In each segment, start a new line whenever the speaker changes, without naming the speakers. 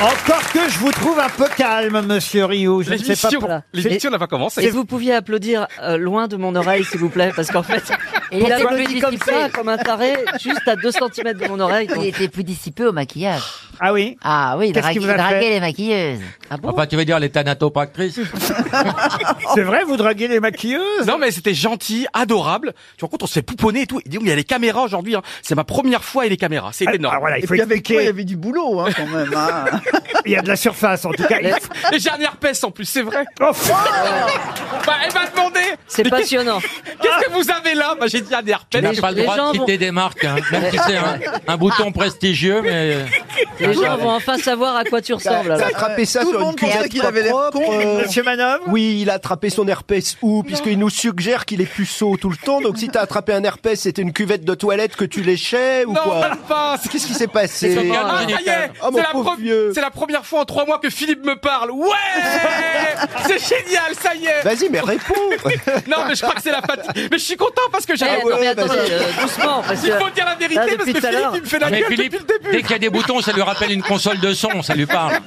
Encore que je vous trouve un peu calme, monsieur Rioux. Je ne sais pas
L'émission
pour...
l'émission n'a pas
Et
commencé.
vous pouviez applaudir euh, loin de mon oreille, s'il vous plaît, parce qu'en fait,
Il
on
était
applaudit
plus
comme
dissipé.
ça, comme un taré, juste à 2 cm de mon oreille.
Il
Donc,
était plus dissipé au maquillage.
Ah oui
Ah oui, il
Qu'est-ce
draguait,
qu'il vous a
il draguait
fait
les maquilleuses.
ah bon
Enfin, tu veux dire les thanatopactrices
C'est vrai, vous draguez les maquilleuses
Non mais c'était gentil, adorable. Tu vois, quand on se fait pouponner et tout, il dit, mais il y a les caméras aujourd'hui. hein. C'est ma première fois et les caméras, c'est
Alors
énorme.
Ah, voilà, il
Et
faut
puis avec quoi il y
expliquer.
avait du boulot hein, quand même. hein.
Il y a de la surface, en tout cas. Il-
Et j'ai un herpès en plus, c'est vrai.
Oh, pff,
Bah, elle m'a demandé,
C'est passionnant.
qu'est-ce que vous avez là Bah, j'ai dit un
Tu
herpès.
n'as
Les-
pas le
les
droit
gens
de citer des marques, hein. même si c'est un, un bouton prestigieux, mais...
Les gens vont enfin savoir à quoi tu ressembles.
Il a
alors.
attrapé ça
Tout
sur
le
une
monde pensait
culotte
qu'il
pas
avait l'air
propre,
con.
euh,
Monsieur Manon
Oui, il a attrapé son herpès ou puisqu'il nous suggère qu'il est puceau tout le temps. Donc si t'as attrapé un herpès, c'était une cuvette de toilette que tu léchais ou
Non,
quoi
même pas. c'est-
Qu'est-ce qui s'est
C'est son
passé
gars
Ah, ça
de
y est,
génital.
Oh, mon
c'est la,
pauvre
pre-
vieux.
c'est la première fois en trois mois que Philippe me parle. Ouais C'est génial, ça y est
Vas-y, mais réponds.
Non, mais je crois que c'est la fatigue. Mais je suis content parce que
Eh,
j'avais...
non, mais
ouais, bah,
attendez,
c'est-
euh, doucement, parce
Il faut
que
dire la vérité
Là, depuis
parce que
tout à
Philippe,
l'heure.
il me fait la
Ah, Mais
gueule
Philippe,
depuis le début.
dès qu'il y a des boutons, ça lui rappelle une console de son, ça lui parle.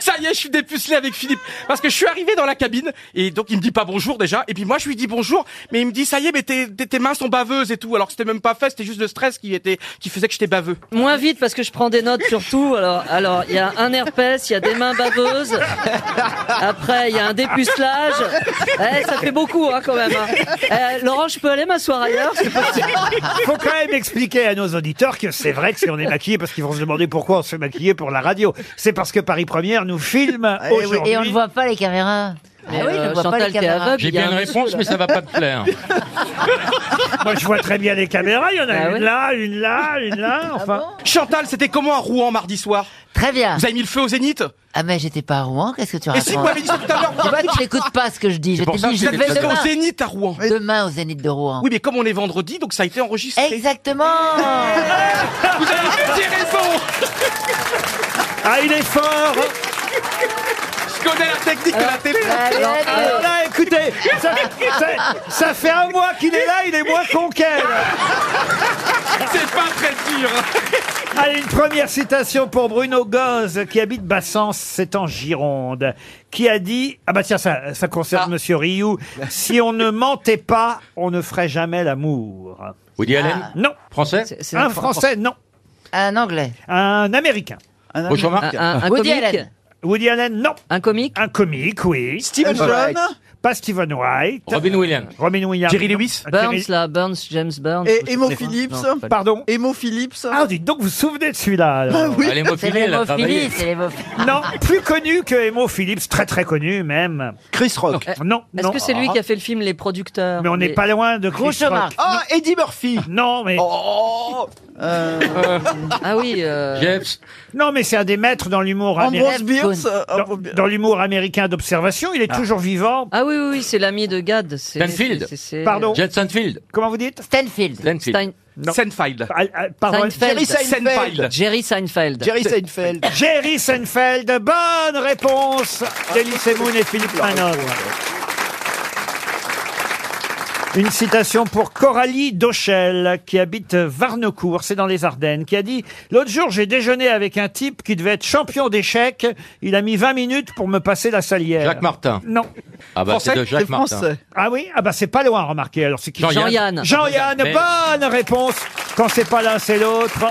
Ça y est, je suis dépucelé avec Philippe. Parce que je suis arrivé dans la cabine, et donc il me dit pas bonjour déjà, et puis moi je lui dis bonjour, mais il me dit ça y est, mais tes, tes- tes mains sont baveuses et tout, alors que c'était même pas fait, c'était juste le stress qui était, qui faisait que j'étais baveux.
moins vite parce que je prends des notes surtout. Alors, alors, il y a un herpès, il y a des mains baveuses. Après, il y a un dépucelage. Eh, ça fait beaucoup, hein, quand même. hein. Eh, Laurent, je peux aller m'asseoir ailleurs C'est pas-
faut quand même expliquer à nos auditeurs que c'est vrai que si on est maquillé, parce qu'ils vont se demander pourquoi on se fait maquiller pour la radio, c'est parce que Paris Première nous filme
Eh oui,
aujourd'hui.
Ah Et on ne voit pas les caméras. Ah oui,
Mais,
je
euh,
ne vois pas
Chantal,
les
t'es
caméras.
aveugle,
J'ai
il y a
bien une
un
réponse, mais ça va pas te plaire.
Moi, je vois très bien les caméras. Il y en a
Ah
une
ouais.
là, une là, une là. Enfin,
Chantal, c'était comment à Rouen mardi soir
Très bien.
Vous avez mis le feu au zénith
Ah mais j'étais pas à Rouen, qu'est-ce que tu
Et si vous
racontes
m'avez dit ça tout à l'heure
Tu vois, tu n'écoutes pas ce que je dis. Je
pour ça
t'ai dit,
que
je
Vous
vais
avez fait au
demain,
zénith à Rouen.
demain au Zénith de Rouen.
Oui, mais comme on est vendredi, donc ça a été enregistré.
Exactement
Vous avez dit raison
ah, il est fort.
Je connais la technique de la télé.
Alors,
Alors là, écoutez, ça, ça- ça fait un mois qu'il est là, il est moins con qu'elle.
C'est pas très dur.
Allez, une première citation pour Bruno Goz, qui habite Bassens, c'est en Gironde, qui a dit Ah bah tiens, ça, ça concerne
Ah.
Monsieur Rioux. Si on ne mentait pas, on ne ferait jamais l'amour.
Woody Allen
Ah, Non.
Français
C'est- c'est
Un Français, non.
Un anglais.
Un Américain.
un,
Beauchamp
un- un
Woody
comique
Allen.
Woody Allen, non.
Un comique
Un comique, oui.
Stephen
Wright.
John
Pas Stephen White.
Robin Williams.
Robin Williams.
Jerry Lewis
Ah, Jerry-
Burns, là, Burns, James Burns.
et Emo
Je sais pas.
Phillips.
Non, pas lui.
Pardon.
Emo Phillips.
Ah, dites donc, vous vous souvenez de celui-là alors.
Elle est
C'est
hémophilée, elle a
l'hémophilie,
travaillé.
c'est l'hémophilie.
Non, plus connu que Emo Phillips, très très connu même.
Chris Rock.
Non,
Est-ce
non.
que c'est lui qui a fait le film Les Producteurs
Ah. Mais on n'est
Les-
pas loin de Chris
Groucho
Rock.
Marx.
Ah, Eddie Murphy.
Non, mais
Oh
Euh,
Ah oui, euh,
Jeffs,
non, mais c'est un des maîtres dans l'humour américain.
Ambrose Bierce. euh,
Dans,
Ambrose Bierce.
dans l'humour américain d'observation, il est toujours vivant.
Ah oui, oui, oui, c'est l'ami de Gad. c'est-
Stanfield.
c'est- c'est- c'est-
Pardon.
Jet Sandfield.
Comment vous dites
Stanfield.
Sandfield.
Stein-
Non.
Seinfeld.
Ah, ah, Pardon.
Seinfeld.
Jerry Seinfeld.
Seinfeld.
Jerry Seinfeld.
Jerry Seinfeld.
Jerry Seinfeld. Bonne réponse d'Elise Moon et Philippe
Ah,
Manon. Une citation pour Coralie Dauchel, qui habite Varnecourt, c'est dans les Ardennes, qui a dit « L'autre jour, j'ai déjeuné avec un type qui devait être champion d'échecs. Il a mis 20 minutes pour me passer la salière. »
Jacques Martin.
Non.
Ah bah c'est de
Français, c'est
Jacques Martin.
français.
Ah oui Ah bah c'est pas loin, remarquez. Alors c'est qui
Jean-Yann.
Jean-Yann.
Jean-Yann,
Mais-
bonne réponse Quand c'est pas l'un, c'est l'autre.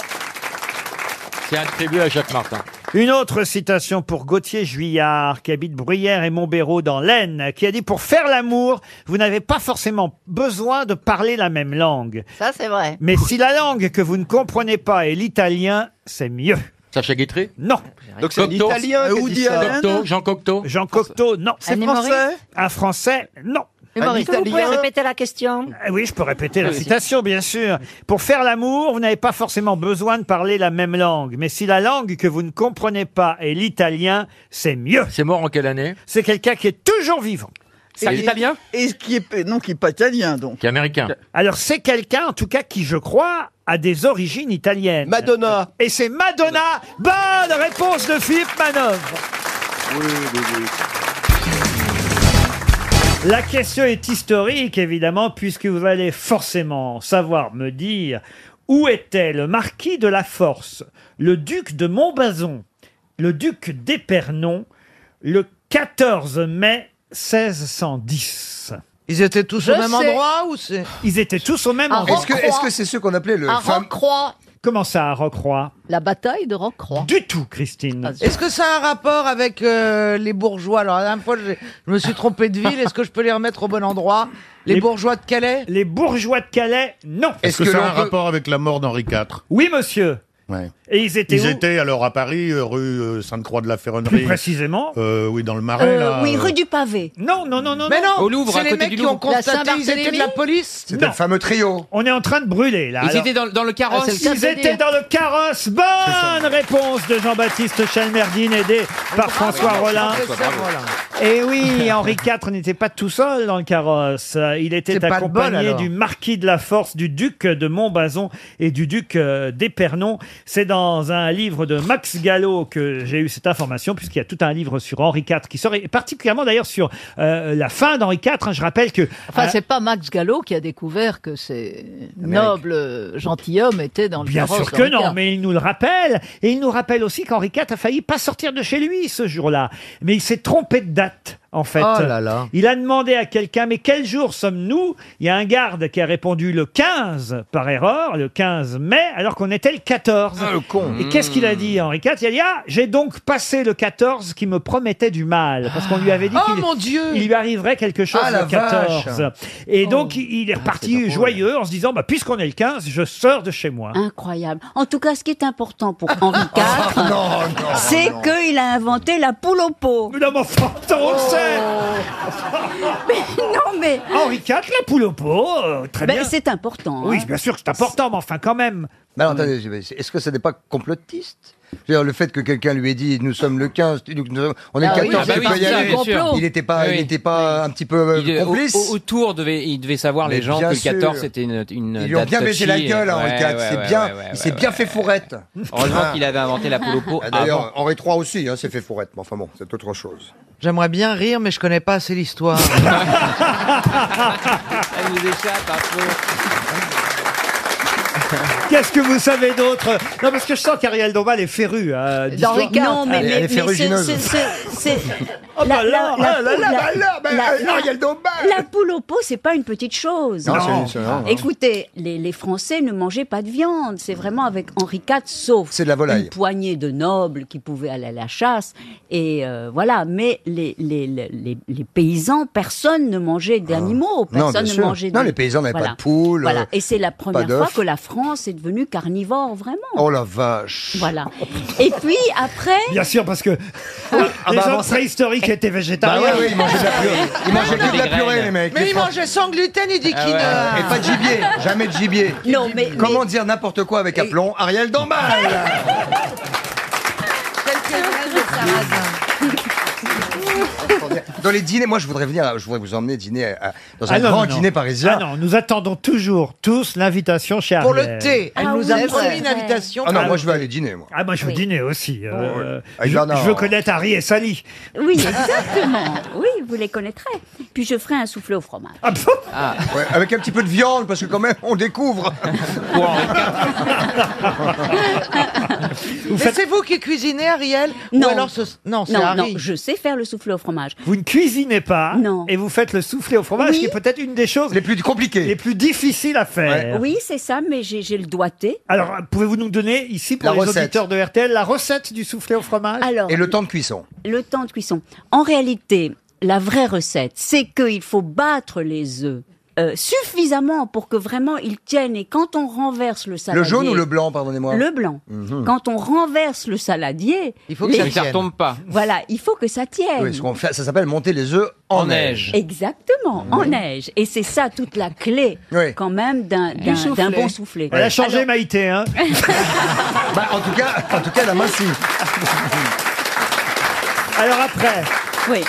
C'est attribué à Jacques Martin.
Une autre citation pour Gauthier Juillard, qui habite Bruyères et Montbéraud dans l'Aisne, qui a dit « Pour faire l'amour, vous n'avez pas forcément besoin de parler la même langue.
Ça, c'est vrai.
Mais si la langue que vous ne comprenez pas est l'italien, c'est mieux.
Sacha Guitry
Non. »
Donc c'est un Italien.
Cocteau.
qui a dit
Euh, Woody
ça.
Allen.
Cocteau, Jean Cocteau.
Jean Cocteau, non.
C'est
Un humoriste.
français.
Un Français, non.
Un
Humoriste.
Italien.
la question
Eh Oui, je peux répéter la citation, bien sûr. Pour faire l'amour, vous n'avez pas forcément besoin de parler la même langue. Mais si la langue que vous ne comprenez pas est l'italien, c'est mieux.
C'est mort en quelle année
C'est quelqu'un qui est toujours vivant.
C'est un
Et-
italien
Et qui est non qui est pas italien donc.
Qui est américain.
Alors c'est quelqu'un, en tout cas, qui, je crois, a des origines italiennes.
Madonna.
Et c'est Madonna. Bonne réponse de Philippe Manœuvre. La question est historique, évidemment, puisque vous allez forcément savoir me dire où était le marquis de la Force, le duc de Montbazon le duc d'Épernon le 14 mai 1610.
Ils étaient tous
Je
au même
sais.
endroit ou c'est
Ils étaient tous au même
Ah,
endroit.
Est-ce que
Roquefort.
est-ce que c'est ceux qu'on appelait le
À
fam-
Rocroi,
Comment ça, à Rocroi
la bataille de Rocroi.
Du tout, Christine.
Est-ce que ça a un rapport avec euh, les bourgeois Alors, la dernière fois, j'ai- je me suis trompé de ville. Est-ce que je peux les remettre au bon endroit Les
Les-
bourgeois de Calais
Les bourgeois de Calais, non.
Est-ce que, l'on peut-
avec la mort d'Henri IV
Oui, monsieur.
Ouais.
Et ils étaient où
alors à Paris, euh, rue euh, Sainte-Croix de la
Plus
Ferronnerie.
précisément.
Euh, oui, dans le Marais. là, euh,
du pavé.
Ah, Non, non, non, non.
Mais
non.
non
Au Louvre, à
C'est les
côté
mecs
du
qui
Louvre.
ont constaté
La
qu'ils étaient de la police
C'était
Non.
le fameux trio.
On est en train de brûler, là. alors.
dans, dans le
Ah, c'est le
Ils étaient dans le carrosse. Bonne réponse de Jean-Baptiste Chalmerdine,
Ah,
aidé par François Rollin. Et oui, Henri IV n'était pas tout seul dans le carrosse. Il
C'est
était
pas de bol,
accompagné
alors.
du marquis de la Force, du duc de Montbazon et du duc euh, d'Épernon. C'est dans un livre de Max Gallo que j'ai eu cette information, puisqu'il y a tout un livre sur Henri IV qui sort, et particulièrement d'ailleurs sur euh, la fin d'Henri IV. hein. Je rappelle que
Enfin,
à-
c'est pas Max Gallo qui a découvert que ces nobles euh, gentilshommes étaient dans le
Bien
carrosse
sûr que
d'Henri
non,
IV.
mais il nous le rappelle. Et il nous rappelle aussi qu'Henri IV a failli pas sortir de chez lui ce jour-là. Mais il s'est trompé de date, en fait.
Oh là là.
Il a demandé à quelqu'un, mais quel jour sommes-nous Il y a un garde qui a répondu le 15 par erreur, le 15 mai, alors qu'on était le 14.
Ah, le con.
Et qu'est-ce qu'il a dit, Henri IV Il a dit, ah, j'ai donc passé le 14 qui me promettait du mal. Parce qu'on lui avait dit
Oh
qu'il
mon Dieu
il lui arriverait quelque chose
Ah, la
le 14.
vache.
Et donc, il il est reparti joyeux en se disant, bah, puisqu'on est le 15, je sors de chez moi.
Ah. Incroyable. En tout cas, ce qui est important pour Henri
Ah,
IV,
Non, non.
c'est qu'il a inventé la poule au pot.
Mais non, mais enfin, attends, on le sait
Non, mais Ben,
Henri IV, la poule au pot, euh, très bien.
c'est important. hein.
Oui, bien sûr que c'est important, mais enfin, quand même.
Mais alors, attendez, je- est-ce que ça n'est pas complotiste Je veux dire, le fait que quelqu'un lui ait dit nous sommes le 15, tu- nous sommes- on est
Ah
le
oui,
14,
bah
il
oui,
peut y
c'est
aller.
un complot.
Il n'était pas,
Oui.
il n'était pas un petit peu euh,
Il, euh,
complice.
au- au- autour, devait, il devait savoir les
Mais
gens que
bien
le
sûr.
14 c'était une, une
Ils lui ont
date
bien baisé la
touchy,
gueule,
et-
hein, Henri
ouais,
IV.
ouais,
c'est
ouais,
bien,
ouais, ouais,
il s'est
ouais,
bien
ouais.
fait fourrette.
Heureusement qu'il avait inventé la poule au pot
Ah,
avant.
D'ailleurs, Henri III aussi hein, s'est fait fourrette. Mais enfin bon, c'est autre chose.
J'aimerais bien rire, mais je connais pas assez l'histoire.
Elle nous échappe hein, un peu.
Qu'est-ce que vous savez d'autre Non, parce que je sens qu'Ariel Dombal est féru. hein, d'histoire.
D'Henri IV.
Non, mais,
Elle est- elle est
mais, mais c'est-
ferrugineuse.
c'est- c'est- c'est-
Oh, bah là,
Ah là là,
la-
bah là, bah,
la-
euh, non, il y a le dommage.
La poule au pot, c'est pas une petite chose. Ah.
Non.
c'est- hein. c'est- non, non.
Écoutez, les, les Français ne mangeaient pas de viande. C'est vraiment avec Henri IV, sauf
C'est de la volaille.
une poignée de nobles qui pouvaient aller à la chasse. Et euh, voilà, mais les, les, les, les- les paysans, personne ne mangeait d'animaux.
Ah. Non, bien
Personne ne
sûr.
mangeait
Non,
de-
les paysans n'avaient
Voilà.
pas de poules. euh,
Voilà. Et c'est la première fois
d'œufs.
que la France est devenue carnivore, vraiment.
Oh la vache.
Voilà. Et puis après,
Bien sûr, parce que les
bah,
gens
avant ça-
préhistoriques étaient
Bah
végétariens.
ouais, ouais, ils mangeaient de la purée. Ils mangeaient que de la
Des
purée,
graines.
les mecs.
mais
Les
ils
Français.
mangeaient sans gluten et du
Ah Et
quinoa.
pas de gibier,
Ah
jamais de gibier.
Non, mais-
Comment dire n'importe quoi avec aplomb Ariel Dombal Dans les dîners, moi je voudrais venir, je voudrais vous emmener dîner à- à- dans un
Ah non,
grand
non, non.
dîner parisien.
Ah non, nous attendons toujours tous l'invitation chez
Pour
Ariel.
le thé. Elle
Ah
nous
oui,
a
c'est
promis une
vrai.
invitation.
Ah non,
Ah,
moi
oui.
je veux aller dîner, moi.
Ah, moi, je veux
Oui.
dîner aussi. euh,
Ah,
je,
Bernard.
je veux connaître Harry et Sally.
oui, exactement. Oui, vous les connaîtrez. Puis je ferai un soufflé au fromage.
Ah, pff,
Ouais, avec un petit peu de viande, parce que quand même, on découvre.
Mais c'est vous qui cuisinez, Ariel
Non.
Ou alors ce... Non, c'est
Non, non,
Harry.
je sais faire le soufflé au fromage.
vous ne cuisinez pas
Non.
et vous faites le soufflé au fromage,
Oui.
qui est peut-être une des choses
Les plus compliqués.
les plus difficiles à faire.
Oui, c'est ça, mais j'ai j'ai le doigté.
Alors, pouvez-vous nous donner ici, pour
La
les
recette.
auditeurs de RTL, la recette du soufflé au fromage
Alors,
Et
le...
le temps de cuisson.
temps de cuisson. En réalité, la vraie recette, c'est qu'il faut battre les œufs euh, suffisamment pour que vraiment ils tiennent. Et quand on renverse le saladier...
Le jaune ou le blanc, pardonnez-moi. Mhm.
Le blanc. Quand on renverse le saladier,
Il faut que ça
Ça ne
tienne.
retombe pas.
voilà, il faut que ça tienne.
Oui, ce qu'on fait, ça s'appelle monter les œufs en,
En neige.
Exactement, en neige. Et c'est ça toute la clé,
Oui.
quand même, d'un d'un-
soufflé.
d'un bon soufflé.
Elle a changé Maïté, hein
Bah, en tout cas, en tout cas, la main si.
Alors après,
Oui.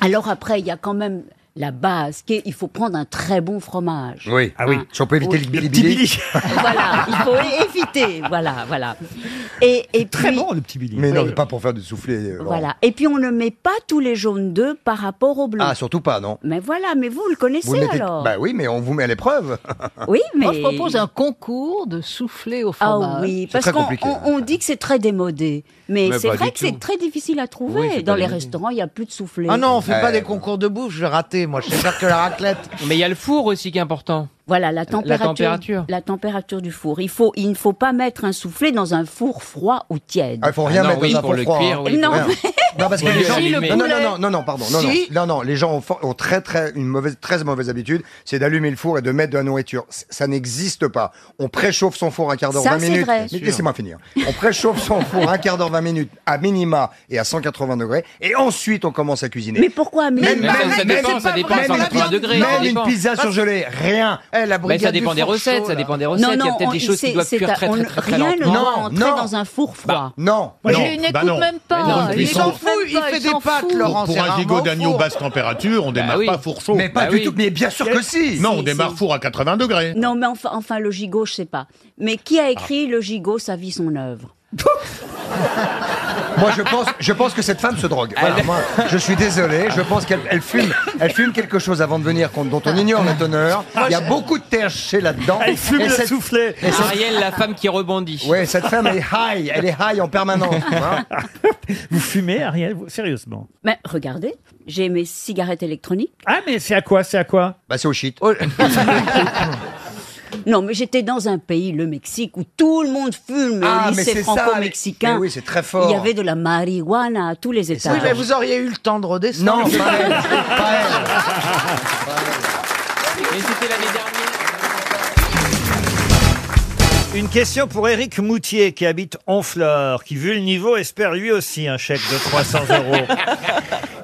Alors après, il y a quand même la base, qui est, il faut prendre un très bon fromage.
Oui.
Ah oui.
Si on peut éviter
Oui.
le
le
bilibili.
petit Billy.
voilà, il faut é- éviter. Voilà, voilà. Et, et
Très
puis,
bon,
le petit Billy.
Mais non,
Oui.
mais pas pour faire du soufflé. euh, Laurent.
Voilà. Et puis on ne met pas tous les jaunes d'œufs par rapport au bleu.
Ah, surtout pas, non.
Mais voilà, mais vous le connaissez
Vous le mettez-
alors.
Bah oui, mais on vous met à l'épreuve.
Oui, mais
Moi, je propose un concours de souffler au fromage.
Ah oui,
C'est
parce
très
qu'on
compliqué.
on- on dit que c'est très démodé, mais,
Mais
c'est
pas
vrai
du
que
tout.
c'est très difficile à trouver.
c'est
Dans
pas
les
démodé.
restaurants, il n'y a plus de soufflé.
Ah non, on fait pas
Ouais.
des concours de bouffe, je vais rater, moi, je sais faire que la raclette.
Mais il y a le four aussi qui est important.
Voilà, la température,
température.
la température du four. Il, faut, il ne faut pas mettre un soufflé dans un four froid ou tiède.
Ah, il faut rien
Ah non,
mettre
oui,
dans un
pour
four
le
froid,
cuir,
hein.
oui,
Non,
Rien. Non, parce que
Oui,
les gens.
si, le
non, non,
poulet.
non, non, non, pardon. Non,
Si.
non, non, non, les gens ont, for- ont très, très, une mauvaise, très mauvaise habitude, c'est d'allumer le four et de mettre de la nourriture. C- Ça n'existe pas. On préchauffe son four un quart d'heure,
Ça,
20
c'est
minutes.
vrai.
Mais Laissez-moi finir. On préchauffe son four un quart d'heure, 20 minutes à minima et à 180 degrés, et ensuite on commence à cuisiner.
Mais pourquoi à minima
Mais ça- ça dépend, ça dépend,
même
ça
une
dépend
viande-
des degrés, ça
Même
dépend.
une pizza surgelée, rien. Eh, la
Mais
brigade
ça
du
dépend des
four
recettes,
chaud,
ça
là.
dépend des recettes. il y a peut-être
on-
des choses
c'est-
qui doivent
c'est
cuire
à-
très
on-
très très très
Rien ne
lentement.
doit entrer
non.
dans un four froid.
Non.
Moi,
Bah, non,
je n'écoute
bah non.
même
Mais non,
pas.
puis
Il
sans-
s'en fout, il
pas,
fait
il
des
s'en
pâtes,
fout.
Laurent.
Pour
c'est
un
rarement
gigot
au
d'agneau
four.
basse température, on démarre
oui.
pas four chaud.
Mais pas
Bah
du
oui.
tout. Mais bien sûr que si.
Non,
Si,
on démarre
si.
four à 80 degrés.
Non, mais enfin, enfin, le gigot, je sais pas. Mais qui a écrit le gigot, sa vie, son œuvre
Moi, je pense, je pense que cette femme se drogue. Voilà, moi, je suis désolé. Je pense qu'elle elle fume, elle fume quelque chose avant de venir, qu'on- dont on ignore la teneur. Il y a beaucoup de THC là-dedans.
Elle fume
Et
le
cette-
soufflé.
et cette-
Ariel, la femme qui rebondit.
Ouais, cette femme, elle est high. Elle est high en permanence. tu vois.
Vous fumez, Ariel vous- Sérieusement
Mais regardez, j'ai mes cigarettes électroniques.
Ah, mais c'est à quoi C'est à quoi
Bah, c'est au shit.
Non, mais j'étais dans un pays, le Mexique, où tout le monde fume.
Ah,
le
mais
lycée
c'est ça, mais-
franco-mexicain.
mais oui, c'est très fort.
Il y avait de la marijuana à tous les
Oui,
étages.
mais vous auriez eu le temps de redescendre.
Non, pas elle. Pas elle.
Ah,
Et c'était l'année dernière.
Une question pour Éric Moutier qui habite Honfleur, qui vu le niveau espère lui aussi un chèque de 300 euros.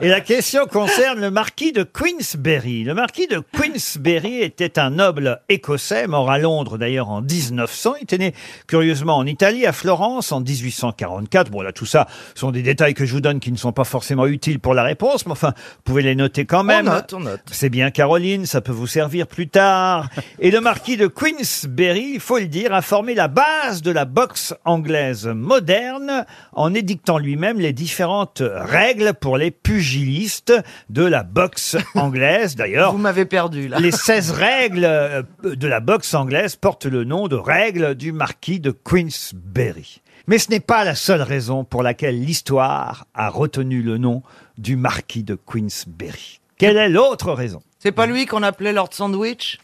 Et la question concerne le marquis de Queensberry. Le marquis de Queensberry était un noble écossais, mort à Londres d'ailleurs en 1900. Il était né curieusement en Italie, à Florence en 1844. Bon là tout ça sont des détails que je vous donne qui ne sont pas forcément utiles pour la réponse, mais enfin vous pouvez les noter quand même.
note, on note.
C'est bien Caroline, ça peut vous servir plus tard. Et le marquis de Queensberry, il faut le dire, a formé la base de la boxe anglaise moderne en édictant lui-même les différentes règles pour les pugilistes de la boxe anglaise. D'ailleurs,
Vous m'avez perdu, là.
les 16 règles euh, de la boxe anglaise portent le nom de règles du marquis de Queensberry. Mais ce n'est pas la seule raison pour laquelle l'histoire a retenu le nom du marquis de Queensberry. Quelle est l'autre raison
C'est pas lui qu'on appelait Lord Sandwich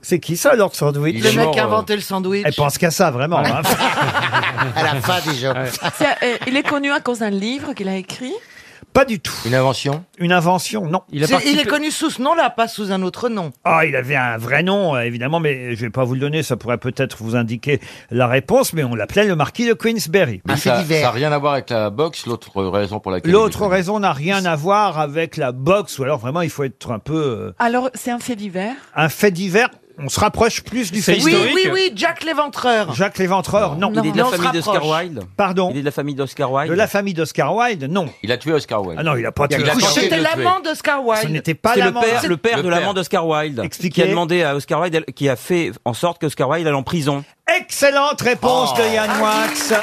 C'est qui ça, Lord Sandwich
Il
Le
est
mec
mort,
qui a
euh,
inventé le sandwich
hein. Elle pense qu'à ça, vraiment. hein.
À la fin déjà.
euh, il est connu à cause d'un livre qu'il a écrit.
Pas du tout.
Une invention
Une invention, non.
Il a
C'est- Il
participé.
est connu sous ce nom-là, pas sous un autre nom.
Ah, il avait un vrai nom, euh, évidemment, mais je vais pas vous le donner, ça pourrait peut-être vous indiquer la réponse, mais on l'appelait le marquis de Queensberry.
Mais Ah, ça ça n'a rien à voir avec la boxe, l'autre raison pour laquelle.
L'autre raison n'a rien à voir avec la boxe, ou alors vraiment, il faut être un peu... euh,
Alors, c'est un fait divers.
un fait divers, on se rapproche plus du
C'est
fait
Oui,
divers.
historique.
oui, oui, Jack l'Éventreur.
Jacques Léventreur, non.
Il est de la
Non, on se
famille d'Oscar
rapproche.
Wilde.
Pardon.
Il est de la famille d'Oscar Wilde.
De la famille d'Oscar Wilde, non.
Il a tué Oscar Wilde.
Ah non, il a pas
Il a
tué.
la
Couché-
chance.
C'était
le tuer.
l'amant d'Oscar
Ce
Wilde.
n'était pas
C'est le
l'amant.
père, le père
Le
de l'amant
père.
d'Oscar Wilde.
Expliquez.
Qui a demandé à Oscar Wilde, qui a fait en sorte qu'Oscar Wilde allait en prison.
Excellente réponse de Yann Wax.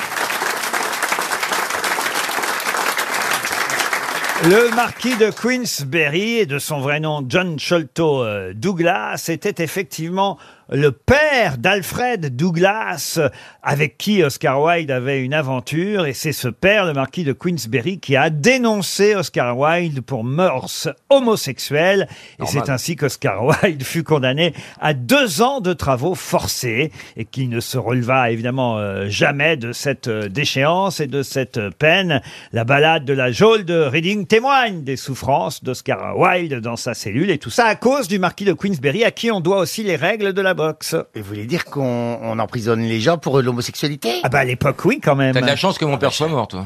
Le marquis de Queensberry et de son vrai nom John Sholto euh, Douglas était effectivement le père d'Alfred Douglas euh, avec qui Oscar Wilde avait une aventure et c'est ce père, le marquis de Queensberry, qui a dénoncé Oscar Wilde pour mœurs homosexuelles et c'est ainsi qu'Oscar Wilde fut condamné à deux ans de travaux forcés et qu'il ne se releva évidemment euh, jamais de cette euh, déchéance et de cette euh, peine. La balade de la geôle de Reading témoigne des souffrances d'Oscar Wilde dans sa cellule et tout ça à cause du marquis de Queensberry à qui on doit aussi les règles de la boxe.
Et vous voulez dire qu'on on emprisonne les gens pour l'homosexualité
Ah bah à l'époque oui quand même.
T'as de la chance que mon père soit mort, toi.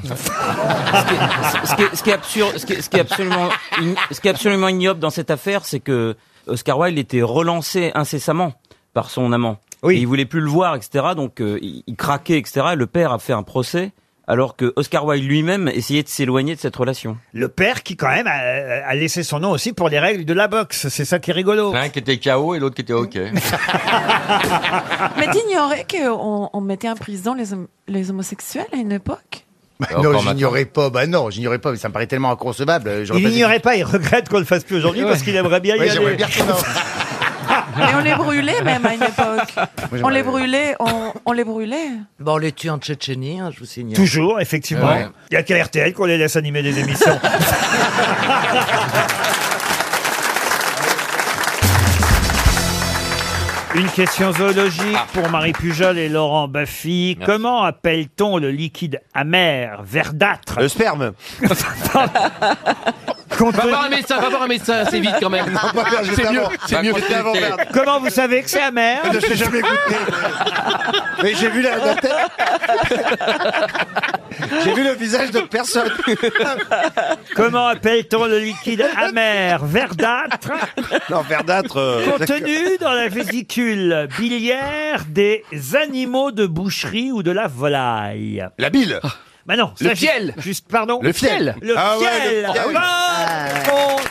ce, qui est, ce qui est absurde, ce qui est, ce qui est absolument, ign- ce qui est absolument ignoble dans cette affaire, c'est que Oscar Wilde était relancé incessamment par son amant.
Oui.
Et il voulait plus le voir, etc. Donc euh, il, il craquait, etc. Et le père a fait un procès alors que Oscar Wilde lui-même essayait de s'éloigner de cette relation.
Le père qui, quand même, a, a laissé son nom aussi pour les règles de la boxe. C'est ça qui est rigolo.
Un qui était KO et l'autre qui était OK.
Mais t'ignorais qu'on on mettait en prison les, hom- les homosexuels à une époque
Bah
Encore
non,
maintenant.
j'ignorais pas. Bah non, j'ignorais pas, mais ça me paraît tellement inconcevable. euh, j'aurais
Il
pas dit-
n'ignorait pas, il regrette qu'on le fasse plus aujourd'hui parce qu'il aimerait bien y
Ouais,
aller.
j'aimerais bien que non.
Mais on les brûlait même à une époque.
j'aimerais-
On les brûlait, on, on les brûlait.
Bon, on les tue en Tchétchénie, hein, je vous signale.
Toujours, effectivement.
Ouais.
Il y a qu'à RTL qu'on les laisse animer des émissions. Une question zoologique pour Marie Pujol et Laurent Baffy. Comment appelle-t-on le liquide amer, verdâtre Le sperme.
Va voir un médecin, va voir un médecin assez vite quand même.
On va faire juste
C'est mieux,
avant.
c'est
Va
mieux.
consulter. Comment vous savez que c'est amer
Je ne sais jamais goûter.
Mais j'ai vu la, la tête. j'ai vu le visage de personne.
Comment appelle-t-on le liquide amer, verdâtre
Non, verdâtre. euh,
contenu dans la vésicule biliaire des animaux de boucherie ou de la volaille.
La bile.
Bah non,
Le
ça, ju-
fiel.
Juste, pardon.
Le fiel.
Le
Ah ouais,
fiel.
le- ah oui.
Bonne réponse.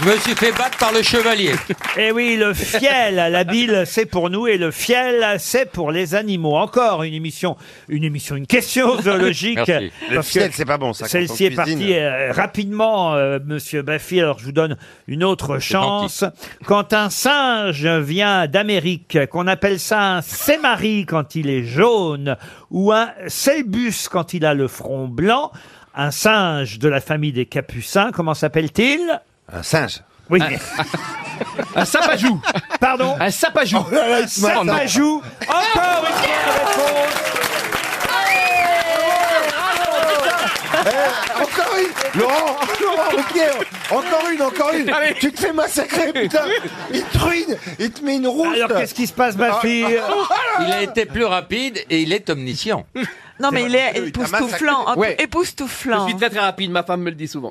Je me suis fait battre par le chevalier.
Eh oui, le fiel, la bile, c'est pour nous et le fiel, c'est pour les animaux. Encore une émission, une émission, une question zoologique.
Merci. Le
Parce
fiel,
que
c'est pas bon, ça, quand
Celle-ci
on
est
cuisine.
partie euh, rapidement, euh, Monsieur Baffy. Alors je vous donne une autre chance. Quand un singe vient d'Amérique, qu'on appelle ça un sémari quand il est jaune ou un selbus quand il a le front blanc, un singe de la famille des capucins, comment s'appelle-t-il Un singe. Oui. mais-
Un sapajou.
Pardon
Un sapajou.
Oh,
Oh
Un sapajou.
Ah,
Encore une
Eh, encore une Laurent, Laurent, Ruquier, encore une, encore une Tu te fais massacrer, putain Il te ruine, il te met une rouge
Alors qu'est-ce qui se passe, ma fille
Il a été plus rapide et il est omniscient.
Non, mais
Ah,
il est époustouflant.
Ah,
en tout-
Ouais. Je
Époustouflant.
suis très très rapide, ma femme me le dit souvent.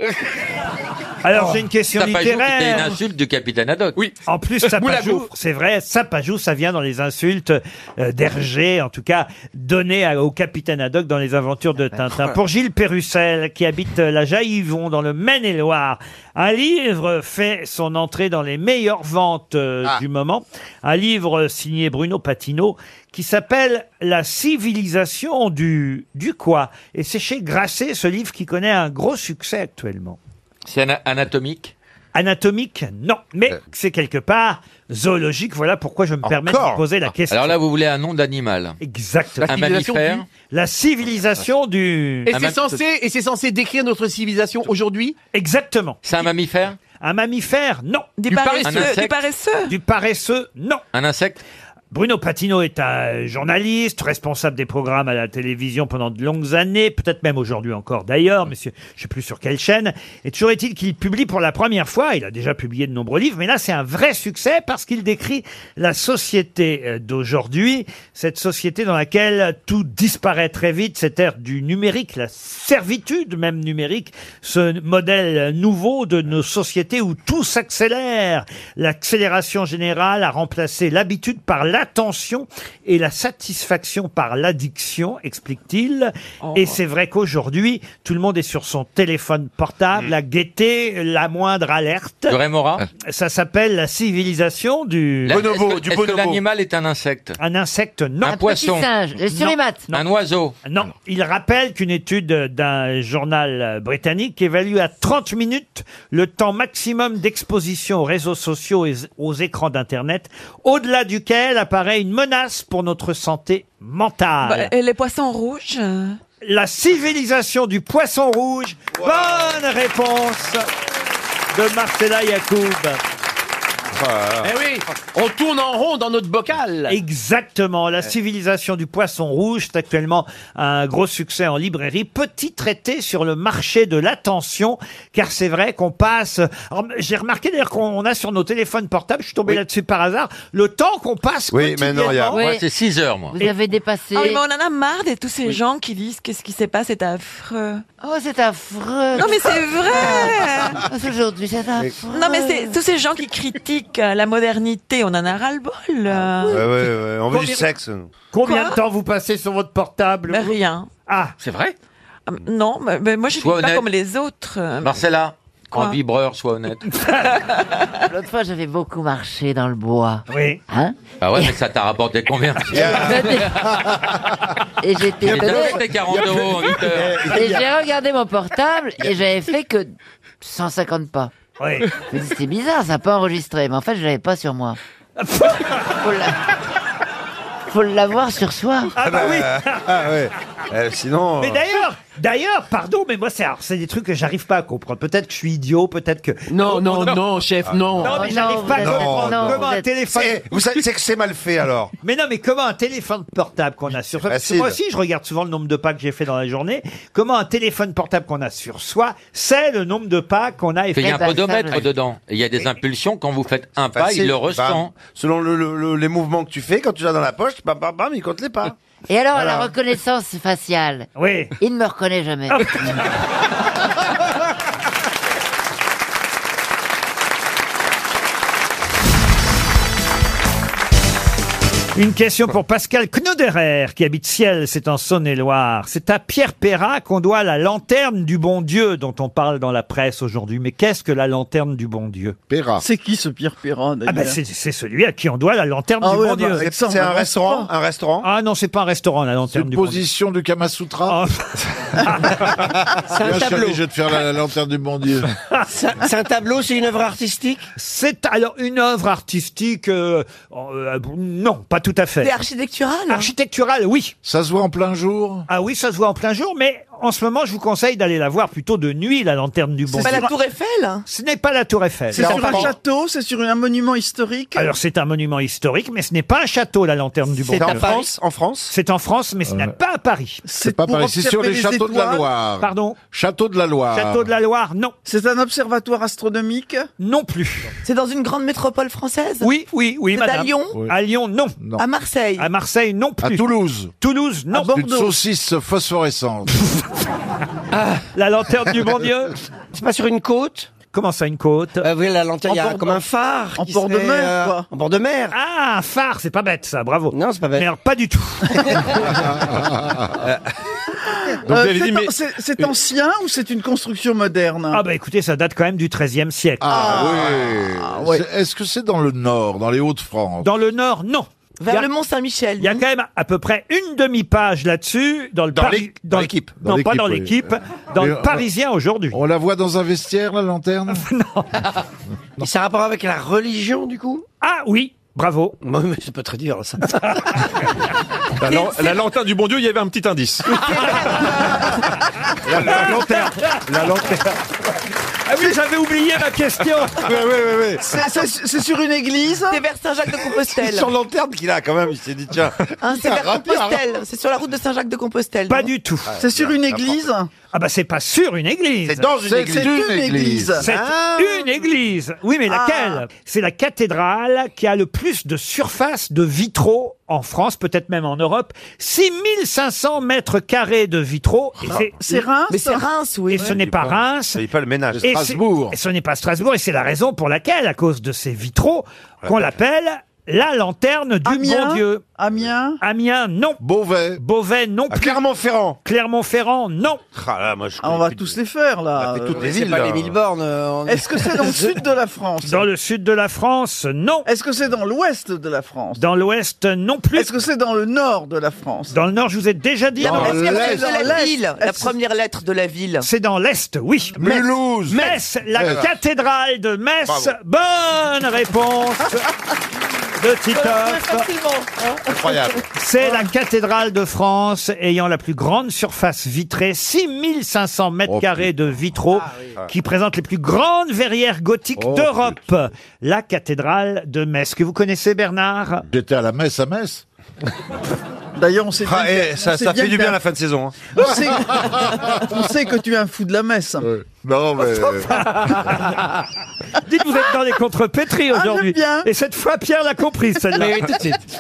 Alors, j'ai une question
Tapajou,
littéraire.
C'était une insulte du capitaine Haddock.
Oui.
En plus, sapajou, c'est vrai, sapajou, ça vient dans les insultes euh, d'Hergé, en tout cas, données à- au capitaine Haddock dans les aventures de Tintin. Pour Gilles Pérussel, qui habite euh, la Jaillivon, dans le Maine-et-Loire, un livre fait son entrée dans les meilleures ventes euh,
Ah.
du moment. Un livre signé Bruno Patino, qui s'appelle La civilisation du, du quoi? Et c'est chez Grasset, ce livre qui connaît un gros succès actuellement.
C'est ana- anatomique. Euh.
Anatomique, non. Mais c'est quelque part zoologique. Voilà pourquoi je me permets de vous poser la question.
Alors là, vous voulez un nom d'animal.
Exactement.
Un mammifère. Ah.
La civilisation du...
Et c'est censé, et c'est censé décrire notre civilisation aujourd'hui.
Exactement.
C'est un mammifère
Un mammifère, non.
Des paresseux- Un insecte des paresseux
Du paresseux, non.
Un insecte
Bruno Patino est un journaliste, responsable des programmes à la télévision pendant de longues années, peut-être même aujourd'hui encore d'ailleurs, monsieur, je sais plus sur quelle chaîne. Et toujours est-il qu'il publie pour la première fois, il a déjà publié de nombreux livres, mais là c'est un vrai succès parce qu'il décrit la société euh, d'aujourd'hui, cette société dans laquelle tout disparaît très vite, cette ère du numérique, la servitude même numérique, ce modèle nouveau de nos sociétés où tout s'accélère. L'accélération générale a remplacé l'habitude par l'attention et la satisfaction par l'addiction, explique-t-il. Et c'est vrai qu'aujourd'hui, tout le monde est sur son téléphone portable à guetter la moindre alerte.
De Rémora
Ça s'appelle la civilisation Euh, du...
La- est-ce que- Est-ce que l'animal est un insecte
Un insecte, non.
Un Un poisson. petit singe, euh, le surébate. Un oiseau.
Non. Il rappelle qu'une étude d'un journal euh, britannique évalue à 30 minutes le temps maximum d'exposition aux réseaux sociaux et aux écrans d'Internet, au-delà duquel apparaît une menace pour notre santé mentale.
Ah,
Bah, et les poissons rouges euh,
La civilisation du poisson rouge. Bonne réponse de Marcella Yacoub.
Ah.
Eh oui, on tourne en rond dans notre bocal. Eh.
Exactement. La civilisation du poisson rouge, c'est actuellement un gros succès en librairie. Petit traité sur le marché de l'attention, car c'est vrai qu'on passe. Alors, J'ai remarqué d'ailleurs qu'on on a sur nos téléphones portables, je suis tombé là-dessus par hasard, le temps qu'on passe.
Oui, mais non, il y a-
quotidiennement.
moi, Oui. c'est 6 heures, moi.
Vous avez dépassé.
Ah oui, mais on en a marre de tous ces gens qui disent qu'est-ce qui se passe, c'est affreux.
Oh, c'est affreux.
Non, mais c'est vrai
Aujourd'hui, c'est affreux.
Non, mais c'est tous ces gens qui critiquent, musique, euh, la modernité, on en a ras-le-bol.
Ah,
euh.
Ouais, ouais, ouais. On veut du
Combien-
sexe. nous.
Combien
Quoi
de temps vous passez sur votre portable
Rien.
Ah
C'est vrai
Ah, Non, mais, mais moi je ne suis
Sois
pas
honnête.
comme les autres. euh,
Marcella,
Quoi
en vibreur, sois honnête.
L'autre fois, j'avais beaucoup marché dans le bois.
Oui.
Hein
Ah ouais, mais ça t'a rapporté combien
Et j'étais
J'ai
étonnée.
donné tes 40 euros en 8
Eh,
heures.
Et j'ai regardé mon portable et j'avais fait que 150 pas.
Oui.
Je me dis, c'est bizarre, ça n'a pas enregistré. Mais en fait, je l'avais pas sur moi. Faut l'a- Faut l'avoir sur soi.
Ah bah oui Ah ouais. Euh, sinon.
Mais
euh,
d'ailleurs, d'ailleurs, pardon, mais moi, c'est, alors, c'est des trucs que j'arrive pas à comprendre. Peut-être que je suis idiot, peut-être que. Oh,
Non, non, non, chef, non.
Non, mais
Oh,
j'arrive
non,
pas à
vous êtes-
comprendre
non,
comment
vous
un
êtes-
téléphone.
C'est- vous
savez- Ah, c'est que c'est mal fait, alors.
Mais non, mais comment un téléphone portable qu'on a sur soi, parce que
Facile.
moi aussi, je regarde souvent le nombre de pas que j'ai fait dans la journée, comment un téléphone portable qu'on a sur soi, c'est le nombre de pas qu'on a
Il y a un
effectué.
podomètre dedans. Et Il y a des impulsions. Quand vous faites un pas,
facile.
il le
Bam.
ressent.
selon le- le- le- les mouvements que tu fais, quand tu l'as dans la poche, bam, bam, bam, il compte les pas.
Et alors,
Voilà.
la reconnaissance faciale.
Oui.
Il ne me reconnaît jamais.
Une question pour Pascal Knoderer, qui habite Ciel, c'est en Saône-et-Loire. C'est à Pierre Perrat qu'on doit la lanterne du bon Dieu dont on parle dans la presse aujourd'hui. Mais qu'est-ce que la lanterne du bon Dieu Perrat.
C'est qui ce Pierre Perrin
Ah bah c'est c'est celui à qui on doit la lanterne
Ah
du
oui,
bon
ah bah,
Dieu.
c'est- c'est un restaurant,
un restaurant. Ah non, c'est pas un restaurant la lanterne du Ah. bon Dieu.
Position du Kama Sutra.
C'est un tableau.
Je vais te faire la, la lanterne du bon Dieu.
C'est un tableau, c'est une œuvre artistique C'est alors une œuvre artistique. euh, euh, non, pas tout à fait.
C'est architectural
Architecturale, oui. Ça se voit en plein jour Ah oui, ça se voit en plein jour, mais en ce moment, je vous conseille d'aller la voir plutôt de nuit, la lanterne du bon
C'est pas
Dieu.
la Tour Eiffel
Ce n'est pas la Tour Eiffel.
C'est sur un château, c'est sur un monument historique.
Alors c'est un monument historique, mais ce n'est pas un château, la lanterne du bon
C'est en
Dieu.
France,
en France
C'est en France, mais ce n'est pas à Paris.
C'est pas pareil, c'est sur les châteaux de la Loire.
Pardon
Château de la Loire.
Château de la Loire, non.
C'est un observatoire astronomique
Non plus.
C'est dans une grande métropole française
Oui, oui, oui,
C'est à
madame.
Lyon
À Lyon, non.
À Marseille
À Marseille, non plus.
À Toulouse.
Toulouse, non.
Une saucisse phosphorescente.
Ah, La lanterne du bon Dieu C'est pas sur une côte Comment ça, une côte
Euh, Oui, la lanterne, il y a comme un phare.
En
qui
bord de
serait,
mer,
euh,
quoi.
En bord de mer.
Ah, un phare, c'est pas bête ça, bravo.
Non, c'est pas bête.
Mais alors, pas du tout.
Euh, c'est an- c'est- c'est ancien ou c'est une construction moderne
Ah bah écoutez, ça date quand même du XIIIe siècle.
Ah, oui. C'est- Est-ce que c'est dans le Nord, dans les Hauts-de-France
Dans le Nord, non.
Vers le
Mont-Saint-Michel. Il y a quand même à peu près une demi-page là-dessus dans le
Dans
Pari-
l'équ-
dans
dans
le-
l'équipe.
Non,
Dans
pas dans l'équipe.
l'équipe, oui.
Dans
Mais euh,
le
on-
Parisien aujourd'hui.
On la voit dans un vestiaire, la lanterne
Et ça a rapport avec la religion, du coup
Ah oui, bravo.
mais c'est pas très dur, ça.
La, lan- la lanterne du bon Dieu, il y avait un petit indice.
La, lanterne. La lanterne. Ah oui, j'avais oublié ma question.
Oui, oui, oui, oui.
C'est- C'est c'est sur une église
C'est vers
C'est
Saint-Jacques-de-Compostelle.
sur lanterne qu'il a quand même, il s'est dit tiens.
Hein, c'est
Ah,
vers
rapide, hein.
Compostelle. C'est sur la route de Saint-Jacques-de-Compostelle.
Pas du tout.
C'est sur une église
Ah bah c'est pas sur une église.
C'est dans une C'est- église. c'est une église.
C'est
Ah.
une église. Oui, mais laquelle C'est la cathédrale qui a le plus de surface de vitraux en France, peut-être même en Europe. 6500 mètres carrés de vitraux. Et
Ah, c'est Reims Mais c'est
Reims, oui.
Et ce n'est pas Reims.
C'est pas le ménage.
Et c'est- Et ce n'est pas Strasbourg. Et c'est la raison pour laquelle, à cause de ces vitraux, qu'on l'appelle la lanterne du bon Dieu.
Amiens
Amiens, non.
Beauvais.
Beauvais, non. plus.
Clermont-Ferrand.
Clermont-Ferrand, non.
Ah là, moi, je
Ah, On va tous les faire là.
toutes
Euh,
les
c'est
villes. hein.
pas
là.
les villes bornes.
euh,
Est-ce que c'est dans le sud de la France
Dans le sud de la France, non.
Est-ce que c'est dans l'ouest de la France
Dans l'ouest, non plus.
Est-ce que c'est dans le nord de la France
Dans le Nord, je vous ai déjà dit.
La
avant.
première lettre de la
l'Est.
ville. La première lettre de la ville.
C'est dans l'Est, oui.
Mulhouse.
Metz, la
Metz.
cathédrale de Metz.
Bravo.
Bonne réponse de Titoff.
Ah,
Incroyable.
C'est la cathédrale de France ayant la plus grande surface vitrée, 6500 mètres
Oh,
carrés de vitraux,
Ah
qui présente les plus grandes verrières gothiques
Oh,
d'Europe. La cathédrale de Metz, que vous connaissez Bernard
J'étais à la messe à Metz.
D'ailleurs, on sait bien
Ah, eh,
que- on
ça,
sait
ça fait
que
du bien
t'as-
la fin de saison. hein.
On sait, on sait que tu es un fou de la messe.
Non, mais.
euh.
Dites, vous êtes dans les contrepétries aujourd'hui.
Ah, j'aime bien.
Et cette fois, Pierre l'a compris, celle-là.
Mais oui, tout de
suite.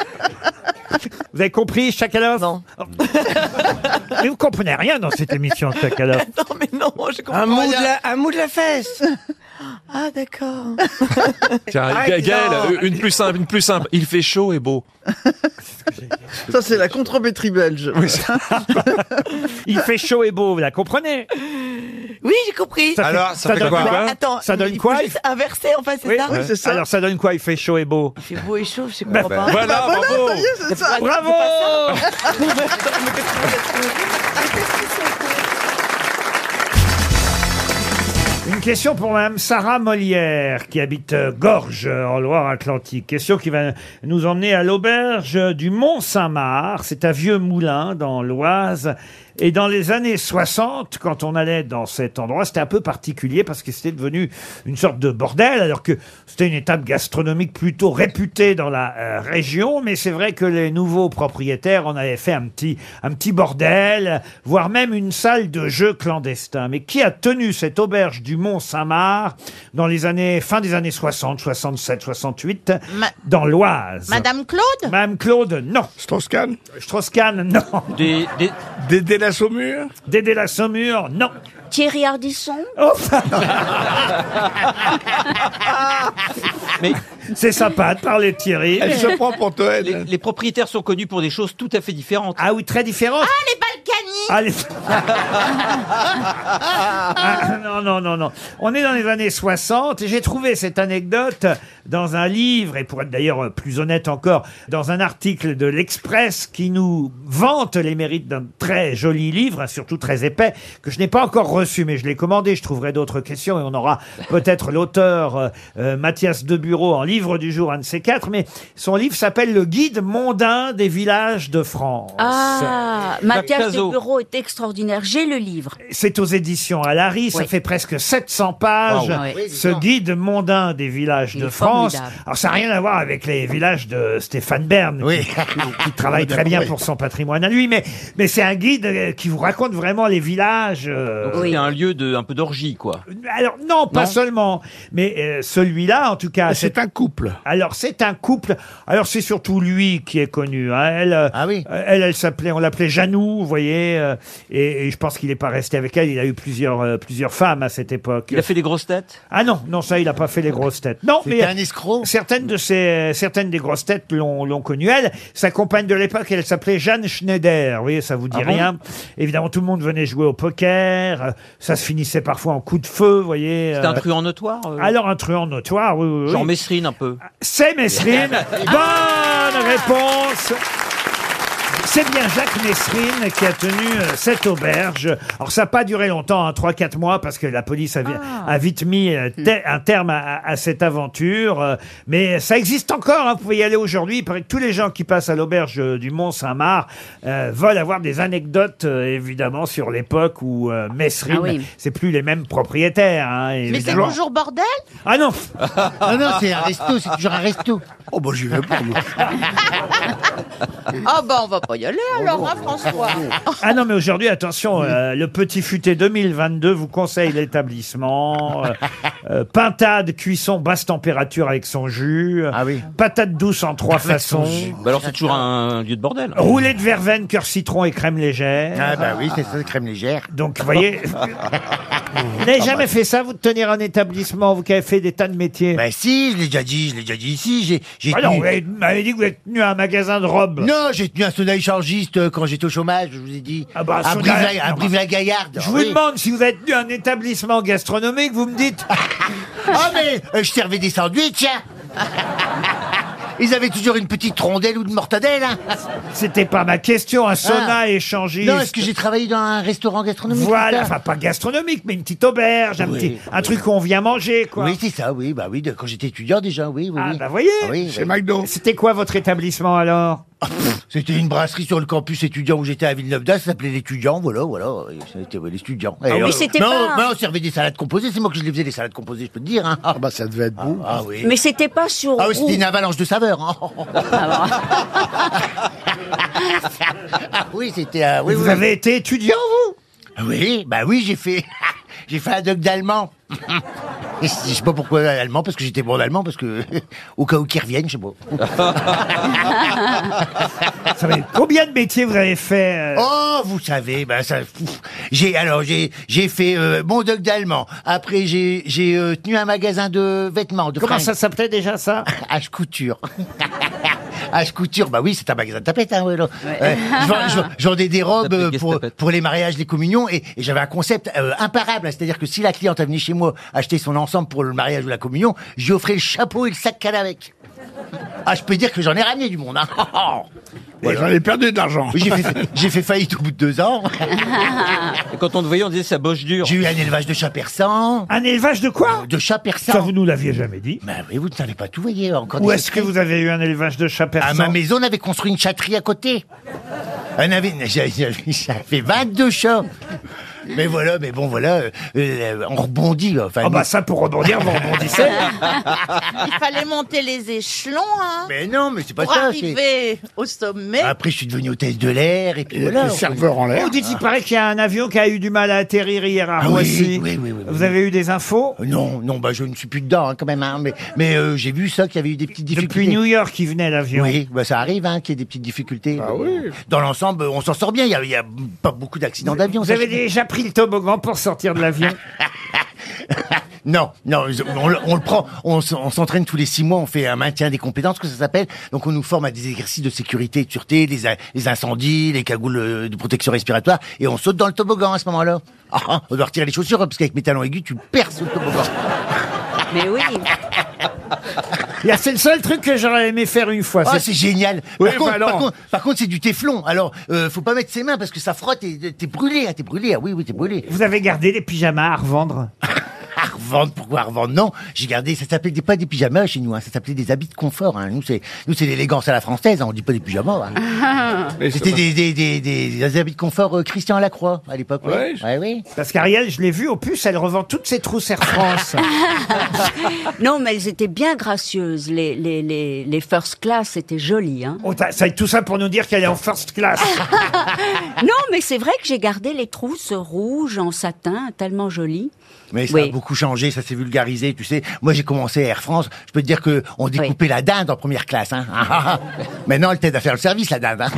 Vous avez compris, Chakalov Non. Mais vous comprenez rien dans cette émission, Chakalov.
Non, mais non, je comprends
Un mot,
rien.
de la, un mot de la fesse
Ah, d'accord.
Tiens,
Ah,
Par
Ga- Gaël,
exemple.
euh, une plus simple, une plus simple. Il fait chaud et beau.
Ça, c'est la contrepétrie belge.
Il fait chaud et beau, vous la comprenez
Oui, j'ai compris.
Ça fait- Alors, ça ça fait donne quoi quoi
Attends,
Ça donne
il faut
quoi
juste Inverser, enfin, c'est ça
Alors ça donne quoi Il fait chaud et beau.
Il fait beau et chaud, je sais
Bah,
pas.
bah, voilà, Bah, voilà, bravo. ça y est, c'est ça. Bravo. Une question pour Madame Sarah Molière, qui habite euh, Gorges, euh, en Loire-Atlantique. Question qui va nous emmener à l'auberge du Mont-Saint-Marc. C'est un vieux moulin dans l'Oise. Et dans les années 60, quand on allait dans cet endroit, c'était un peu particulier parce que c'était devenu une sorte de bordel, alors que c'était une étape gastronomique plutôt réputée dans la euh, région. Mais c'est vrai que les nouveaux propriétaires en avaient fait un petit, un petit bordel, voire même une salle de jeu clandestin. Mais qui a tenu cette auberge du Mont-Saint-Marc dans les années, fin des années 60, 67, 68, dans l'Oise?
Madame Claude
Madame Claude, non. Strauss-Kahn Strauss-Kahn, non. Des, Dédé la Saumur Dédé la Saumur, non.
Thierry Ardisson
Oh, C'est sympa de parler de Thierry.
pour Les, les propriétaires sont connus pour des choses tout à fait différentes.
Ah oui, très différentes.
les Balkany
Allez. Ah, non, non, non, non. On est dans les années 60 et j'ai trouvé cette anecdote dans un livre, et pour être d'ailleurs euh, plus honnête encore, dans un article de l'Express qui nous vante les mérites d'un très joli livre, hein, surtout très épais, que je n'ai pas encore reçu, mais je l'ai commandé. Je trouverai d'autres questions et on aura peut-être l'auteur euh, euh, Mathias Debureau en livre du jour, un de ces quatre. Mais son livre s'appelle Le guide mondain des villages de France.
Ah, Mathias
Caso.
de Bureau est extraordinaire. J'ai le livre.
C'est aux éditions Alary, ça
Oui.
fait presque 700 pages.
Waouh. Oui,
Ce guide mondain des villages
Il
de
est
France.
formidable.
Alors ça n'a rien à voir avec les villages de Stéphane Bern, qui, qui travaille très bien
Oui.
pour son patrimoine à lui, mais, mais c'est un guide euh, qui vous raconte vraiment les villages. euh,
Donc, C'était un lieu de, un peu d'orgie, quoi.
alors non, pas seulement, mais euh, celui-là en tout cas. C'est un couple. Alors c'est un couple. Alors c'est surtout lui qui est connu. hein. Elle, euh, euh, elle, elle s'appelait, on l'appelait Janou, vous voyez. euh, et, et je pense qu'il n'est pas resté avec elle. Il a eu plusieurs, euh, plusieurs femmes à cette époque.
Il a fait des grosses têtes
Ah non, non ça, il n'a pas fait les grosses têtes. Non,
C'était
mais
un
escroc. Certaines de ces, euh, certaines des grosses têtes l'ont, l'ont connue. Elle, sa compagne de l'époque, elle s'appelait Jeanne Schneider. Vous voyez, ça vous dit
Ah bon
rien. Évidemment, tout le monde venait jouer au poker. euh, Ça se finissait parfois en coup de feu, vous voyez.
C'était un
euh,
truand notoire euh,
alors un truand notoire, oui, oui, oui.
Genre Messrine, un peu.
C'est Messrine. Bonne réponse. C'est bien Jacques Messrine qui a tenu euh, cette auberge. Alors ça n'a pas duré longtemps, hein, 3-4 mois, parce que la police a, vi-
Ah.
a vite mis euh,
Hmm.
te- un terme à, à- à cette aventure. euh, Mais ça existe encore, hein, vous pouvez y aller aujourd'hui. Il paraît que tous les gens qui passent à l'auberge euh, du Mont-Saint-Marc euh, veulent avoir des anecdotes, euh, évidemment, sur l'époque où euh, Messrine,
Ah oui.
c'est plus les mêmes propriétaires. hein,
Mais c'est
évidemment.
toujours bordel
Ah non
Ah non, c'est un resto, c'est toujours
un resto. Oh bah j'y vais pas moi.
Ah bah on va pas y aller alors, hein, François
Ah non mais aujourd'hui attention, euh, le petit futé 2022 vous conseille l'établissement. euh, euh, pintade, cuisson, basse température avec son jus. Ah oui. Patate douce en trois
Avec son
façons.
jus. Bah alors c'est toujours un lieu de bordel.
Roulé de verveine, cœur citron et crème légère.
Ah bah oui, c'est ça, crème légère.
Donc vous voyez, vous n'avez jamais fait ça, vous de tenir un établissement, vous qui avez fait des tas de métiers.
Bah si, je l'ai déjà dit, je l'ai déjà dit ici, j'ai... j'ai
Ah non, vous avez- vous m'avez dit que vous avez tenu un magasin de robes.
Non, j'ai tenu un sauna échangiste euh, quand j'étais au chômage, je vous ai dit. Ah
bah,
à
sauna-
Brive-la- à
non,
Brive-la-Gaillarde.
Je vous
Oui.
demande si vous avez tenu un établissement gastronomique, vous me dites.
Ah mais euh, je servais des sandwichs. hein. Ils avaient toujours une petite rondelle ou une mortadelle. hein. Ah.
C'était pas ma question, un sauna échangiste.
Non, est-ce que j'ai travaillé dans un restaurant gastronomique
Voilà,
c'est ça
enfin pas gastronomique, mais une petite auberge, un,
Oui,
petit, un
oui.
truc où on vient manger, quoi.
Oui, c'est ça, oui, bah oui, de- quand j'étais étudiant déjà, oui, oui.
Ah,
oui.
bah voyez,
oui,
chez
oui.
McDo. C'était quoi votre établissement alors
Ah, C'était une brasserie sur le campus étudiant où j'étais à Villeneuve d'Ascq, ça s'appelait l'étudiant, voilà, voilà, et c'était ouais, l'étudiant.
Ah
Et
oui,
on-
mais c'était
non,
pas-
non, on servait des salades composées, c'est moi que je les faisais, les salades composées, je peux te dire. Hein. Ah bah ça devait être bon. Ah, oui.
Mais c'était pas sur
Ah oui,
roue.
c'était une avalanche de saveurs. hein. ah oui, c'était... euh, oui,
Vous
oui.
avez été étudiant, vous
Oui, bah oui, j'ai fait... j'ai fait un doc d'allemand. Et je je sais pas pourquoi allemand, parce que j'étais bon d'allemand, parce que... Au cas où qu'ils reviennent, je sais pas.
Ça va être- Combien de métiers vous avez fait euh,
Oh, vous savez, ben ça, pff, j'ai alors j'ai j'ai fait euh, mon doc d'allemand. Après j'ai j'ai euh, tenu un magasin de vêtements. De
Comment ça
s'appelait déjà ça H couture. H couture, bah oui, c'est un magasin de tapettes. Hein, ouais, non. Ouais, je vends- je vends- je vendais des robes euh, pour pour les mariages, les communions, et, et j'avais un concept euh, imparable. hein, C'est-à-dire que si la cliente venait chez moi acheter son ensemble pour le mariage ou la communion, j'y offrais le chapeau et le sac qu'elle a avec. Ah, je peux dire que j'en ai ramené du monde. Hein.
Ouais, j'en ai perdu de l'argent.
J'ai fait, j'ai fait faillite au bout de deux ans.
Et quand on te voyait, on disait ça bosse dur.
J'ai eu un élevage de chat persan.
Un élevage de quoi
De chat persan.
Ça, vous nous l'aviez jamais dit.
Ben oui, vous ne savez pas tout, voyez. Encore
Ou
des
est-ce que
secrets.
vous avez eu un élevage de chats persans
À Ah, ma maison, on avait construit une chatterie à côté. On avait, j'avais- j'avais 22 chats. Mais voilà, mais bon, voilà, euh, euh, on rebondit. Enfin,
Ah bah ça, pour rebondir, vous rebondissez.
Il fallait monter les échelons, hein.
Mais non, mais c'est pas
pour
ça. c'est-
arriver au sommet.
Après, je suis devenu hôtesse de l'air et puis voilà.
Vous dites, il paraît qu'il y a un avion qui a eu du mal à atterrir hier à
Ah
Roissy.
oui, oui, oui, oui,
Vous avez eu des infos
Non, non, bah je ne suis plus dedans hein, quand même, hein, mais, mais euh, j'ai vu ça qu'il y avait eu des petites difficultés.
Depuis New York, il venait l'avion.
Oui, bah ça arrive hein, qu'il y ait des petites difficultés. Dans l'ensemble, on s'en sort bien, il n'y a, il y a pas beaucoup d'accidents d'avion.
Vous
ça,
avez
je-
déjà pris le toboggan pour sortir de l'avion
Non, non, je- on, le- on le prend, on, s- on s'entraîne tous les six mois, on fait un maintien des compétences, que ça s'appelle. Donc on nous forme à des exercices de sécurité et de sûreté, les, a- les incendies, les cagoules euh, de protection respiratoire, et on saute dans le toboggan à ce moment-là. Ah, on doit retirer les chaussures, hein, parce qu'avec mes talons aigus, tu perces le toboggan.
Mais oui.
Il y a- C'est le seul truc que j'aurais aimé faire une fois.
Ah, c'est génial.
Oui,
par, contre,
bah non.
par contre- par contre, c'est du téflon. Alors, euh, faut pas mettre ses mains parce que ça frotte et t'es brûlé, ah, t'es brûlé. Ah oui, oui, t'es brûlé.
Vous avez gardé les pyjamas à revendre
À revendre, pourquoi à revendre Non, j'ai gardé. Ça s'appelait des- pas des pyjamas chez nous. hein, ça s'appelait des habits de confort. hein. Nous, c'est nous, c'est l'élégance à la française. hein, on dit pas des pyjamas. hein. C'était des, des, des, des- des habits de confort euh, Christian Lacroix à l'époque. oui.
Ouais,
oui.
Parce qu'Ariel, je l'ai vu, au puce, elle revend toutes ses trousses Air France.
non, mais elles étaient bien gracieuses. Les, les, les, les first class c'était joli. Hein.
Oh, t'as- ça tout ça pour nous dire qu'elle est en first class.
Non, mais c'est vrai que j'ai gardé les trousses rouges en satin, tellement jolies.
Mais ça a beaucoup changé, ça s'est vulgarisé, tu sais. Moi, j'ai commencé à Air France. Je peux te dire que on découpait la dinde en première classe. Hein. Maintenant, elle t'aide à faire le service, la dinde. hein.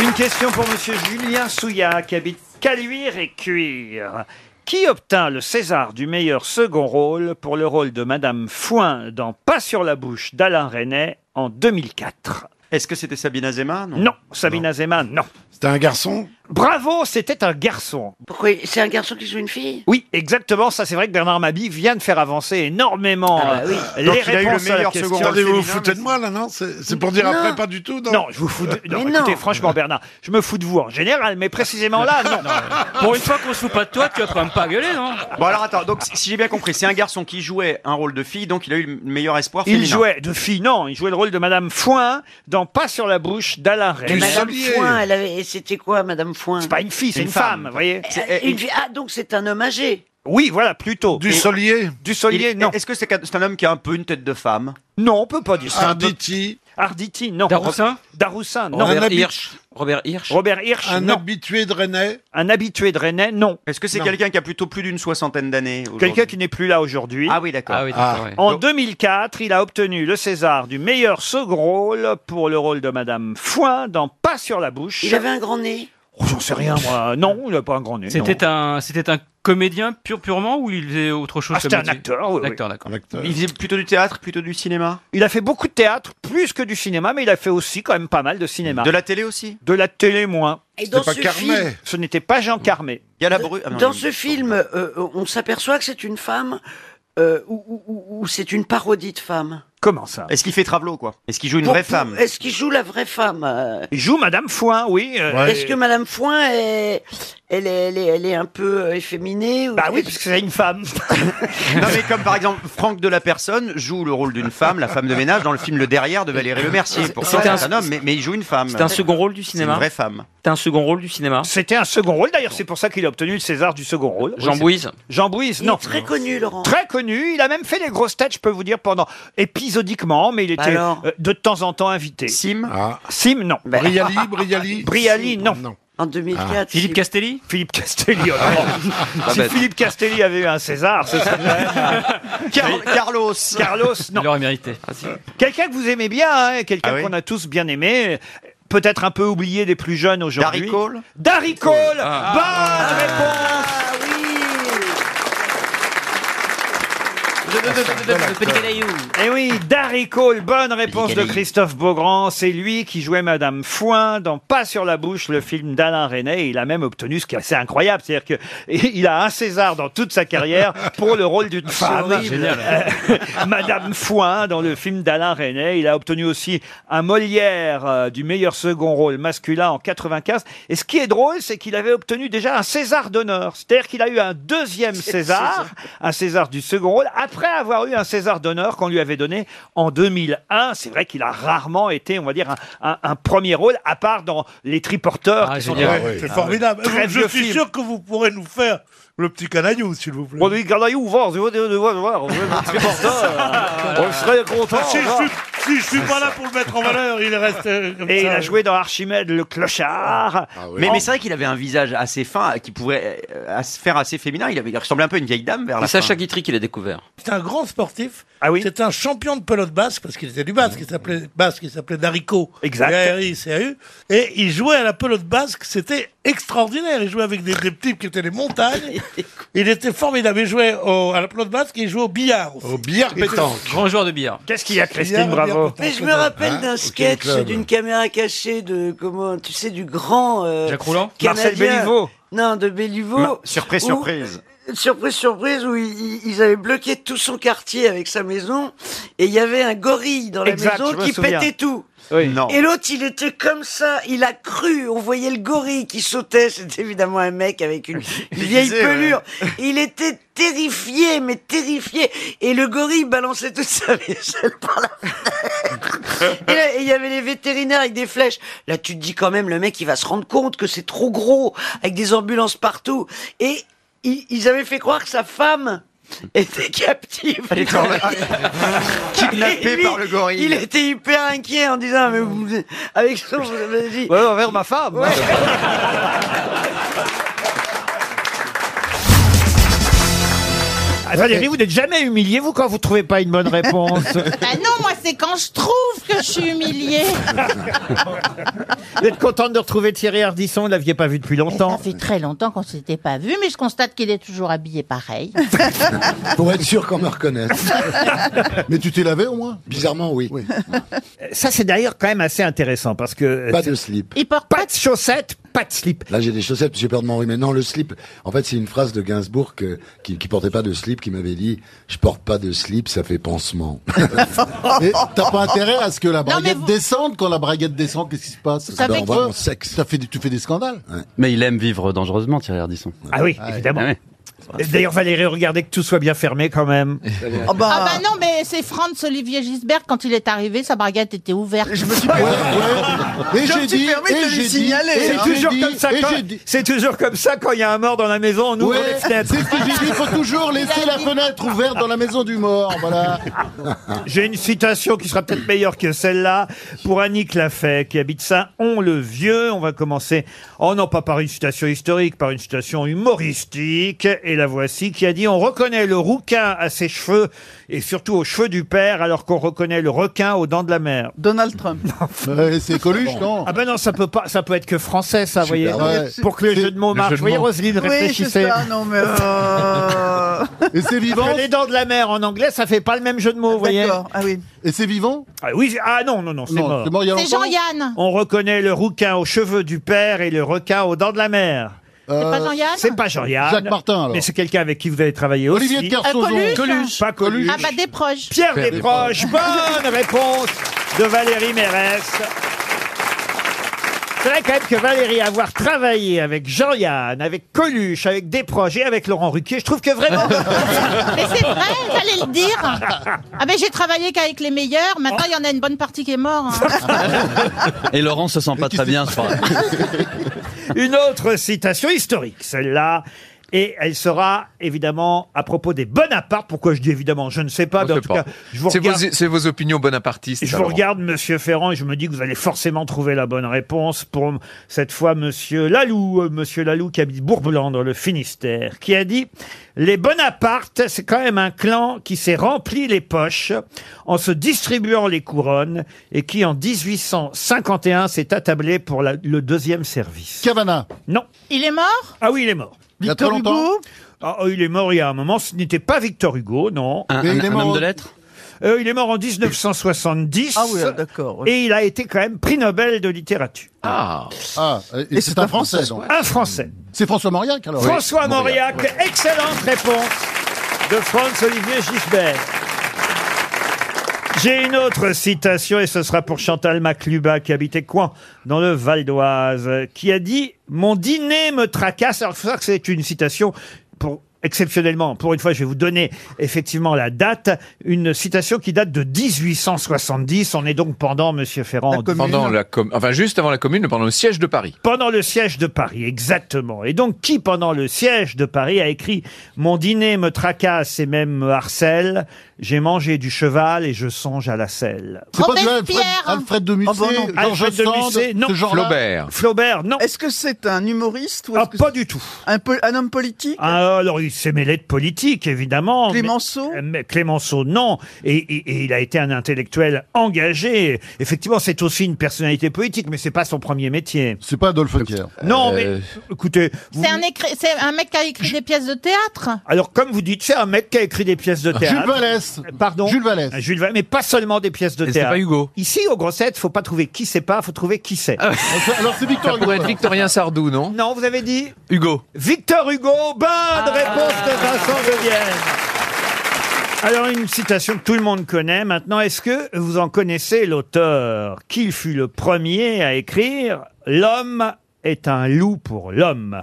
Une question pour Monsieur Julien Souillat, qui habite Caluire et Cuire. Qui obtint le César du meilleur second rôle pour le rôle de Madame Foin dans Pas sur la bouche d'Alain René en 2004
Est-ce que c'était Sabine Azema
Non, Sabine Azéma, non.
C'était un garçon
Bravo, c'était un garçon.
Pourquoi C'est un garçon qui joue une fille
Oui, exactement. Ça, c'est vrai que Bernard Mabie vient de faire avancer énormément
bah
Ah,
euh, les
Donc, il a eu le
réponses à la
meilleur
question.
second rôle Attendez, vous vous féminin, foutez de mais- moi, là, non C'est- c'est pour dire après, pas du tout, non
Non, je vous fous de... Non, écoutez, franchement, Bernard, je me fous de vous en général, mais précisément là, non.
Pour une fois qu'on se fout pas de toi, tu vas quand même pas gueuler, non
Bon alors attends, donc si- si j'ai bien compris, c'est un garçon qui jouait un rôle de fille, donc il a eu le meilleur espoir
Il
féminin.
jouait de fille, non, il jouait le rôle de Madame Foin dans Pas sur la bouche d'Alain Rey.
Mais Madame Foin, elle avait... et c'était quoi, Madame Foin
C'est pas une fille, c'est une femme, vous voyez.
Euh, une fille- Ah, donc c'est un homme âgé.
Oui, voilà, plutôt.
Du Solier
Du Solier,
Il-
non.
Est-ce que c'est c'est un homme qui a un peu une tête de femme
Non, on peut pas dire ça.
Arditi
Arditi, non.
Daroussin
Daroussin, non.
Robert
habit-
Hirsch. Robert Hirsch.
Robert Hirsch,
Un
non.
habitué de Rennais
Un habitué de Rennais, non.
Est-ce que c'est
Non.
quelqu'un qui a plutôt plus d'une soixantaine d'années aujourd'hui
Quelqu'un qui n'est plus là aujourd'hui.
Ah oui, d'accord.
Ah oui, d'accord, ouais.
En 2004, il a obtenu le César du meilleur second rôle pour le rôle de Madame Foin dans Pas sur la bouche.
Il avait un grand nez.
Oh, J'en sais rien, moi. Non, il n'a pas un grand nez. non.
C'était un, c'était un comédien pur purement ou il faisait autre chose
Ah, c'était
comme
un
métier
acteur, oui, oui.
L'acteur, d'accord.
Il faisait plutôt du théâtre, plutôt du cinéma
Il a fait beaucoup de théâtre, plus que du cinéma, mais il a fait aussi quand même pas mal de cinéma.
De la télé aussi
De la télé, moins.
Et dans C'était pas ce film- Carmet.
Ce n'était pas Jean Carmet.
Il y a la bru... ah non,
Dans
il-
ce film, euh, on s'aperçoit que c'est une femme euh, ou, ou- ou- ou c'est une parodie de femme.
Comment ça
Est-ce qu'il fait Travelo, quoi Est-ce qu'il joue une
Pour-
vraie
pour-
femme
Est-ce qu'il joue la vraie femme euh,
Il joue Madame Foin, oui. euh,
Est-ce que Madame Foin, est... Elle, est, elle, est, elle est un peu euh, efféminée ou...
Bah oui, puisque c'est une femme.
Non, mais comme par exemple Franck de la Personne joue le rôle d'une femme, la femme de ménage, dans le film Le Derrière de Valérie Le Mercier. Pourtant, c'est
C'était un-
un homme, mais, mais il joue une femme.
C'était un second rôle du
C'est une
cinéma.
vraie femme.
C'était un second rôle du cinéma.
C'était un second rôle, d'ailleurs, c'est pour ça qu'il a obtenu le César du second rôle.
Jean
Oui,
Bouise.
c'est- Jean Bouise,
Il
non.
est très connu, Laurent.
Très connu, il a même fait les grosses têtes, je peux vous dire, pendant épisodiquement, mais il était
Bah alors Bah.
euh, de temps en temps invité.
Sim
Ah.
Sim, non.
Briali, Briali
Brialy, non. Ah.
En 2004.
Philippe Castelli Philippe
oh
Castelli.
Pas
si
bête.
Philippe
Castelli avait eu un César, ce serait quand même-
Carlos.
Carlos, non.
Il l'aurait mérité.
Quelqu'un que vous aimez bien, hein, quelqu'un qu'on a tous bien aimé, peut-être un peu oublié des plus jeunes aujourd'hui.
Darry Cole
Darry Cole
Ah.
Bonne
Ah.
réponse Eh oui, Darry Cole, bonne réponse de Christophe Beaugrand. C'est lui qui jouait Madame Foin dans Pas sur la bouche, le film d'Alain René. Il a même obtenu ce qui est assez incroyable, c'est-à-dire qu'il a un César dans toute sa carrière pour le rôle d'une femme.
horrible. Génial.
Euh, Madame Foin dans le film d'Alain René. Il a obtenu aussi un Molière euh, du meilleur second rôle masculin en 95. Et ce qui est drôle, c'est qu'il avait obtenu déjà un César d'honneur. C'est-à-dire qu'il a eu un deuxième César, un César du second rôle, après avoir eu un César d'honneur qu'on lui avait donné en 2001. C'est vrai qu'il a rarement été, on va dire, un, un- un premier rôle, à part dans Les Triporteurs. qui sont
Ouais,
des- euh,
C'est Ah formidable.
Très
je
vieux
suis
films.
sûr que vous pourrez nous faire le petit canaillou, s'il vous plaît.
Bon, oui, Galaïou, voir, voir, voir, voir, voir, On serait content.
Ah,
hein.
Si je
voir.
suis, si je suis pas là pour le mettre en valeur, il reste euh, comme
Et
ça.
il a joué dans Archimède le clochard.
Mais,
Ah,
mais c'est vrai qu'il avait un visage assez fin qui pouvait euh, se faire assez féminin. Il, avait, il ressemblait un peu à une vieille dame vers la
Sacha
fin.
Guitry qui l'a découvert.
C'est un grand sportif. C'est un champion de pelote basque parce qu'il était du basque. Il s'appelait basque. Il s'appelait Darico.
Exact.
D-A-R-I-C-A-U. Et il jouait à la pelote basque. C'était extraordinaire. Il jouait avec des, des types qui étaient des montagnes. il était formidable. Il jouait au- à la pelote basque et il jouait au billard. Au billard
Grand joueur de billard.
Qu'est-ce qu'il y a,
Christine Bravo
Mais je me rappelle
Hein
d'un sketch d'une caméra cachée de comment tu sais du grand euh,
Jacques Rouland
Canadien.
Marcel Béliveau.
Non, de Béliveau.
Ma- surprise,
où-
surprise.
euh, Surprise, surprise, où ils, ils- ils avaient bloqué tout son quartier avec sa maison, et il y avait un gorille dans la
Exact, je
maison
me
qui
souviens.
pétait tout.
Oui. Non.
Et l'autre, il était comme ça, il a cru, on voyait le gorille qui sautait, c'était évidemment un mec avec une, une vieille
Déguisé, ouais.
pelure. Il était terrifié, mais terrifié. Et le gorille balançait toute sa vaisselle par la fenêtre. Et là, et il y avait les vétérinaires avec des flèches. Là, tu te dis quand même, le mec, il va se rendre compte que c'est trop gros, avec des ambulances partout. Et i- ils avaient fait croire que sa femme était captive.
Elle était en- Kidnappé
Et lui,
par le gorille.
Il était hyper inquiet en disant, mais vous, avec ça, vous avez dit.
Ouais, envers ma femme. Ah, Valérie, vous n'êtes jamais humilié, vous, quand vous trouvez pas une bonne réponse.
Ah non, moi, c'est quand je trouve que je suis humiliée.
vous êtes contente de retrouver Thierry Ardisson, vous ne l'aviez pas vu depuis longtemps.
Ça fait très longtemps qu'on s'était pas vu, mais je constate qu'il est toujours habillé pareil.
Pour être sûr qu'on me reconnaisse. Mais tu t'es lavé au moins Bizarrement, oui.
Euh, Ça, c'est d'ailleurs quand même assez intéressant parce que. euh,
Pas de slip.
Il porte
pas de chaussettes, pas de slip.
Là, j'ai des chaussettes, j'ai peur de m'enrhumer. Non, le slip. En fait, c'est une phrase de Gainsbourg que- qui, qui portait pas de slip, qui m'avait dit Je porte pas de slip, ça fait pansement. Mais t'as pas intérêt à ce que la braguette descende Quand la braguette descend, qu'est-ce qui se passe
savez
Ben, on voit
que-
mon sexe. Ça fait, des- tu fais des scandales.
Mais il aime vivre dangereusement, Thierry Ardisson.
Ah oui, évidemment.
Ah ouais.
D'ailleurs, Valérie, regardez que tout soit bien fermé quand même.
Ah bah... non, mais c'est Franz Olivier Gisbert, quand il est arrivé, sa braguette était ouverte. Je me suis
Et j'ai dit, et j'ai dit, hein. et
C'est
j'ai
toujours
dit,
comme ça.
et
quand-
j'ai dit-
C'est toujours comme ça quand il y a un mort dans la maison, on ouvre
Ouais,
les fenêtres.
c'est ce que j'ai dit, il faut toujours laisser la fenêtre ouverte dans la maison du mort, voilà.
J'ai une citation qui sera peut-être meilleure que celle-là pour Annick Lafay qui habite Saint-On-le-Vieux. On va commencer, oh non, pas par une citation historique, par une citation humoristique. Et la voici qui a dit On reconnaît le rouquin à ses cheveux et surtout aux cheveux du père, alors qu'on reconnaît le requin aux dents de la mer.
Donald Trump. c'est Coluche, non
Ah ben non, ça peut pas, ça peut être que français, ça, vous voyez.
Super, ouais.
Pour que le jeu de mots
Le jeu
marche.
de
Vous voyez,
mots.
Roselyne,
Oui, c'est
réfléchissez.
ça, non, mais, euh, Et c'est vivant
Parce que Les dents de la mer en anglais, ça fait pas le même jeu de mots, vous voyez. Ah oui.
Et c'est vivant
Ah oui, c'est- ah non, non, non, c'est
Non,
mort.
c'est mort il y a
C'est longtemps. Jean-Yann.
On reconnaît le rouquin aux cheveux du père et le requin aux dents de la mer.
C'est pas Jean-Yann
C'est pas Jean-Yann.
Euh, Jacques Martin, alors.
Mais c'est quelqu'un avec qui vous avez travaillé aussi.
Olivier de Kersauzon.
Euh, Coluche
Pas Coluche.
Ah bah, des proches.
Pierre Desproges. Bonne réponse de Valérie Mérès. C'est vrai quand même que Valérie, avoir travaillé avec Jean-Yann, avec Coluche, avec Desproges et avec Laurent Ruquier, je trouve que vraiment...
Mais c'est vrai, j'allais le dire. Ah ben j'ai travaillé qu'avec les meilleurs. Maintenant, il y en a une bonne partie qui est mort. hein.
Et Laurent se sent pas très bien, je crois.
Une autre citation historique, celle-là, Et elle sera évidemment à propos des Bonaparte. Pourquoi je dis évidemment Je ne sais pas. mais en tout cas, je vous
C'est vos,
regarde.
c'est vos opinions bonapartistes.
Je vous
alors.
regarde, monsieur Ferrand, et je me dis que vous allez forcément trouver la bonne réponse pour m- cette fois monsieur Lalou, euh, monsieur Lalou qui habite Bourblanc dans le Finistère, qui a dit Les Bonaparte, c'est quand même un clan qui s'est rempli les poches en se distribuant les couronnes et qui en 1851 s'est attablé pour la- le deuxième service.
Cavana
Non.
Il est mort
Ah oui, il est mort.
Il y a Victor trop longtemps Hugo
Ah, oh, Il est mort il y a un moment, ce n'était pas Victor Hugo, non.
Un- Mais il un- est un mort homme au- de
lettres euh, il est mort en 1970.
Ah oui, ah, d'accord, oui.
Et il a été quand même prix Nobel de littérature.
Ah, et c'est un Français, donc. Hmm.
Un Français.
C'est François Mauriac, alors
François Mauriac, excellente réponse de Franz-Olivier Gisbert. J'ai une autre citation et ce sera pour Chantal Macluba qui habitait Coin dans le Val d'Oise qui a dit mon dîner me tracasse alors il faut savoir que c'est une citation pour exceptionnellement pour une fois je vais vous donner effectivement la date une citation qui date de 1870 on est donc pendant monsieur Ferrand en
Pendant la com- enfin, juste avant la commune, pendant le siège de Paris.
pendant le siège de Paris, exactement. Et donc, qui pendant le siège de Paris a écrit Mon dîner me tracasse et même me harcèle. J'ai mangé du cheval et je songe à la selle. Ah
C'est pas du Alfred, Alfred de Musset, Georges
Alfred de
Sand,
Musset, non.
ce genre-là
Flaubert, non.
Est-ce que c'est un humoriste ou
Ah, pas du tout.
Un, peu, un homme politique
Ah, alors, il s'est mêlé de politique, évidemment. Clémenceau mais, Clémenceau, non. Et, et- et il a été un intellectuel engagé. Effectivement, c'est aussi une personnalité politique, mais c'est pas son premier métier.
C'est pas Adolphe Thiers.
Non,
Euh,
mais écoutez. vous-
C'est un, écri- c'est un mec qui a écrit des pièces de théâtre
Alors, comme vous dites, c'est un mec qui a écrit des pièces de théâtre. Euh,
Jules Vallès.
Pardon.
Jules Vallès.
Ah, Jules Vallès, mais pas seulement des pièces de
Et c'est
théâtre.
pas Hugo. Ah
Ici, aux grossettes, faut pas trouver qui c'est pas, faut trouver qui c'est.
Alors, c'est Victor Ça pourrait Hugo. être Victorien Sardou, non
Non, vous avez dit
Hugo.
Victor Hugo. Bonne réponse de Vincent de Vienne. Alors, une citation que tout le monde connaît. Maintenant, est-ce que vous en connaissez l'auteur Qu'il fut le premier à écrire L'homme est un loup pour l'homme.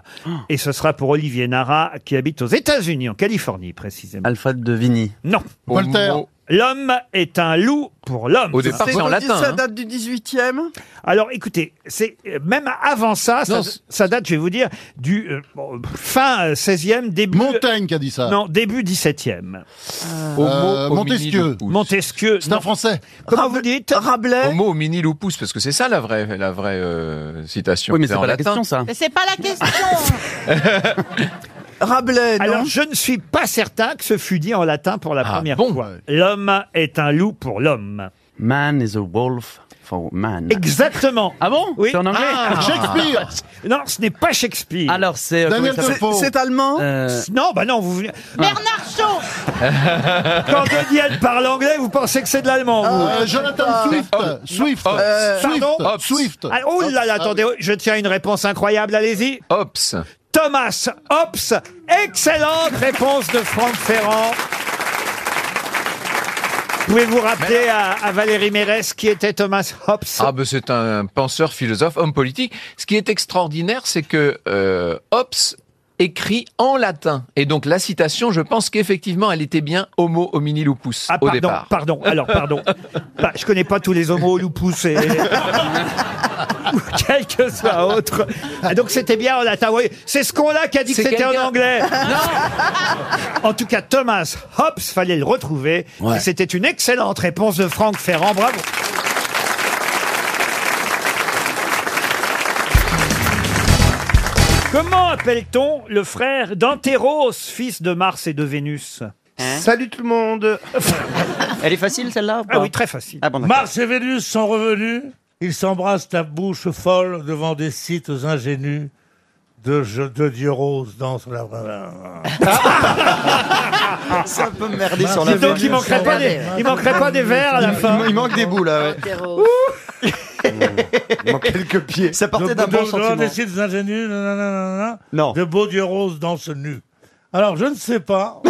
Et ce sera pour Olivier Nara, qui habite aux États-Unis, en Californie précisément. Alfred de Vigny. Non.
Voltaire. Au-
L'homme est un loup pour l'homme.
Au départ, c'est en latin,
Ça
hein.
date du 18e
Alors écoutez, c'est euh, même avant ça, ça,
Non,
ça date, je vais vous dire, du euh, bon, fin euh, 16e, début. Montaigne qui a dit ça. Non, début 17e.
Euh, Homo Montesquieu. hominidupus.
Montesquieu. C'est un
français.
Comment vous dites
Rabelais. Homo mini lupus, parce que c'est ça la vraie, la vraie euh, citation.
Oui, mais c'est
en
pas la
latin.
question, ça.
Mais C'est pas la question
Rabelais. Alors je ne suis pas certain que ce fut dit en latin pour la
Ah,
première fois. L'homme est un loup pour l'homme.
Man is a wolf for man.
Exactement.
Ah bon
Oui.
C'est en anglais
Ah.
Shakespeare.
Non, ce n'est pas Shakespeare.
Alors, c'est, euh, Daniel comment il s'appelle Defoe. C'est- c'est
allemand Non, bah non, vous.
Bernard Shaw
Quand Daniel parle anglais, vous pensez que c'est de l'allemand, vous
Euh, Jonathan Swift. Swift.
Euh,
Swift.
pardon
Swift.
Ah, oh là là,
Hobbes.
attendez, je tiens une réponse incroyable, allez-y.
Hobbes.
Thomas Hobbes. Excellente réponse de Franck Ferrand. Pouvez-vous rappeler à, à Valérie Mérès qui était Thomas Hobbes
Ah ben c'est un penseur, philosophe, homme politique. Ce qui est extraordinaire, c'est que euh, Hobbes écrit en latin. Et donc la citation, je pense qu'effectivement, elle était bien homo homini lupus
Ah,
au
pardon,
départ.
pardon, alors pardon. Bah, je connais pas tous les homos lupus et... ou quel que soit autre. Ah, donc c'était bien en latin. Oui, c'est ce qu'on a qui a dit que
C'est
c'était en
quelqu'un-
anglais. En tout cas, Thomas Hobbes, fallait le retrouver.
Ouais.
Et C'était une excellente réponse de Franck Ferrand. Bravo. Comment appelle-t-on le frère d'Antéros, fils de Mars et de Vénus
Hein Salut tout le monde Elle est facile celle-là
Ah oui, très facile.
Mars et Vénus sont revenus. Ils s'embrassent à bouche folle devant des sites ingénus de, jeux- de dieux roses dans la.
Ah, C'est un peu merdé
sur la Ah, Dis donc, fin. il manquerait pas des- il manquerait pas des verres à la fin.
Il manque des bouts là, ouais. Il manque quelques pieds. Ça partait d'un
de-
bon
de- devant
sentiment.
des sites ingénus, nanana, nanana, de beaux dieux roses dans ce nu. Alors, je ne sais pas.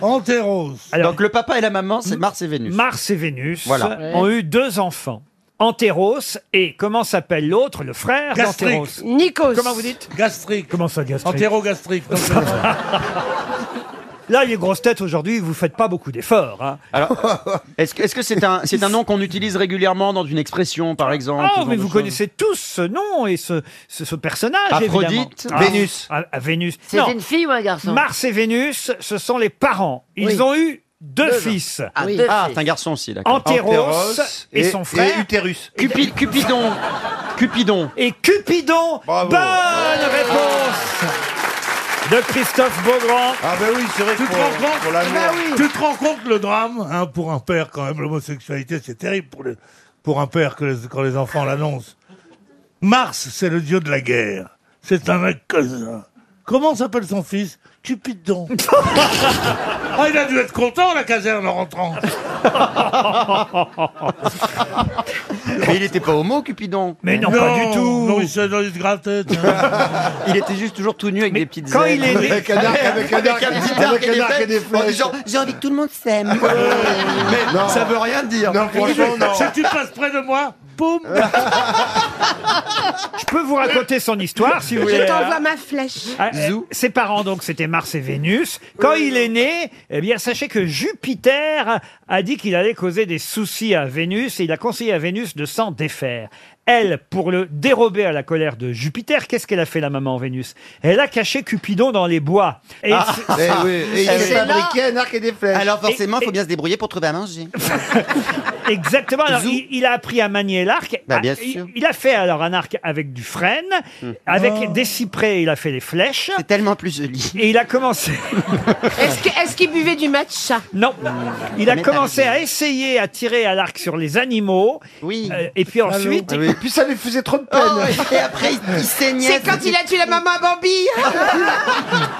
Antéros.
Donc le papa et la maman, c'est Mars et Vénus. Mars et Vénus
Voilà.
ont eu deux enfants. Antéros et comment s'appelle l'autre, le frère d'Antéros
Gastrique.
Nikos.
Comment vous dites
Gastrique.
Comment ça, gastrique
Antérogastrique.
Là, les grosses têtes aujourd'hui, vous faites pas beaucoup d'efforts. hein.
Alors, est-ce que est-ce que c'est un, c'est un nom qu'on utilise régulièrement dans une expression, par exemple
Ah,
ce genre
mais
de
vous
choses
connaissez tous ce nom et ce, ce, ce personnage,
Aphrodite,
évidemment.
Vénus.
Ah, ah, Vénus.
C'est
Non.
une fille ou un garçon
Mars et Vénus, ce sont les parents. Ils
Oui.
ont eu deux,
Deux
fils.
Ah,
Oui. deux
ah,
fils.
c'est un garçon aussi, d'accord.
Antéros, et, son frère.
Utérus. Cupidon. Cupidon.
Et Cupidon. Bonne
Ah.
réponse de Christophe Beaugrand.
Ah ben oui, c'est vrai que
Tu te,
pour,
rends compte,
Ah
pour
bah
l'amour.
tu te rends compte le drame hein, pour un père quand même l'homosexualité c'est terrible pour, le- pour un père que les- quand les enfants l'annoncent. Mars c'est le dieu de la guerre. C'est un mec comme ça. Comment s'appelle son fils Cupidon. Ah il a dû être content la caserne en rentrant.
Mais il était pas homo, Cupidon.
Mais non, pas du tout.
Non, il se, non, il se grattait. tiens.
Il était juste toujours tout nu avec des petites
quand
ailes.
il est né-
Avec un arc, avec un arc,
petit arc et des
et des
flèches.
flèches.
Oh, genre,
J'ai envie que tout le monde s'aime.
Mais
Non.
ça veut rien dire.
Non, franchement, non. Ah.
Si tu passes près de moi, boum
Je peux vous raconter son histoire si vous voulez.
ma flèche.
Ah, euh, Ses parents, donc, c'était Mars et Vénus. Quand il est né, eh bien, sachez que Jupiter a dit qu'il allait causer des soucis à Vénus et il a conseillé à Vénus de s'en défaire. Elle, pour le dérober à la colère de Jupiter, qu'est-ce qu'elle a fait, la maman Vénus Elle a caché Cupidon dans les bois. Et
Ah,
c'est-
eh oui, et il
Et
s'est
c'est là-
fabriqué un arc et des flèches.
Alors forcément, il faut bien se débrouiller pour trouver à manger.
Exactement. Alors, il, il a appris à manier l'arc.
Bah, bien
Ah, il-
sûr. Hmm.
Il, a fait alors un arc avec du frêne, avec
Oh.
des cyprès, il a fait les flèches. C'est
tellement plus joli.
Et il a commencé.
Est-ce que- est-ce qu'il buvait du matcha
Non.
Hmm.
Il
Ah,
a
Mais
commencé à essayer à tirer à l'arc sur les animaux. Euh,
Oui. Oh,
et puis ensuite.
Ah oui, Et puis ça lui faisait trop de peine.
et après, il saignait.
C'est quand il a tué la maman à Bambi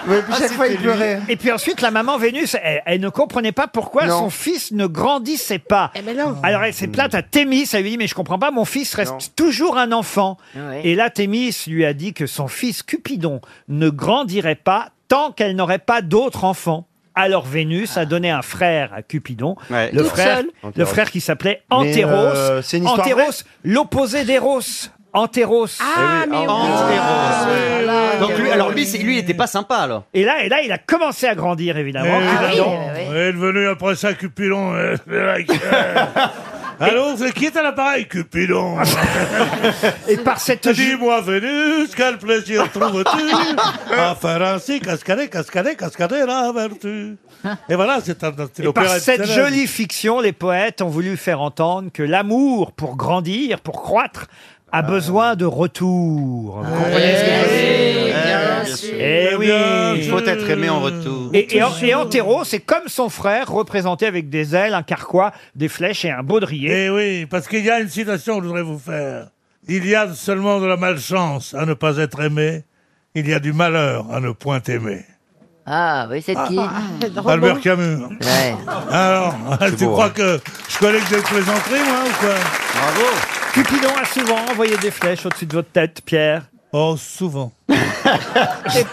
Ouais, puis chaque fois, il pleurait.
Et puis ensuite, la maman Vénus, elle, elle ne comprenait pas pourquoi
Non.
son fils ne grandissait pas.
Eh ben
Ah. Alors elle s'est plainte à Thémis, elle lui dit, mais je comprends pas, mon fils reste toujours un enfant.
Ouais.
Et là, Thémis lui a dit que son fils Cupidon ne grandirait pas tant qu'elle n'aurait pas d'autres enfants. Alors Vénus a donné un frère à Cupidon,
Ouais.
le,
Toute
frère,
seule.
le frère qui s'appelait
Mais,
Antéros.
euh, c'est une histoire
Antéros, l'opposé d'Héros. Antéros.
Eh Antéros, ouais. Donc lui, alors lui, c'est- lui, il était pas sympa alors. Eh Ah
Et là, et là, il a commencé à grandir, évidemment.
Ah
Ah
Elle est devenue après ça Cupidon. euh, euh, euh. Allô, c'est- qui est à l'appareil Cupidon
Et par cette...
Dis-moi Vénus, quel plaisir trouves-tu à faire ainsi, cascader, cascader, cascader la vertu Et voilà, c'est un c'est
Et par
l'opéra
cette
de Céleste.
jolie fiction, les poètes ont voulu faire entendre que l'amour, pour grandir, pour croître,
Ah.
a besoin de retour. Vous comprenez ce que je veux dire Eh oui.
Il faut être aimé en retour.
Et, et, en- et Antéro, c'est comme son frère, représenté avec des ailes, un carquois, des flèches et un baudrier.
Eh oui, parce qu'il y a une citation que je voudrais vous faire. Il y a seulement de la malchance à ne pas être aimé, il y a du malheur à ne point aimer.
Ah, oui, c'est de qui
Ah
ah. Albert Camus.
Ouais.
Alors,
C'est
Ah, tu
beau,
crois
hein.
que je connais que des plaisanteries, moi, ou quoi
Bravo
Cupidon a souvent envoyé des flèches au-dessus de votre tête, Pierre.
Oh, souvent.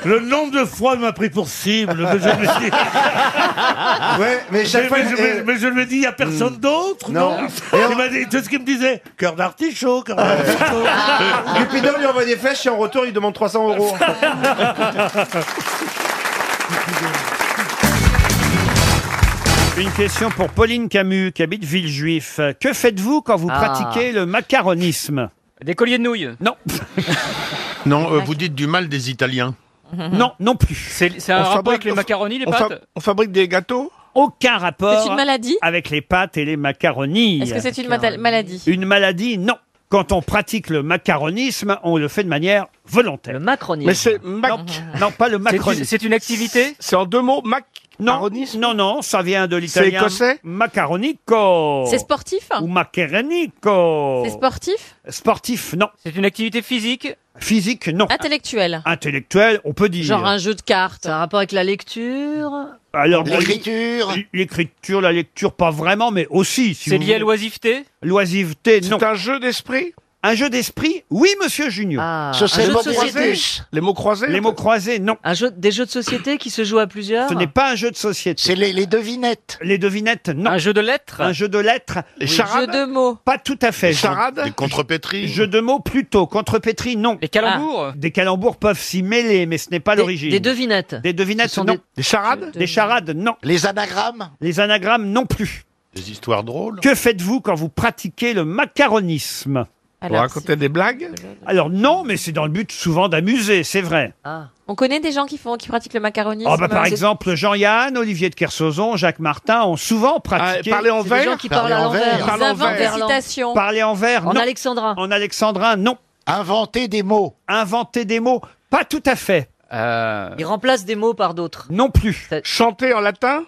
Le nombre de fois Oh, il m'a pris pour cible, mais je me dis...
Ouais, mais chaque fois,
mais, je-
eh,
mais je lui ai dit, il n'y a personne d'autre
Non.
Il m'a dit, tout ce qu'il me disait, cœur d'artichaut, cœur d'artichaut.
Cupidon lui envoie des flèches et en retour, il demande 300 euros.
Une question pour Pauline Camus, qui habite Villejuif. Que faites-vous quand vous
Ah.
pratiquez le macaronisme
Des colliers de nouilles
Non.
Non, euh, vous dites du mal des Italiens.
Non, non plus.
C'est c'est un rapport avec les macaronis, les pâtes
fabrique des gâteaux Aucun rapport.
C'est une maladie
Avec les pâtes et les macaronis.
Est-ce que c'est une mata- maladie
Une maladie Non. Quand on pratique le macaronisme, on le fait de manière volontaire. Le macronisme.
Mais c'est
mac. Non, pas le macronisme.
C'est une activité
C'est en deux mots mac. Non, non, non, ça vient de
C'est
l'italien.
écossais
Macaronico.
C'est sportif
Oh.
hein.
hein?
Ou oh. macaronico.
C'est sportif
Sportif, non.
C'est une activité physique
Physique, non.
Intellectuel
Intellectuel, on peut dire.
Genre un jeu de cartes. Un rapport avec la lecture
Alors, l'écriture. L'écriture, la lecture, pas vraiment, mais aussi. si
C'est
vous
lié à
voulez.
l'oisiveté
L'oisiveté, non.
jeu d'esprit
Un jeu d'esprit Oui, monsieur Junior.
Ce serait Ah. un jeu de les mots société croisés
Les mots croisés Les mots croisés, non.
Un jeu, des jeux de société qui se jouent à plusieurs
Ce n'est pas un jeu de société. C'est les, devinettes. Les devinettes, non. Un jeu de lettres Un jeu de lettres.
Les charades Jeu de mots.
Pas tout à fait.
Les charades
Des contrepétries Jeu de mots plutôt. Contrepétries, non. Des
calembours
Des calembours peuvent s'y mêler, mais ce n'est pas
Des-
l'origine.
des devinettes
Des devinettes,
Ce sont
non.
des-
charades Des charades, non. Les anagrammes Les anagrammes, non plus.
Des histoires drôles.
Que faites-vous quand vous pratiquez le macaronisme
Alors, raconter
des blagues Alors non, mais c'est dans le but souvent d'amuser, c'est vrai.
On connaît des gens qui font, qui pratiquent le macaronisme.
Ah bah, par
C'est-
exemple, Jean-Yann, Olivier de Kersauzon, Jacques Martin ont souvent pratiqué...
Ah, parler en C'est des vers gens qui parlent Parler à en l'envers. vers. Ils
Parler en
inventent
vers.
des citations.
Parler en vers,
En
non. alexandrin. En alexandrin, non. Inventer des mots. Inventer des mots, pas tout à fait.
Euh.
Il remplace des mots par d'autres.
Non plus.
Chanter en latin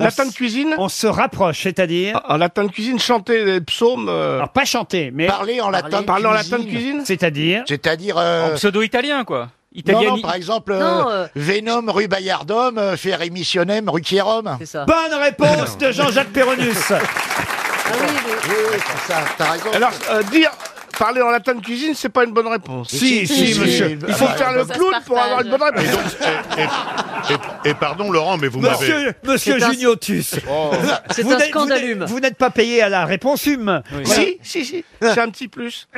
Latin de
cuisine On se rapproche, c'est-à-dire
En latin de ah, cuisine, chanter les psaumes. euh,
Pas chanter, mais...
Parler en latin de Parler en latin de cuisine. cuisine
C'est-à-dire
C'est-à-dire.
En
pseudo-italien, quoi. Non, non, par exemple, euh,
Non, euh,
Venom, Rubayardum, euh, Ferre Missionem, Rucierum.
C'est ça.
Bonne réponse de Jean-Jacques Perronus.
Oui, oui, c'est ça, t'as raison. Alors, euh, dire. Parler en latin de cuisine, c'est pas une bonne réponse.
Si, si, Ah bah, monsieur.
Il faut faire le clown pour avoir une bonne réponse.
Et, et pardon, Laurent, mais vous m'avez.
Monsieur, monsieur
C'est un-
Juniotus,
Oh.
vous-
C'est
vous n'êtes- vous
un
n'êtes-
scandalume.
Vous n'êtes pas payé à la réponse hume. Voilà.
Si, si, si. C'est un petit plus.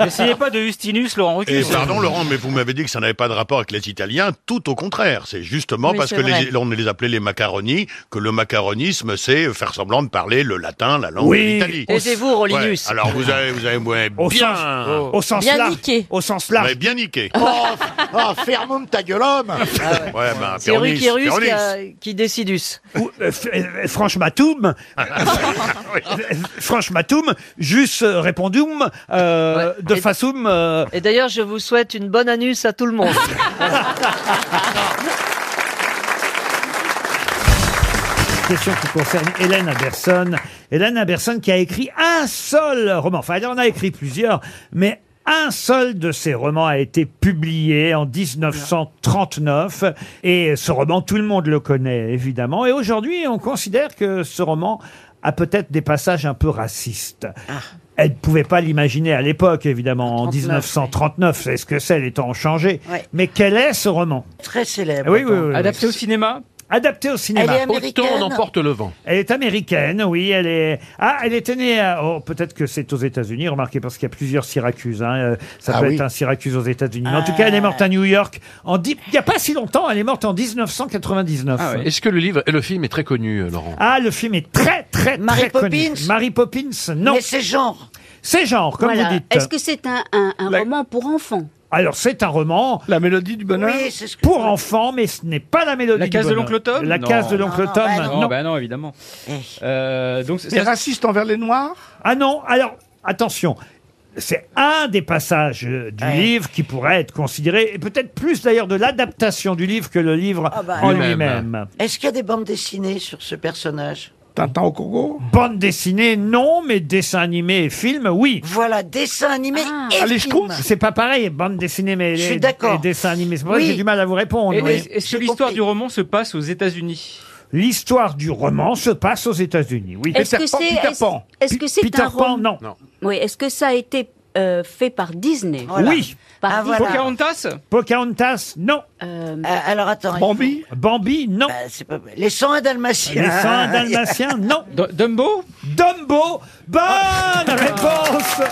N'essayez pas de Justinus, Laurent
Et
Ruquier.
pardon Laurent, mais vous m'avez dit que ça n'avait pas de rapport avec les Italiens. Tout au contraire, c'est justement
Oui,
parce
c'est
que
vrai.
les, on les appelait les macaronis que le macaronisme, c'est faire semblant de parler le latin, la langue
Oui.
de l'Italie.
Taisez-vous, Rolinus.
Ouais, Alors vous avez, vous avez ouais,
Au
bien, Oh.
sens- au sens Bien large. niqué. Au sens
large, bien niqué.
Oh, f- oh, ferme ta gueule, homme
Ouais, ben,
C'est
Péronis,
Ruquirus qui,
Péronis.
a- qui décidus.
Ou, euh, f- euh, Franche Matoum. Franche Matoum, juste euh, répondum, euh, de façum. euh,
Et d'ailleurs, je vous souhaite une bonne anus à tout le monde.
question qui concerne Hélène Aberson. Hélène Aberson qui a écrit un seul roman. Enfin, elle en a écrit plusieurs, mais un seul de ses romans a été publié en 1939. Et ce roman, tout le monde le connaît, évidemment. Et aujourd'hui, on considère que ce roman a peut-être des passages un peu racistes.
Ah,
Elle ne pouvait pas l'imaginer à l'époque, évidemment, en 1939. C'est ce que c'est, les temps ont changé. Mais quel est ce roman
Très célèbre.
Oui, oui, oui, oui.
Adapté au cinéma
Adapté au cinéma.
Elle est américaine Autant on emporte
le vent. Elle est américaine, oui. Elle est. Ah, elle était née. à- oh, peut-être que c'est aux États-Unis. Remarquez parce qu'il y a plusieurs Syracuse. hein, euh, Ça
Ah
peut
oui.
être un Syracuse aux États-Unis. Mais En tout cas,
Ah.
elle est morte à New York. En dix- Il n'y a pas si longtemps. Elle est morte en 1999.
Ah ouais. Est-ce que le livre et le film est très connu, euh, Laurent
Ah, le film est très, très,
Mary
très connu.
Poppins
Mary Poppins, non.
Mais c'est
genre. C'est genre, comme
Voilà.
vous dites.
Est-ce que c'est un, un- un roman pour enfants
Alors, c'est un roman. La mélodie du bonheur Pour enfants, mais ce n'est pas la mélodie
La case
du
de
bonheur.
l'oncle Tom
La case de l'oncle
Ah,
Tom, Ah, non.
Non, bah non, évidemment.
Eh.
Euh, donc,
Les
ça-
racistes envers les Noirs
Ah non, alors, attention. C'est un des passages euh, du livre qui pourrait être considéré, et peut-être plus d'ailleurs de l'adaptation du livre que le livre en lui-même.
Ah bah. Est-ce qu'il y a des bandes dessinées sur ce personnage
Tintin au Congo Bande dessinée, non, mais dessin animé et film, oui.
Voilà, dessin animé et film.
C'est pas pareil, bande dessinée mais
Je
et-
suis d'accord.
et dessin animé. C'est pour ça que
Oui.
j'ai du mal à vous répondre.
Et-
oui.
est- Est-ce que l'histoire du roman se passe aux États-Unis
L'histoire du roman se passe aux États-Unis, oui.
Est-ce que c'est est-ce- est-ce que c'est
Peter
un
Pan,
roman
non.
Oui, est-ce que ça a été euh, fait par Disney
Oui.
Par
Ah,
Disney.
Pocahontas
Pocahontas, non. euh,
alors attends.
Bambi
Bambi,
non.
Les 101 dalmatiens.
Les 101 dalmatiens, non. Dumbo Dumbo Bonne
Ah.
réponse
bah,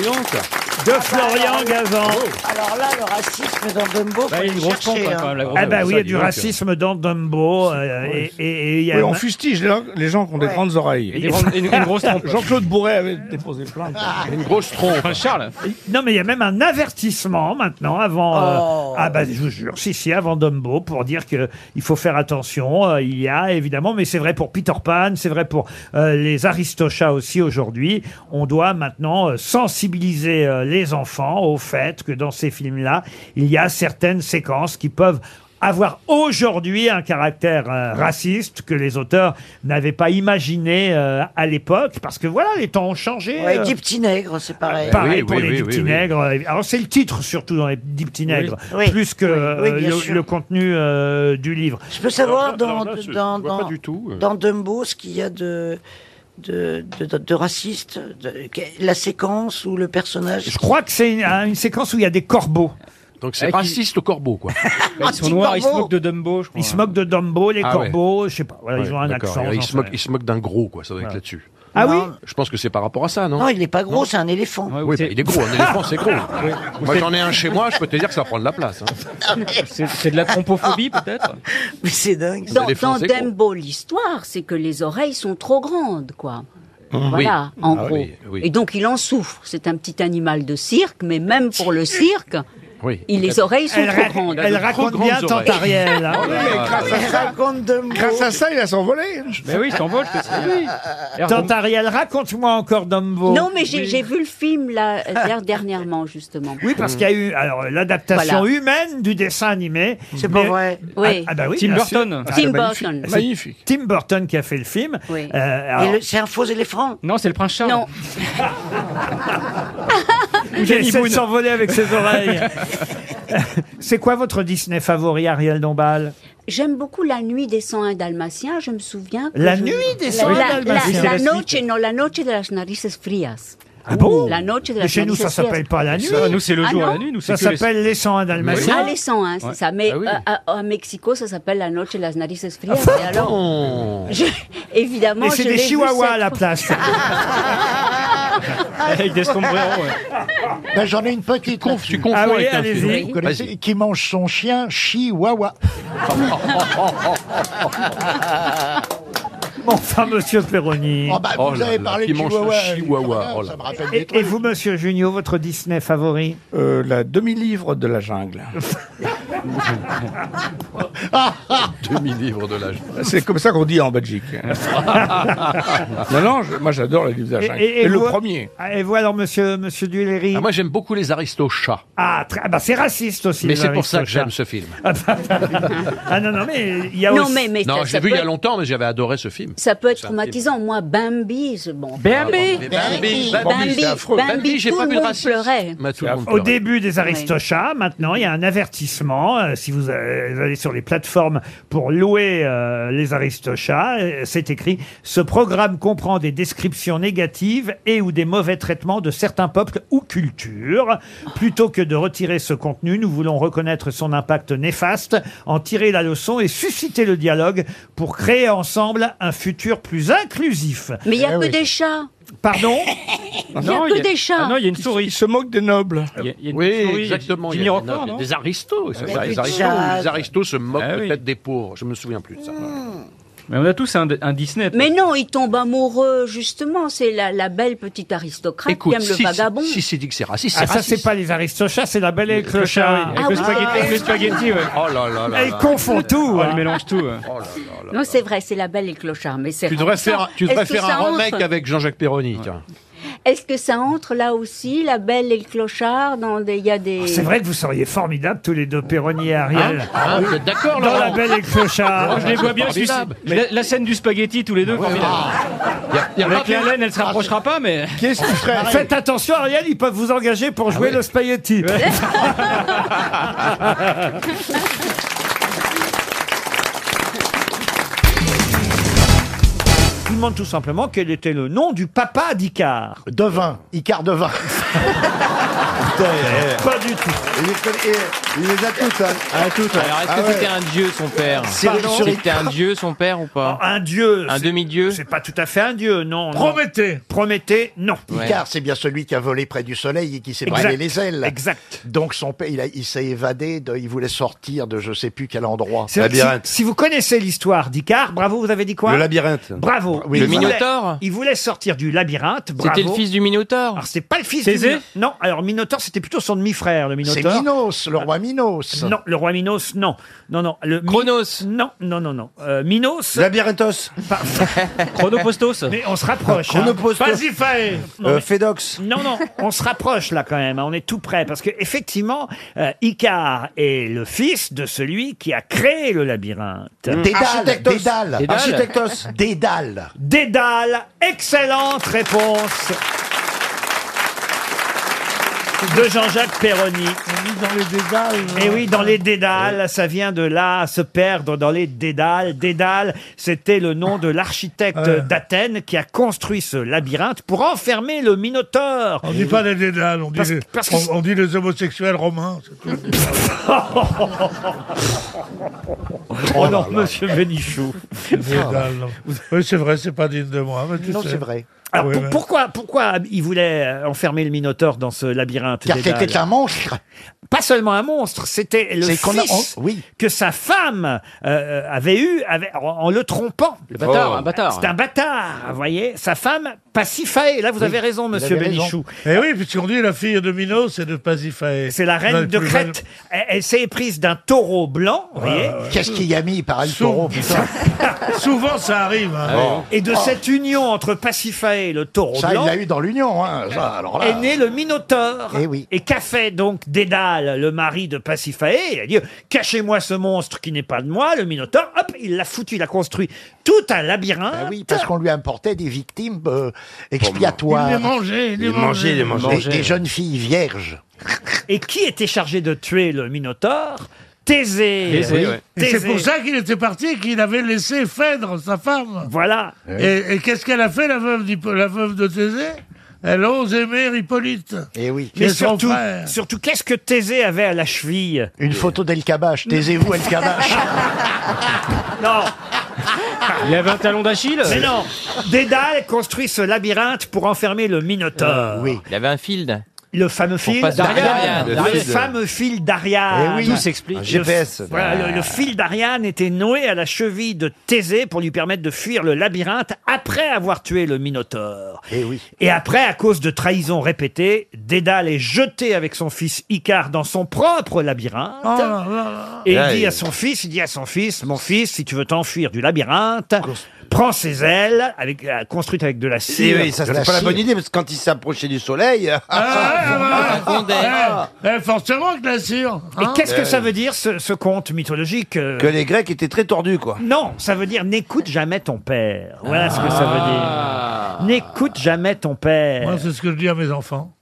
de Florian Gazan.
Ah, bah, Alors là, le racisme dans Dumbo, faut
il y a une
le
grosse
chercher,
pompe, hein,
hein.
quand même, la grosse-
Ah bah oui, il y a
dis
du
donc.
racisme dans Dumbo. euh, et, et- et il y a
Oui,
un-
on fustige les, les gens qui ont des grandes oreilles.
Et des grandes- et une- une grosse trompe. Ah.
Jean-Claude Bourret avait déposé plainte.
Une grosse trompe. Charles. Non, mais il y a même un avertissement maintenant avant. euh, ah bah je vous jure, si si, avant Dumbo pour dire que il faut faire attention. euh, il y a évidemment, mais c'est vrai pour Peter Pan, c'est vrai pour euh, les Aristochats aussi aujourd'hui. On doit maintenant euh, sensibiliser euh, les enfants au fait que dans ces films-là, il y a certaines séquences qui peuvent avoir aujourd'hui un caractère euh, raciste que les auteurs n'avaient pas imaginé euh, à l'époque parce que voilà les temps ont changé
Ouais,
euh.
Dix petits nègres, c'est pareil.
Pareil pour les dix petits nègres. Alors c'est le titre surtout dans les dix petits nègres,
Oui.
plus que euh,
Oui, bien
le,
sûr.
le contenu euh, du livre.
Je peux
Alors
savoir
là-
dans,
alors là, je-
dans,
je vois pas
dans-
du tout, euh.
dans Dumbo ce qu'il y a de de, de, de- de raciste de- que- La séquence ou le personnage
Je crois que c'est une, une séquence où il y a des corbeaux.
Donc
c'est raciste,
le corbeau, quoi.
Ils sont noirs, ils se moquent
de Dumbo, je crois. Ils se moquent de Dumbo, les
Ah ouais.
corbeaux, je sais pas. Voilà, ils
Ouais,
ont un
d'accord.
accent.
Ils
j'en
se
sais
moquent
rien.
ils se moquent d'un gros, quoi. Ça doit être
Voilà.
là-dessus.
Ah oui
Je pense que c'est par rapport à ça, non
Non, il n'est pas gros, c'est un éléphant.
Oui, bah, il est gros, un éléphant, c'est gros. Moi, j'en ai un chez moi, je peux te dire que ça prend de la place.
C'est de la trompophobie, peut-être
Mais c'est dingue.
Dans, dans Dumbo, l'histoire, c'est que les oreilles sont trop grandes, quoi.
Mmh.
Voilà,
Oui.
en
Ah
gros.
oui, oui.
Et donc il en souffre. C'est un petit animal de cirque, mais même pour le cirque,
Oui.
il- les oreilles sont
Elle
trop
ra-
grandes.
elle raconte bien Tantariel. hein.
Oh
Grâce à ça, il a s'envolé.
Mais oui, il s'envole,
parce que- Oui.
Tantariel, raconte-moi encore Dumbo.
Non, mais j'ai j'ai vu le film là, euh, dernièrement, justement.
Oui, parce qu'il y a eu alors l'adaptation
Voilà.
humaine du dessin animé. C'est
pas vrai. Oui.
Ah, ah bah oui,
Tim
bien sûr.
Burton.
Ah,
Tim
c'est
Burton.
magnifique.
Magnifique.
C'est Tim Burton qui a fait le film. Euh, alors-
Et le- C'est un faux éléphant
Non, c'est le prince Charles.
Non.
Il essaie de s'envoler avec ses oreilles. c'est quoi votre Disney favori, Ariel Dombal
J'aime beaucoup La Nuit des 101 Dalmatiens. Je me souviens. que
La
je-
Nuit des 101
La- la-
Dalmatiens.
La,
Oui, c'est la
noche, non, la noche de las narices frías.
Ah bon
La noche de
Mais
las
Chez nous, ça
narices frías.
s'appelle pas la nuit.
Ça, nous, c'est le
Ah
jour et
non
la nuit, nous,
ça
c'est que les-
s'appelle les 101 Dalmatiens.
Ah, les 101, c'est
Ouais.
ça. Mais
Bah
Ah oui.
euh, à, à- à Mexico, ça s'appelle la noche de las narices
Ah,
frías.
Ah,
Et alors, je- évidemment,
Et c'est
je
des
l'ai vu
chihuahuas
cette Ah,
à la place.
Avec des sombreros, ouais.
Ben, J'en ai une petite. Tu
confonds Ah oui, avec un allez-y. film.
Vous connaissez, Qui mange son chien chihuahua.
Bon, enfin, monsieur Perroni.
Oh, bah, vous Oh là avez là, parlé qui de mange le Chihuahua, chihuahua, ça oh là me là. rappelle des
Et, et vous, monsieur Junio, votre Disney favori
Euh, la demi-livre de la jungle.
hein. Demi-livre de l'âge.
C'est comme ça qu'on dit en Belgique. non, non, je- moi j'adore la livre de la jungle. Et, le
vous-
premier.
Ah, Et vous alors, monsieur, monsieur Duléry
Ah, moi,
J'aime beaucoup les aristochats.
Ah, très- ah bah, c'est raciste aussi.
Mais
les
c'est pour ça que
aristochats.
j'aime ce film.
Ah non, non, mais il y a aussi...
Non, je l'ai vu il y a
peut-
longtemps, mais j'avais adoré ce film.
Ça peut être
C'est un
traumatisant. Moi, Bambi, je- bon.
Bambi.
Bambi,
Mais
Bambi,
Bambi,
Bambi,
c'est affreux. Bambi, j'ai
tout
pas
le
vu de
monde
racisme.
pleurait.
Mais tout le monde
Au
pleurait.
début des aristochats, maintenant, il y a un avertissement. Euh, si vous euh, allez sur les plateformes pour louer euh, les aristochats, euh, c'est écrit « Ce programme comprend des descriptions négatives et ou des mauvais traitements de certains peuples ou cultures. Plutôt que de retirer ce contenu, nous voulons reconnaître son impact néfaste, en tirer la leçon et susciter le dialogue pour créer ensemble un futur plus inclusif. »
Mais
Eh
il n'y a que des chats.
Pardon
Il n'y a que des chats.
Ah Eh non, il y a une souris. Il se moque des nobles.
Oui, exactement. Il
Il y a
y a
une
des-
Miroir,
non,
non
des aristos. c'est
Ouais.
ça, Les
Plus de
aristos,
jade.
les aristos se moquent
Ah
peut-être des pauvres. Je me souviens plus de ça.
Mais on a tous un, un Disney.
Mais non, il tombe amoureux, justement. C'est la, la belle petite aristocrate qui aime le vagabond.
si c'est dit que c'est raciste, c'est
Ah ça,
raciste.
c'est pas les aristochats, c'est la belle et le clochard. Ah,
Ah oui.
Avec le spaghetti, ouais.
Oh là là là.
Elle confond tout.
Oh,
hein.
elle mélange tout. ouais.
Non, c'est vrai, c'est la belle et le clochard. Mais c'est
Tu devrais
renversant.
faire, tu
Est-ce
devrais
que
faire
ça
un remake
entre-
avec Jean-Jacques Perroni. tiens.
Est-ce que ça entre là aussi, la belle et le clochard dans des, il y a des.
Ah, C'est vrai que vous seriez formidables tous les deux, Perroni et Ariel.
Hein Hein, vous êtes d'accord,
Dans
Laurent
la belle et le clochard.
Moi, je les vois bien. sucer- La, la scène du spaghetti, tous les deux, formidable.
y a
Avec
pas
la
bien-
laine, elle se rapprochera pas, mais.
Qu'est-ce que Faites attention, Ariel, ils peuvent vous engager pour jouer le spaghetti. Je vous demande tout simplement quel était le nom du papa d'Icare.
Devin, Icare Devin.
Pas du tout.
Il les, connaît- il les a toutes. hein.
Alors, est-ce que
Ah ouais.
c'était un dieu, son père
Pardon
C'était un dieu, son père, ou pas
Un dieu.
Un
c'est-
demi-dieu
C'est pas tout à fait un dieu, non. non.
Prométhée.
Prométhée, non.
Icare, c'est bien celui qui a volé près du soleil et qui s'est
Exact.
brûlé les ailes.
Exact.
Donc son père, il, a- il s'est évadé, de- il voulait sortir de je sais plus quel endroit.
C'est- Si, si vous connaissez l'histoire d'Icare, bravo, vous avez dit quoi
Le labyrinthe.
Bravo.
Oui,
Il
Le
voulait-
Minotaure
Il voulait sortir du labyrinthe. bravo.
C'était le fils
du Minotaure
Ah,
Alors, c'est pas le fils
Thésée
du Minotaure. Non, alors Minotaure, c'était plutôt son demi-frère, le
C'est
Minotaure.
Minos, le roi Minos.
Non, le roi Minos, non. Non, non. Le Chronos Non, non, non, non. Euh, Minos. Labyrinthos.
Chronopostos.
Mais on se rapproche. hein.
Chronopostos.
Pasiphae. Non,
Euh,
mais-
Phédox.
Non, non, on se rapproche là quand même. hein. On est tout près. Parce que effectivement, euh, Icare est le fils de celui qui a créé le labyrinthe.
Hmm.
Dédale,
Architectos.
Dédale, Dédale.
Dédale. Excellente réponse. de Jean-Jacques Perroni. dans les
hein.
dédales. Et oui, dans les dédales, ça vient de là, se perdre dans les dédales. Dédale, c'était le nom de l'architecte
Ouais.
d'Athènes qui a construit ce labyrinthe pour enfermer le Minotaure.
On dit pas les dédales, on dit,
Parce-
les,
parce que-
on, on dit les homosexuels romains. c'est tout.
Oh non, monsieur Benichou.
Les dédales, non. Oui, c'est vrai, c'est pas digne de moi. mais tu
Non,
sais. Ah,
c'est vrai. Alors,
Oui,
Ah, pour-
mais-
pourquoi, pourquoi il voulait euh, enfermer le Minotaure dans ce labyrinthe
Car
Dédale
c'était un monstre.
Pas seulement un monstre, c'était le
C'est qu'on a-
fils
on- oui.
que sa femme euh, avait eu avec- en, en le trompant. Le
bâtard, un bâtard. hein.
C'est un bâtard, vous voyez. Sa femme, Pasiphae. Là, Ah, vous avez raison, monsieur Bénichou.
Eh oui, puisqu'on dit la fille de Minos et de Pasiphae.
C'est la reine
Plus
de
jeune-
Crète. Elle, elle s'est éprise d'un taureau blanc, vous voyez.
Qu'est-ce qu'il y a mis par le
Sous-
taureau, putain
Souvent, ça arrive. hein.
Et de
Oh.
cette union entre Pasiphae et le taureau
Ça, il
blanc
l'a eu dans l'Union, hein. Ça, alors là.
est né le Minotaure.
Eh oui.
Et qu'a fait donc Dédale, le mari de Pasiphae Il a dit Cachez-moi ce monstre qui n'est pas de moi, le Minotaure. Hop, il l'a foutu, il a construit tout un labyrinthe.
Ah oui, parce qu'on lui importait des victimes euh, expiatoires.
Il les mangeait, il les Il les mangeait, mangeait. il les mangeait.
Des, des jeunes filles vierges.
Et qui était chargé de tuer le Minotaure Thésée.
Oui. Et
Thésée.
c'est pour ça qu'il était parti et qu'il avait laissé Phèdre, sa femme.
Voilà.
Et, et qu'est-ce qu'elle a fait, la veuve, d'Hippo- la veuve de Thésée Elle ose aimer Hippolyte.
Et oui.
Mais
Mais
son
surtout,
frère.
surtout qu'est-ce que Thésée avait à la cheville
Une photo d'El Kabash. Taisez-vous, El Kabash.
Non
Il avait un talon d'Achille
Mais non Dédale construit ce labyrinthe pour enfermer le
Euh,
Euh,
Minotaure.
oui.
Il avait un field.
Le fameux fil
pas se
d'Ariane.
perdre. D'Ariane.
Le
Le fil.
fameux fil d'Ariane.
Eh oui. Tout s'explique. Un
Le-
GPS.
voilà, le,
Ah.
le fil d'Ariane était noué à la cheville de Thésée pour lui permettre de fuir le labyrinthe après avoir tué le Minotaure.
Eh oui.
Et après, à cause de trahisons répétées, Dédale est jeté avec son fils Icare dans son propre labyrinthe.
Oh là là.
Et
Ouais.
il dit à son fils, il dit à son fils, mon fils, si tu veux t'enfuir du labyrinthe, prends ses ailes, avec, euh, construites avec de la
Et
cire.
Eh
Ah,
oui, ça
De
c'était pas la
cire.
bonne idée parce que quand il s'approchait du soleil.
Ah, Eh, eh, forcément que la cire.
ah, Et
hein.
qu'est-ce que ça veut dire, ce, ce conte mythologique euh,
Eh Que les Grecs étaient très tordus, quoi.
Non, ça veut dire n'écoute jamais ton père. Voilà ce que ça
Ah.
veut dire. N'écoute jamais ton père.
Moi, c'est ce que je dis à mes enfants.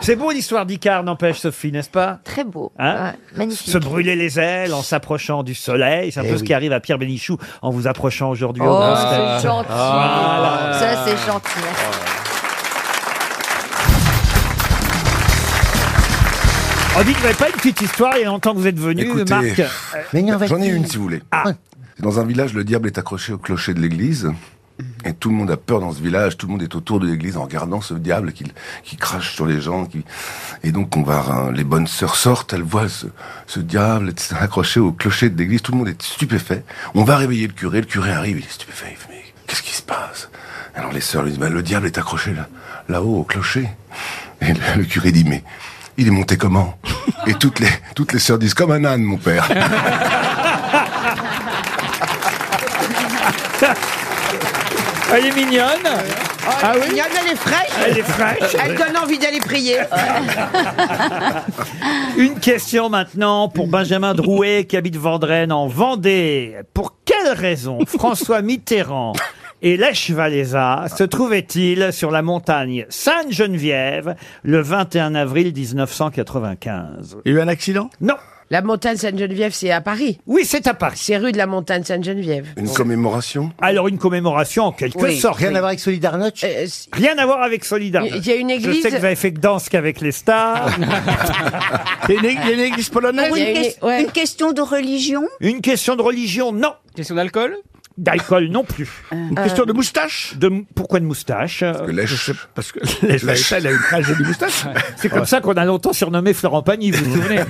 C'est beau l'histoire d'Icare, n'empêche Sophie, n'est-ce pas
Très beau.
Hein
Ouais, magnifique.
Se brûler les ailes en s'approchant du soleil, c'est un
Eh
peu ce
oui.
qui arrive à Pierre Bénichou en vous approchant aujourd'hui. au
Oh,
Grand Stade. Ah,
c'est gentil.
Voilà.
Ça, c'est gentil.
Oh, dites, vous n'avez pas une petite histoire, il y a longtemps que vous êtes venu,
Écoutez, euh,
Marc. Ah.
J'en ai une si vous voulez. Dans un village, le diable est accroché au clocher de l'église. Et tout le monde a peur dans ce village, tout le monde est autour de l'église en regardant ce diable qui, qui crache sur les gens. Qui... Et donc on va, hein, les bonnes sœurs sortent, elles voient ce, ce diable etc., accroché au clocher de l'église, tout le monde est stupéfait. On va réveiller le curé, le curé arrive, il est stupéfait, il fait mais qu'est-ce qui se passe Alors les sœurs lui disent, Bah, le diable est accroché là- là-haut au clocher. Et le, le curé dit, mais il est monté comment Et toutes les, toutes les sœurs disent, comme un âne mon père.
Elle est mignonne.
ah oui mignonne, elle est fraîche.
Elle est fraîche.
Elle donne envie d'aller prier.
Une question maintenant pour Benjamin Drouet qui habite Vendrenne en Vendée. Pour quelle raison François Mitterrand et Lech Walesa se trouvaient-ils sur la montagne Sainte-Geneviève le 21 avril 1995
Il y a eu un accident
Non.
La montagne Sainte-Geneviève, c'est à Paris.
Oui, c'est à Paris.
C'est rue de la montagne Sainte-Geneviève.
Une commémoration
Alors une commémoration en quelque
Oui.
sorte.
Rien à voir
avec Solidarność Rien à voir avec Solidarność.
Il y a une
Je
église-
sais que vous avez fait que danse qu'avec les stars. Il y a une église polonaise
Pour une, ques- une question de religion
Une question de religion, non. Question d'alcool D'alcool non plus. Une
question
de moustache de, Pourquoi de moustache Parce que
Lèche.
Parce que
Lèche Vanessa, elle a une très jolie
moustache. C'est
Ouais.
comme ça qu'on a longtemps surnommé Florent Pagny, vous vous souvenez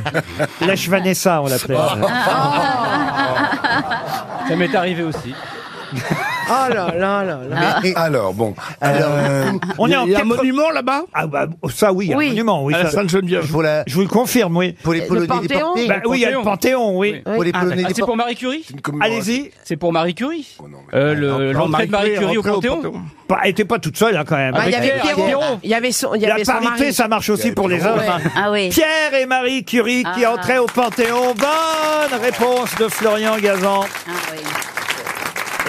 Lèche Vanessa, on l'appelait.
Ah.
Ah.
Ah.
Ah,
Ça m'est arrivé aussi.
Oh là là là là.
Alors, euh, bon.
on est en
Il y a un
monument là-bas Ah bah ça oui, il y a un
Oui.
monument oui.
À la Sainte-Geneviève.
Je, vous le confirme oui. Pour
les Euh, Le Polonais Panthéon déportés.
Bah oui, il y a le
Le
Panthéon oui. Ah, bah,
Pour les Polonais Ah, bah, c'est pour Marie Curie
Allez-y.
C'est pour Marie Curie. Euh, le- L'entrée de Marie Curie au Panthéon.
Pas- Elle était pas toute seule hein, quand même.
Bah, il y avait
Avec Pierre,
Oh.
Pierrot. Il y avait son, il y
La
avait son
parité,
mari.
ça marche aussi pour les hommes. hein. Pierre et Marie Curie qui
Ah. Ah.
Ah
entraient au Panthéon. Bonne réponse de Florian Gazan.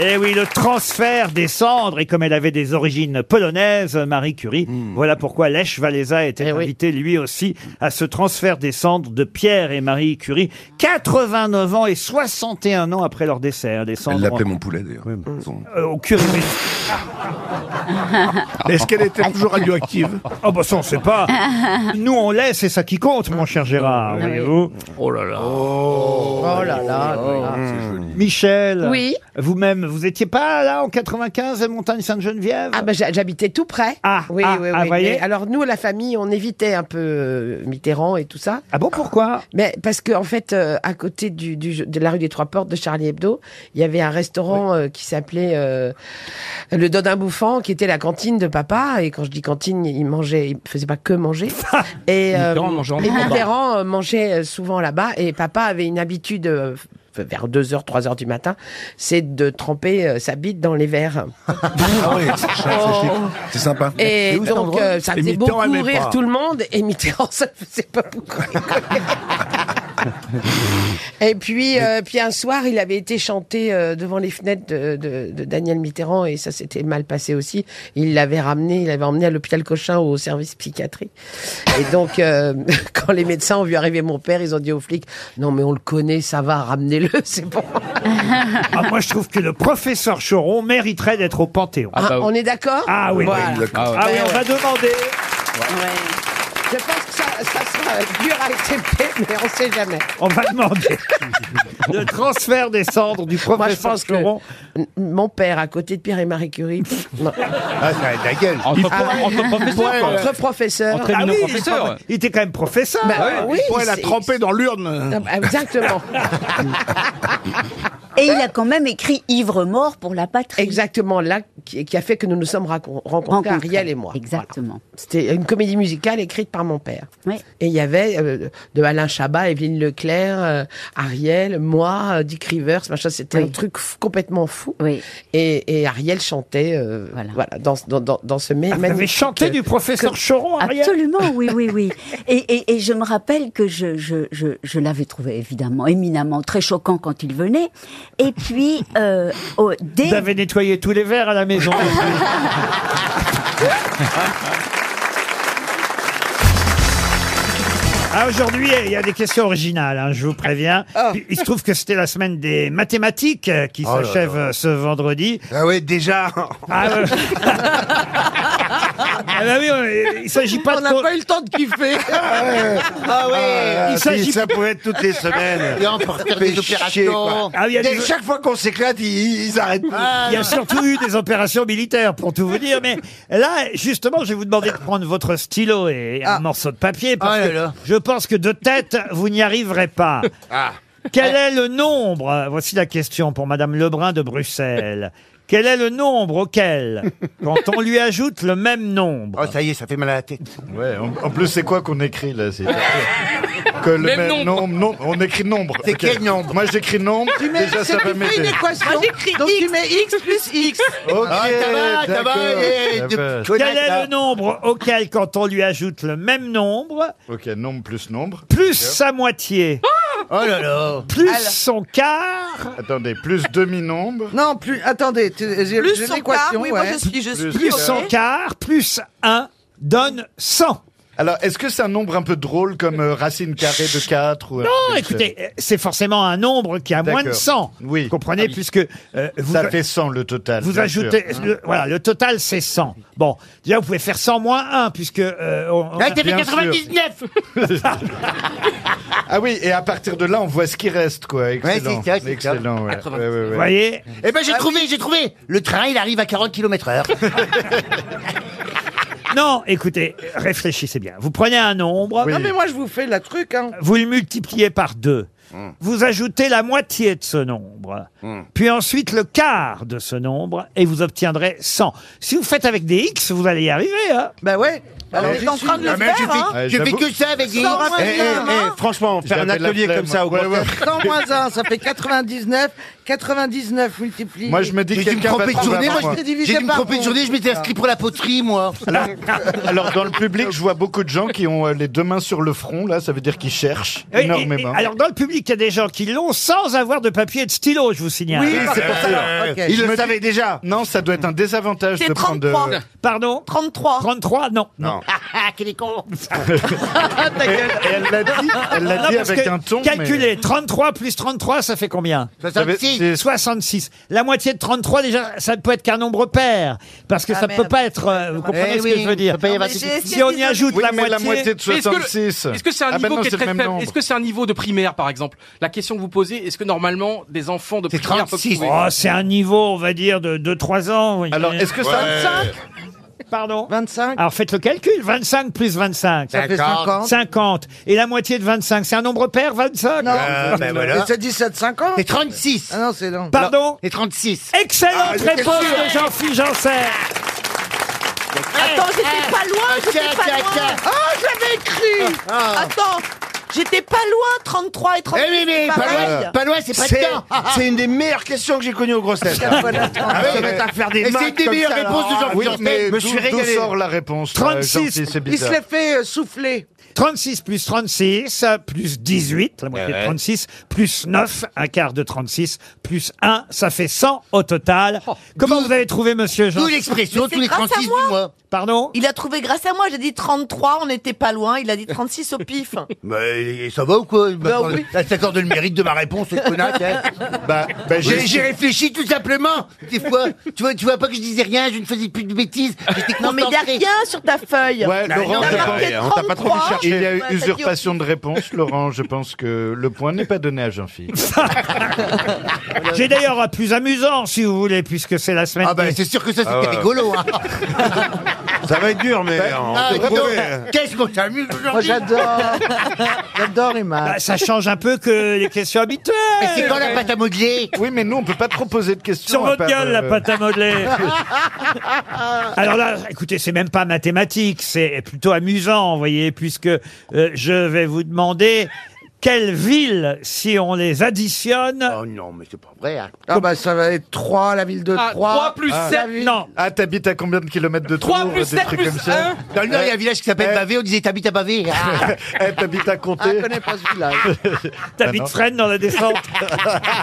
Et Eh oui, le transfert des cendres, et comme elle avait des origines polonaises, Marie Curie,
Hmm.
voilà pourquoi Lech Walesa était
Eh
invité lui aussi à ce transfert des cendres de Pierre et Marie Curie, 89 ans et 61 ans après leur décès. hein, des
Elle
cendres
l'appelait mon poulet d'ailleurs. Son-
euh, au Curie.
Est-ce qu'elle était toujours radioactive
Ah.
Oh bah ça on sait pas. Nous on l'est, c'est ça qui compte, mon cher Gérard, voyez-vous.
Oh là là.
Oh là là. Michel,
Oui.
vous-même, vous étiez pas là en 95 à Montagne-Sainte-Geneviève
Ah ben j'habitais tout près. Ah, oui,
ah,
oui, oui.
ah, voyez.
Mais alors nous, la famille, on évitait un peu euh, Mitterrand et tout ça.
Ah bon, pourquoi
Mais parce que en fait, euh, à côté du, du- de la rue des Trois Portes de Charlie Hebdo, il y avait un restaurant euh, qui s'appelait euh, le Dodin Bouffant, qui était la cantine de papa. Et quand je dis cantine, il mangeait, il faisait pas que manger.
Ah,
et euh,
Mitterrand mangeait en
et
bas.
Mitterrand euh, mangeait euh, souvent là-bas. Et papa avait une habitude. euh, vers 2h, 3h du matin, c'est de tremper euh, sa bite dans les verres.
Ah oui, c'est chic, c'est chic. C'est sympa.
Oh. Et, donc, euh, ça
Et
faisait
Mitterrand
beaucoup
aimait
rire
pas.
tout le monde, et Mitterrand, ça ne faisait pas beaucoup rire. et puis, euh, puis un soir, il avait été chanté euh, devant les fenêtres de, de- de Daniel Mitterrand, et ça s'était mal passé aussi. Il l'avait ramené, il l'avait emmené à l'hôpital Cochin au service psychiatrie. Et donc, euh, quand les médecins ont vu arriver mon père, ils ont dit aux flics, non mais on le connaît, ça va, ramenez-le, c'est bon.
Ah, moi, je trouve que le professeur Choron mériterait d'être au Panthéon.
Ah, on est d'accord
Ah oui,
Voilà.
oui. Ah oui, on va demander.
Je pense que ça, ça sera dur à accepter, mais on sait jamais.
On va demander le transfert des cendres du professeur
Moi, je pense que
Choron.
n- mon père, à côté de Pierre et Marie Curie. non.
Ah, ça la gueule.
Entre pro- entre professeurs, quoi. Entre professeurs. Ah Entre éminents professeurs.
Il était quand même professeur.
Bah, Ah oui, oui, il pourrait la c'est- tremper
dans
Non,
l'urne.
bah, Exactement.
Et il a quand même écrit Ivre mort pour la patrie.
Exactement, là, qui, qui a fait que nous nous sommes racon- rencontrés,
Rencontrés.
Ariel et moi.
Exactement.
C'était une comédie musicale écrite par mon père.
Oui.
Et il y avait euh, de Alain Chabat, Evelyne Leclerc, euh, Ariel, moi, euh, Dick Rivers, machin. C'était un truc f- complètement fou. Et, et Ariel chantait euh, voilà. dans, dans, dans, dans ce euh, même.
Ah, Vous avez chanté du professeur Choron, Ariel
Absolument, oui, oui, oui. Et, et- et je me rappelle que je, je, je, je l'avais trouvé évidemment éminemment très choquant quand il venait. Et puis, euh, oh, dès
Vous avez nettoyé tous les verres à la maison.
Ah,
Ah, Aujourd'hui, il y a des questions originales, hein, je vous préviens. Puis, Il se trouve que c'était la semaine des mathématiques euh, qui
Oh là
s'achève
là.
euh, ce vendredi.
Ah ouais, déjà.
Ah, ouais. Ah bah oui, ouais, il s'agit pas de... con-
eu le temps de kiffer. Ah ouais.
Ah,
Il
si
s'agit-
ça pouvait être toutes les semaines.
Et en partir
Fait
des
chier,
opérations.
quoi.
Ah, il y a
Dès-
du-
Chaque fois qu'on s'éclate, ils, ils arrêtent. Ah. plus.
Il y a surtout eu des opérations militaires, pour tout vous dire. Mais là, justement, je vais vous demander de prendre votre stylo et un morceau de papier, parce
Ah là
que
là.
je pense que de tête, vous n'y arriverez pas.
Ah.
Quel est le nombre Voici la question pour Madame Lebrun de Bruxelles. Quel est le nombre auquel, quand on lui ajoute le même nombre
Oh, ça y est, ça fait mal à la tête. Ouais, en, en plus, c'est quoi qu'on écrit là c'est- Que le
Même
même,
nombre.
nombre. nombre, On écrit nombre.
C'est
Ok.
quel nombre
Moi, j'écris nombre.
Tu mets-
déjà,
c'est-
ça va
tu fais une
m'aider.
équation.
Ah,
Moi, j'écris
Donc,
X.
tu mets X plus X. Ok,
Ah, ça va, ça va,
d'accord.
eh, de-
D'accord.
Quel est le nombre auquel, quand on lui ajoute le même nombre,
Ok, nombre plus nombre.
plus sa moitié,
Oh là là
plus son quart,
Attendez, plus demi-nombre.
Non, plus. Attendez, tu- j'ai
Plus
j'ai
son
l'équation,
quart, oui, moi,
ouais.
je suis- je suis.
plus son quart, plus 1 donne 100.
Alors, est-ce que c'est un nombre un peu drôle comme euh, racine carrée de 4 ou un
Non,
truc,
écoutez, euh, c'est forcément un nombre qui a moins de
D'accord.
100.
Oui.
Vous comprenez, puisque euh, vous,
Ça fait 100 le total.
vous
bien
ajoutez...
sûr.
le- voilà, le total, c'est 100. Bon, déjà, vous pouvez faire 100 moins 1, puisque... euh, on- on-
Ah, t'as fait Bien 99. Ah oui, et à partir de là, on voit ce qui reste, quoi. Excellent.
c'est ça, c'est ça.
Excellent, ouais. Ouais, ouais, ouais.
Vous voyez
Eh ben j'ai trouvé, j'ai trouvé. Le train, il arrive à 40 km/h.
Non, écoutez, réfléchissez bien. Vous prenez un nombre,
Non, mais moi, je vous fais la truc. Hein. Hmm.
vous le multipliez par 2. Vous ajoutez la moitié de ce nombre, puis ensuite le quart de ce nombre, et vous obtiendrez 100. Si vous faites avec des X, vous allez y arriver. Hein
Bah ouais. Alors,
Ouais.
j'étais en train de le
Ah, mais j'ai
faire.
fait-
hein.
j'ai fait que ça avec des-
Sans moins
Eh, eh,
un, hein.
franchement, faire un
J'avais la
atelier
flemme.
comme ça au
Ouais,
grand-
ouais.
100 moins 1, ça fait 99. 99 multiplié.
Moi, je me dis
J'ai dû me
quelqu'un va
tromper de
trouver
journée,
un
moi,
point.
je t'ai- j'ai dû me tromper de journée, je m'étais
Ah.
inscrit pour la poterie, moi.
Alors, alors, dans le public, je vois beaucoup de gens qui ont euh, les deux mains sur le front, là, ça veut dire qu'ils cherchent
Et- et-
énormément.
et- alors dans le public, public, il y a des gens qui l'ont sans avoir de papier et de stylo, je vous signale.
Oui, euh, c'est pour ça. Il le savait déjà. Non, ça doit être un désavantage de prendre de...
Pardon 33. 33, non.
Non.
Ah, qu'il est con
Ta gueule. Et- et elle l'a dit- elle l'a
Non,
dit
parce
avec
que
un ton, mais-
Calculez, 33 plus 33, ça fait combien
Ça fait- 66. c'est-
66. La moitié de 33, déjà, ça ne peut être qu'un nombre pair. Parce que
Ah,
ça ne
merde.
peut pas être. euh, Vous comprenez
Eh
ce
oui,
que je veux dire
on peut y avoir-
Si on y ajoute
Oui,
la
mais
moitié.
la moitié de
Mais est-ce que le-
66.
Est-ce que c'est un
Ah bah
niveau
non,
qui est
c'est le
très
même
faible
nombre.
Est-ce que c'est un niveau de primaire, par exemple La question que vous posez, est-ce que normalement des enfants de primaire peuvent trouver
Oh, c'est un niveau, on va dire, de 2-3 ans.
Alors, est-ce que ça- Ouais. 25?
Pardon 25 Alors faites le calcul, 25 plus 25.
Ça fait 50.
50. Et la moitié de 25, c'est un nombre pair, 25 Non,
Et c'est 17,50
Et
36 Ah non, c'est long.
Pardon
Et 36
Excellente réponse de Jean-Philippe Janssen
Attends, j'étais pas loin, j'étais pas loin. Oh, j'avais écrit. Attends, j'étais pas loin, 33 et 33.
Eh oui, mais pas loin, pas loin, c'est pas dedans. C'est une des meilleures questions que j'ai connues aux grossettes.
Ah ouais,
Ah ouais. Et c'est une des meilleures réponses de Jean-Pierre.
Oui, mais
Je me
d'où-
suis régalé.
D'où sort la réponse euh,
36.
Jean-Pierre, c'est
Il se
bizarre.
lève.
Fait euh, souffler.
36 plus 36, euh, plus 18, la moitié
Ouais,
de
ouais.
36, plus 9, un quart de 36, plus 1, ça fait 100 au total. Comment vous avez trouvé, monsieur Jean
D'où l'expression, Mais c'est tous les grâce à 36 du moi. mois.
Pardon
Il a trouvé grâce à moi, j'ai dit 33, on n'était pas loin, il a dit 36 au pif.
Mais ça va ou quoi Elle
Bah oui.
s'accorde le mérite de ma réponse, cette connasse. hein.
Bah, bah,
J'ai
j'ai-
j'ai réfléchi tout simplement. Des fois, tu vois, tu vois pas que je disais rien, je ne faisais plus de bêtises.
Non, mais il n'y a rien sur ta feuille.
Ouais,
Bah,
Laurent, je
T'as
pense-
marqué
on t'a pas trop
33.
cherché. Il y a eu
Ouais, t'as dit-
usurpation de réponse, Laurent. Je pense que le point n'est pas donné à Jean-Philippe.
J'ai d'ailleurs un plus amusant, si vous voulez, puisque c'est la semaine. Ah ben,
c'est sûr que ça, c'était Ah ouais. rigolo, hein.
ça va être dur, mais.
Ah, dis donc, Qu'est-ce qu'on s'amuse
Moi,
aujourd'hui
j'adore. j'adore Emma.
Bah, ça change un peu que les questions habituelles.
Mais c'est quand la pâte à modeler
Oui, mais nous, on peut pas trop poser de questions.
Sur
à
votre
part,
gueule, la
euh,
pâte à modeler. Alors là, écoutez, c'est même pas mathématique, c'est plutôt amusant, vous voyez, puisque euh, je vais vous demander quelles villes, si on les additionne. Oh non, mais c'est pas vrai.
Ah bah ça va être 3, la ville de
Ah,
3.
trois plus
La
sept,
ville-
non.
Ah, t'habites à combien de kilomètres de Tours euh, Des trucs comme ça.
Dans le Nord, il y a un village qui s'appelle Bavé, on disait t'habites à Bavé. Ah.
Eh, t'habites à
Ah,
Comté
Je connais pas ce village.
T'habites Fresnes dans la descente.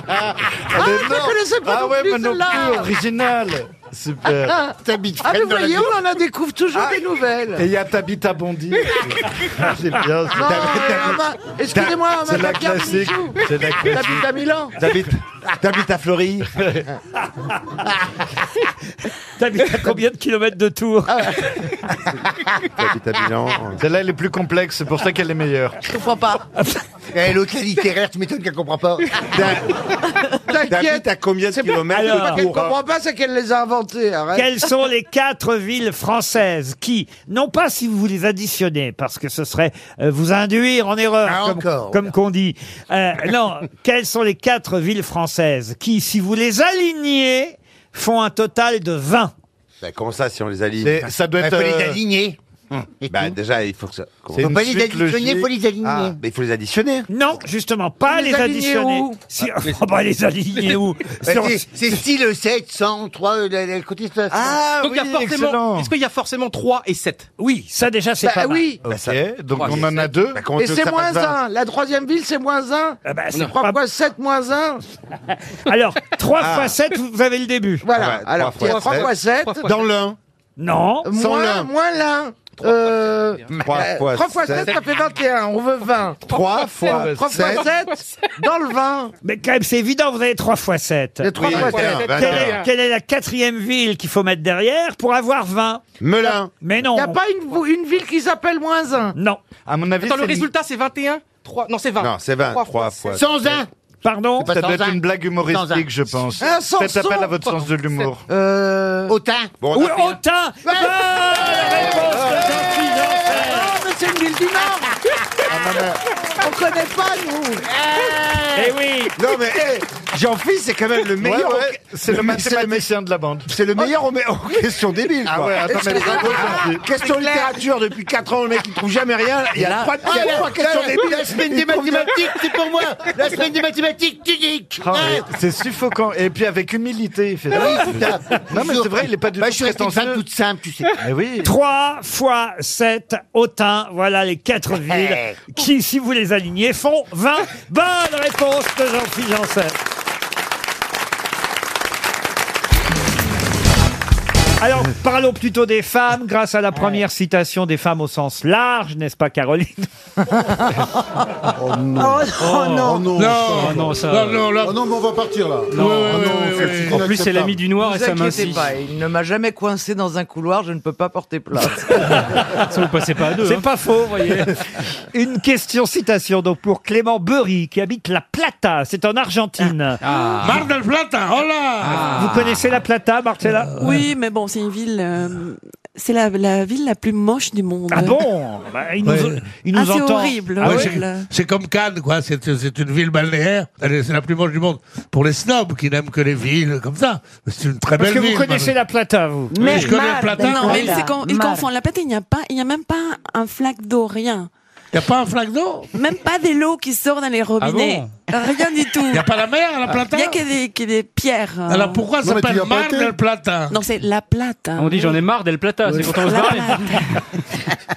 ah,
je connaissais pas
ah
non
ouais,
plus,
moi non
celle-là.
plus, original. Super.
T'habites Ah, vous voyez, on en a découvre toujours
Ah.
des nouvelles.
Et il y a t'habites à Bondy. Ah, c'est bien. c'est-
Non,
T'habites-
Emma, excusez-moi, Emma,
C'est la
t'as bien
classique.
Bijou.
C'est la classique.
T'habites à Milan.
T'habites, t'habites à Fleury.
T'habites à combien de kilomètres de Tours
T'habites à Milan. Celle-là, elle est plus complexe. C'est pour ça qu'elle est meilleure.
Je comprends pas.
Eh, L'autre, la littéraire, tu m'étonnes qu'elle comprend pas.
T'inquiète.
à combien de
Bah,
Alors,
c'est pas qu'elle
Tours, hein.
comprend pas, c'est qu'elle les a inventés. Arrête.
Quelles sont les quatre villes françaises qui, non pas si vous les additionnez, parce que ce serait euh, vous induire en erreur,
Ah,
comme,
encore,
comme qu'on dit. Euh, non, quelles sont les quatre villes françaises qui, si vous les alignez, font un total de 20
Bah, comment ça, si on les aligne
C'est- ça doit
Il
être,
faut les
euh,
aligner.
Bah, déjà, il faut que ça. comment-
C'est
Faut
une
pas les
suite
additionner,
logique.
faut les aligner.
Ah, mais il faut les additionner.
Non, justement, pas
Les
les,
aligner
additionner.
où
Si- oh, bah, les aligner où
Bah,
Si on-
c'est- C'est style 7, 100, 3, euh, le, le côté...
Ah,
Donc, il y a forcément- Est-ce qu'il y a forcément 3 et 7
Oui, ça déjà c'est
Bah,
pas mal.
oui.
Ok, donc on en
Bah,
a deux.
Et c'est moins 1. La troisième ville, c'est moins 1.
Ah
Euh,
bah, c'est
Tu crois quoi 7 moins 1
Alors, 3
Ah.
fois 7, vous avez le début.
Voilà. Alors, il y a 3 fois 7.
Dans l'un.
Non.
Moins, moins l'un. Euh,
Trois
euh,
fois
trois fois
sept.
7, ça fait 21. On veut 20.
3
3 fois 7, dans le 20.
Mais quand même, c'est évident, vous avez 3 fois 7.
Les trois
Oui,
fois
vingt-et-un,
sept.
vingt-et-un.
Quelle est, quelle est la quatrième ville qu'il faut mettre derrière pour avoir 20
Melun.
Mais non.
Il n'y a pas une, vou- une ville qui s'appelle moins 1.
Non.
À mon avis,
Attends, le
c'est-
résultat, c'est 21 3... Non, c'est 20.
Non, c'est 20.
Trois
3 fois.
Sans un
Pardon
Ça doit
sans
être
un.
une blague
Sans un.
humoristique, je pense.
Un sans
Faites appel
son.
à votre sens de l'humour.
Euh...
Autain
Bon, on
Oui,
a fait un.
Autun Bonne réponse de Jean-Philippe Janssen.
Ah, mais c'est une ville du Nord.
Ah,
On connaît pas, nous.
Eh oui
Non mais eh, Jean-Philippe c'est quand même le
Ouais,
meilleur.
ouais, c'est le mathématicien de la bande.
C'est le meilleur en, en question débile.
Ah
quoi.
ouais, attends, mais bravo, Jean-Philippe.
Question
C'est clair.
littérature depuis 4 ans le mec il trouve jamais rien. Il y
Ah,
a trois il y a
la-
trois questions
la-
débiles.
La semaine des
Il trouve jamais-
mathématiques, c'est pour moi La semaine des mathématiques, tu dis
Ah, mais C'est suffocant. Et puis avec humilité, il fait ça.
Oui, putain.
Non, mais c'est vrai, il est pas du tout
Bah,
Eh
je suis resté une femme
prétentieux.
toute simple, tu sais.
Mais oui.
3 fois 7, Autun, 20. Voilà les quatre
Eh.
villes qui, si vous les alignez, font 20. Bonne réponse de Jean-Philippe Janssen. Alors, parlons plutôt des femmes, grâce à la première citation des femmes au sens large, n'est-ce pas, Caroline
Oh non.
Oh non.
Oh non,
Non.
ça,
Oh non, ça-
Oh non, mais on va partir là.
Non.
Oh non,
Ouais, ouais,
c'est
ouais, ouais.
inacceptable.
En plus, c'est l'ami du noir et
vous
ça
inquiétez
m'insulte.
pas, Il ne m'a jamais coincé dans un couloir, je ne peux pas porter plainte.
Ah,
Ça vous passez pas à deux.
C'est
hein.
pas faux, vous voyez. Une question citation donc pour Clément Berry qui habite La Plata, c'est en Argentine.
Ah.
Mar del Plata, hola
Vous connaissez La Plata, Marcella
Oui, mais bon, c'est une ville. euh, c'est la, la ville la plus moche du monde.
Ah bon Bah, il nous,
Ouais.
il nous
Ah, c'est
entend.
horrible,
Ah ouais,
horrible.
c'est- C'est comme Cannes, quoi. C'est c'est une ville balnéaire. Elle est- C'est la plus moche du monde pour les snobs qui n'aiment que les villes comme ça. Mais C'est une très
Parce
belle
que
ville.
vous connaissez La Plata, vous
Oui, je connais la Plata.
Non, mais c'est quand ils
Mar.
confondent. La pâte, il n'y a pas, il n'y a même pas un flaque d'eau, rien.
Il n'y a pas un flaque d'eau Ah
Même pas de l'eau qui sort dans les robinets. Rien du tout. Il
n'y a pas la mer à La Plata
Il n'y a que des, que des pierres. euh.
Alors pourquoi ça s'appelle Mar del Plata
Non, c'est La Plata.
On dit j'en ai marre d'El Plata, c'est quand on se
La
barrer.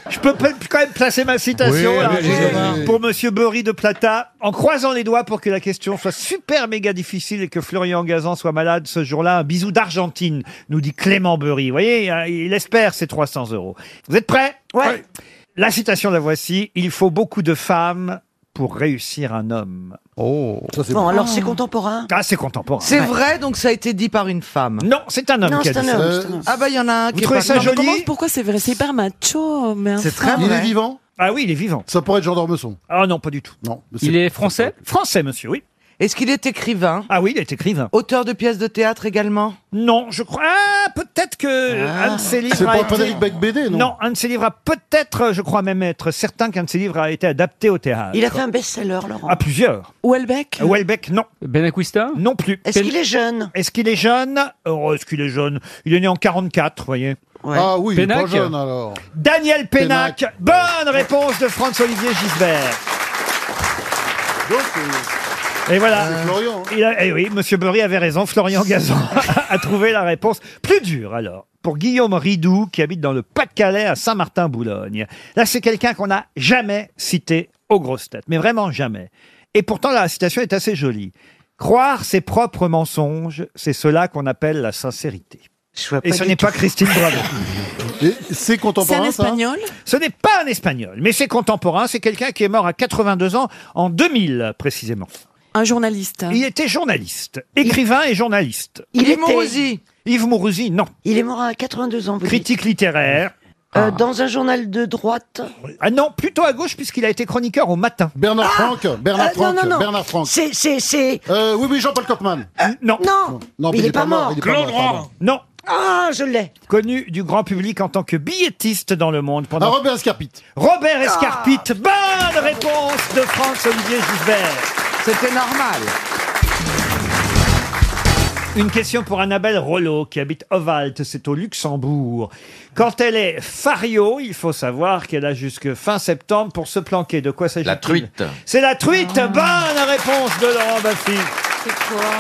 Je peux pe- quand même placer ma citation
Oui,
là,
allez, allez.
pour Monsieur Berry de Plata en croisant les doigts pour que la question soit super méga difficile et que Florian Gazan soit malade ce jour-là. Un bisou d'Argentine, nous dit Clément Berry. Vous voyez, euh, il espère ces 300 euros. Vous êtes prêts Ouais. La citation la voici. Il faut beaucoup de femmes pour réussir un homme. Oh.
Bon, alors c'est contemporain.
Ah, c'est contemporain.
C'est
Ouais.
vrai, donc ça a été dit par une femme.
Non, c'est un homme
Non,
qui a
c'est
dit
un
ça.
homme, c'est un homme. Ah bah il y en a un qui est pas- Non, mais comment-
pourquoi c'est vrai C'est hyper macho, mais
C'est
enfin.
très
Il est
vrai.
vivant
Ah oui, il est vivant. Ça pourrait être Jean d'Ormesson. Ah non, pas du tout. Non.
Il est français
Français, monsieur, oui.
Est-ce qu'il est écrivain
Ah oui, il est écrivain.
Auteur de pièces de théâtre également
Non, je crois. Ah, peut-être que un de ses livres.
C'est
a
pas
été-
Frédéric
non un de ses livres a peut-être, je crois même être certain qu'un de ses livres a été adapté au théâtre.
Il a fait un best-seller, Laurent.
À plusieurs.
Houellebecq
Welbeck, non.
Benacquista
Non plus.
Est-ce qu'il est jeune
Est-ce qu'il est jeune Oh, Est-ce qu'il est jeune Il est né en 44, vous voyez.
Ah oui, il est pas jeune alors.
Daniel Pénac. Bonne réponse de Franz-Olivier Gisbert.
euh,
Et voilà. Il a- eh oui, Monsieur Burry avait raison. Florian Gazan a trouvé la réponse plus dure alors. Pour Guillaume Ridoux, qui habite dans le Pas-de-Calais à Saint-Martin-Boulogne. Là, c'est quelqu'un qu'on n'a jamais cité aux grosses têtes, mais vraiment jamais. Et pourtant, la citation est assez jolie. Croire ses propres mensonges, c'est cela qu'on appelle la sincérité. Et
pas
ce
du
n'est
tout.
pas Christine Bravo. C'est
contemporain, C'est un ça Espagnol
Ce n'est pas un espagnol, mais c'est contemporain. C'est quelqu'un qui est mort à 82 ans en 2000 précisément.
Un journaliste.
Il était journaliste, écrivain et journaliste.
Il Yves était- Mourouzi.
Yves Mourouzi, non.
Il est mort à 82 ans. vous dites.
Critique littéraire.
Euh, Dans un journal de droite.
Ah non, plutôt à gauche puisqu'il a été chroniqueur au matin.
Bernard Franck, Bernard
Euh, non,
Franck,
non, non.
Bernard Franck.
C'est, c'est, c'est. Euh,
Euh, oui, oui, Jean-Paul Kaufmann.
Non.
Non.
Non, mais
il n'est pas mort.
il est pas mort, pardon.
Non.
Ah, je l'ai.
Connu du grand public en tant que billetiste dans le monde pendant.
Ah, Robert Escarpite.
Ah.
Robert Escarpite. Bonne réponse de France Olivier Gisbert.
C'était normal.
Une question pour Annabelle Rollo qui habite Ovalt, c'est au Luxembourg. Quand elle est fario, il faut savoir qu'elle a jusque fin septembre pour se planquer. De quoi s'agit-il La
truite.
C'est la truite.
Ah.
Bonne réponse de Laurent Baffy.
C'est quoi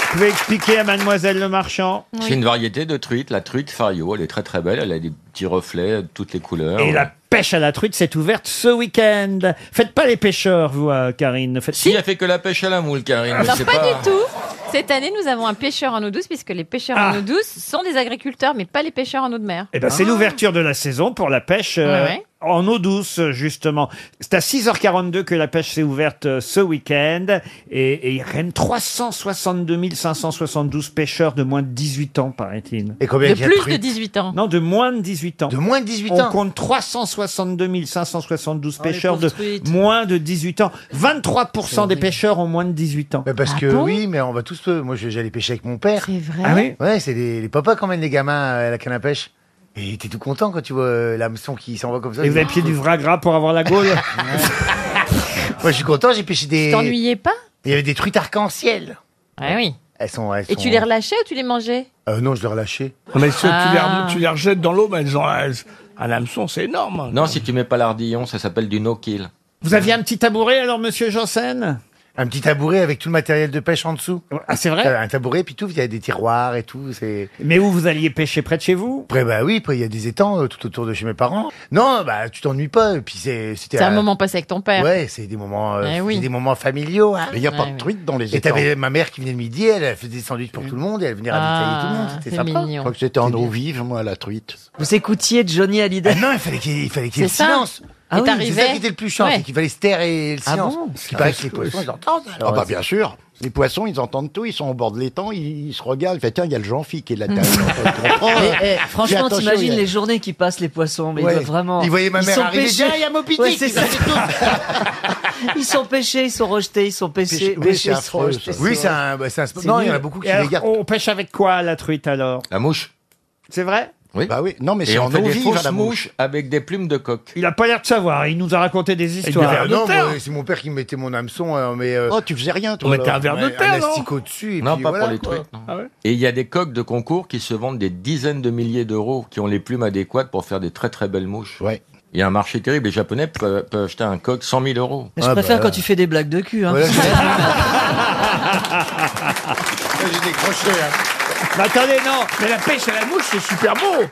Vous pouvez expliquer à Mademoiselle Le Marchand
Oui.
C'est une variété de truite, la truite Fario. Elle est très très belle, elle a des petits reflets de toutes les couleurs.
Et la pêche à la truite s'est ouverte ce week-end. Faites pas les pêcheurs, vous, euh, Karine. Faites
Si, elle fait que la pêche à la moule, Karine.
Alors
c'est
pas, du tout. Cette année, nous avons un pêcheur en eau douce, puisque les pêcheurs
Ah.
en eau douce sont des agriculteurs, mais pas les pêcheurs en eau de mer.
Eh ben, c'est l'ouverture de la saison pour la pêche euh,
Ah. Ouais, ouais.
en eau douce, justement. C'est à 6h42 que la pêche s'est ouverte euh, ce week-end. Et, et il règne 362 572 pêcheurs de moins de 18 ans, paraît-il. Et
de plus de 18 ans.
Non, de moins de 18 ans. De moins de
18
On
ans.
compte 362 572
Ah,
les
pêcheurs de
pauvres truites.
moins de 18 ans. 23% des pêcheurs ont moins de 18 ans.
Parce
Ah
que oui, mais on va tous peu. Moi, je- j'allais pêcher avec mon père. C'est vrai.
Ah oui
Ouais, c'est les, les papas qui emmènent les gamins euh, à la canne à pêche. Et t'es tout content quand tu vois euh, l'hameçon qui s'envoie comme ça.
Et vous avez pied du vragra pour avoir la gaule
Moi, je suis content, j'ai pêché des.
Tu t'ennuyais pas
Il y avait des truites arc-en-ciel.
Ah oui.
Elles sont. elles
Et
sont-
tu les relâchais ou tu les mangeais
Euh, Non, je les relâchais.
Mais si tu, les
Ah.
rem- tu les rejettes dans l'eau, mais elles ont elles- un hameçon, c'est énorme.
Non, si tu mets pas l'ardillon, ça s'appelle du no-kill.
Vous aviez un petit tabouret alors, monsieur Janssen
Un petit tabouret avec tout le matériel de pêche en dessous. Euh,
Ah, c'est vrai
Un tabouret, puis tout, il y a des tiroirs et tout. c'est...
Mais où vous alliez pêcher près de chez vous
Près, bah oui, près, il y a des étangs euh, tout autour de chez mes parents. Non, bah, tu t'ennuies pas. Et puis c'est, c'était
C'est un
à-
moment passé avec ton père.
Ouais, c'est des moments, euh,
Eh oui.
c'est des moments familiaux. hein. Mais il n'y a
pas Ouais, de oui.
truite dans
les
Et
étangs.
t'avais ma mère qui venait le midi, elle faisait des sandwichs pour tout le monde et elle venait ravitailler tout le monde. C'était sympa.
Je crois que j'étais en eau vive, moi, à la truite.
Vous écoutiez Johnny Hallyday Ah Non, il fallait qu'il il fallait qu'il y ait le
C'est ça
silence.
Et
Ah oui, c'est
t'arrivais
ça qui était le plus chiant,
Ouais.
c'est qu'il fallait se taire et le
Ah
silence.
bon
Parce qu'il paraît que les poissons, ils entendent.
Ah bah,
bien
sûr. Les poissons, ils entendent tout, ils sont au bord de l'étang, ils, ils se regardent. Fait, tiens, il y a le jean qui est là.
Oh.
Mais, eh, franchement,
attention, il
t'imagines
y a-
les journées qui passent les poissons, mais
Ouais.
ils doivent vraiment.
Ils voyaient ma mère
sont
arriver,
Ah,
pêchés.
tiens, il y a Moby Dick,
Ouais, c'est
ils
ça.
avaient
ils sont pêchés, ils sont rejetés, ils sont pêchés,
Oui,
pêchés,
c'est
ils sont
affreux,
rejetés.
ça. Oui, c'est un, bah, c'est un sport. Non, il y en a beaucoup qui
Et alors,
les gardent.
On pêche avec quoi la truite alors
La mouche.
C'est vrai
Oui. Bah
oui. Non, mais c'est
Et on
en
fait
eau
des
hein,
vive,
fausses
la mouche.
mouches avec des plumes de coq.
Il a pas l'air de savoir, hein. il nous a raconté des histoires.
Ah non, moi, c'est mon père qui me mettait mon hameçon. euh, mais, euh,
Oh, tu faisais rien, toi,
on
alors.
mettait un verre de
Ouais, un
terre, non Ah
asticot
dessus.
non, pas pour les truites. non. Et il y a des coqs de concours qui se vendent des dizaines de milliers d'euros, qui ont les plumes adéquates pour faire des très très belles mouches. Ouais. Il y a un marché terrible. Les Japonais peuvent, peuvent acheter un coq 100 000 euros.
Ah,
Mais je préfère
bah, euh.
quand tu fais des blagues de cul. Hein.
J'ai décroché.
hein.
Mais attendez, non, mais la pêche à la mouche, c'est super beau.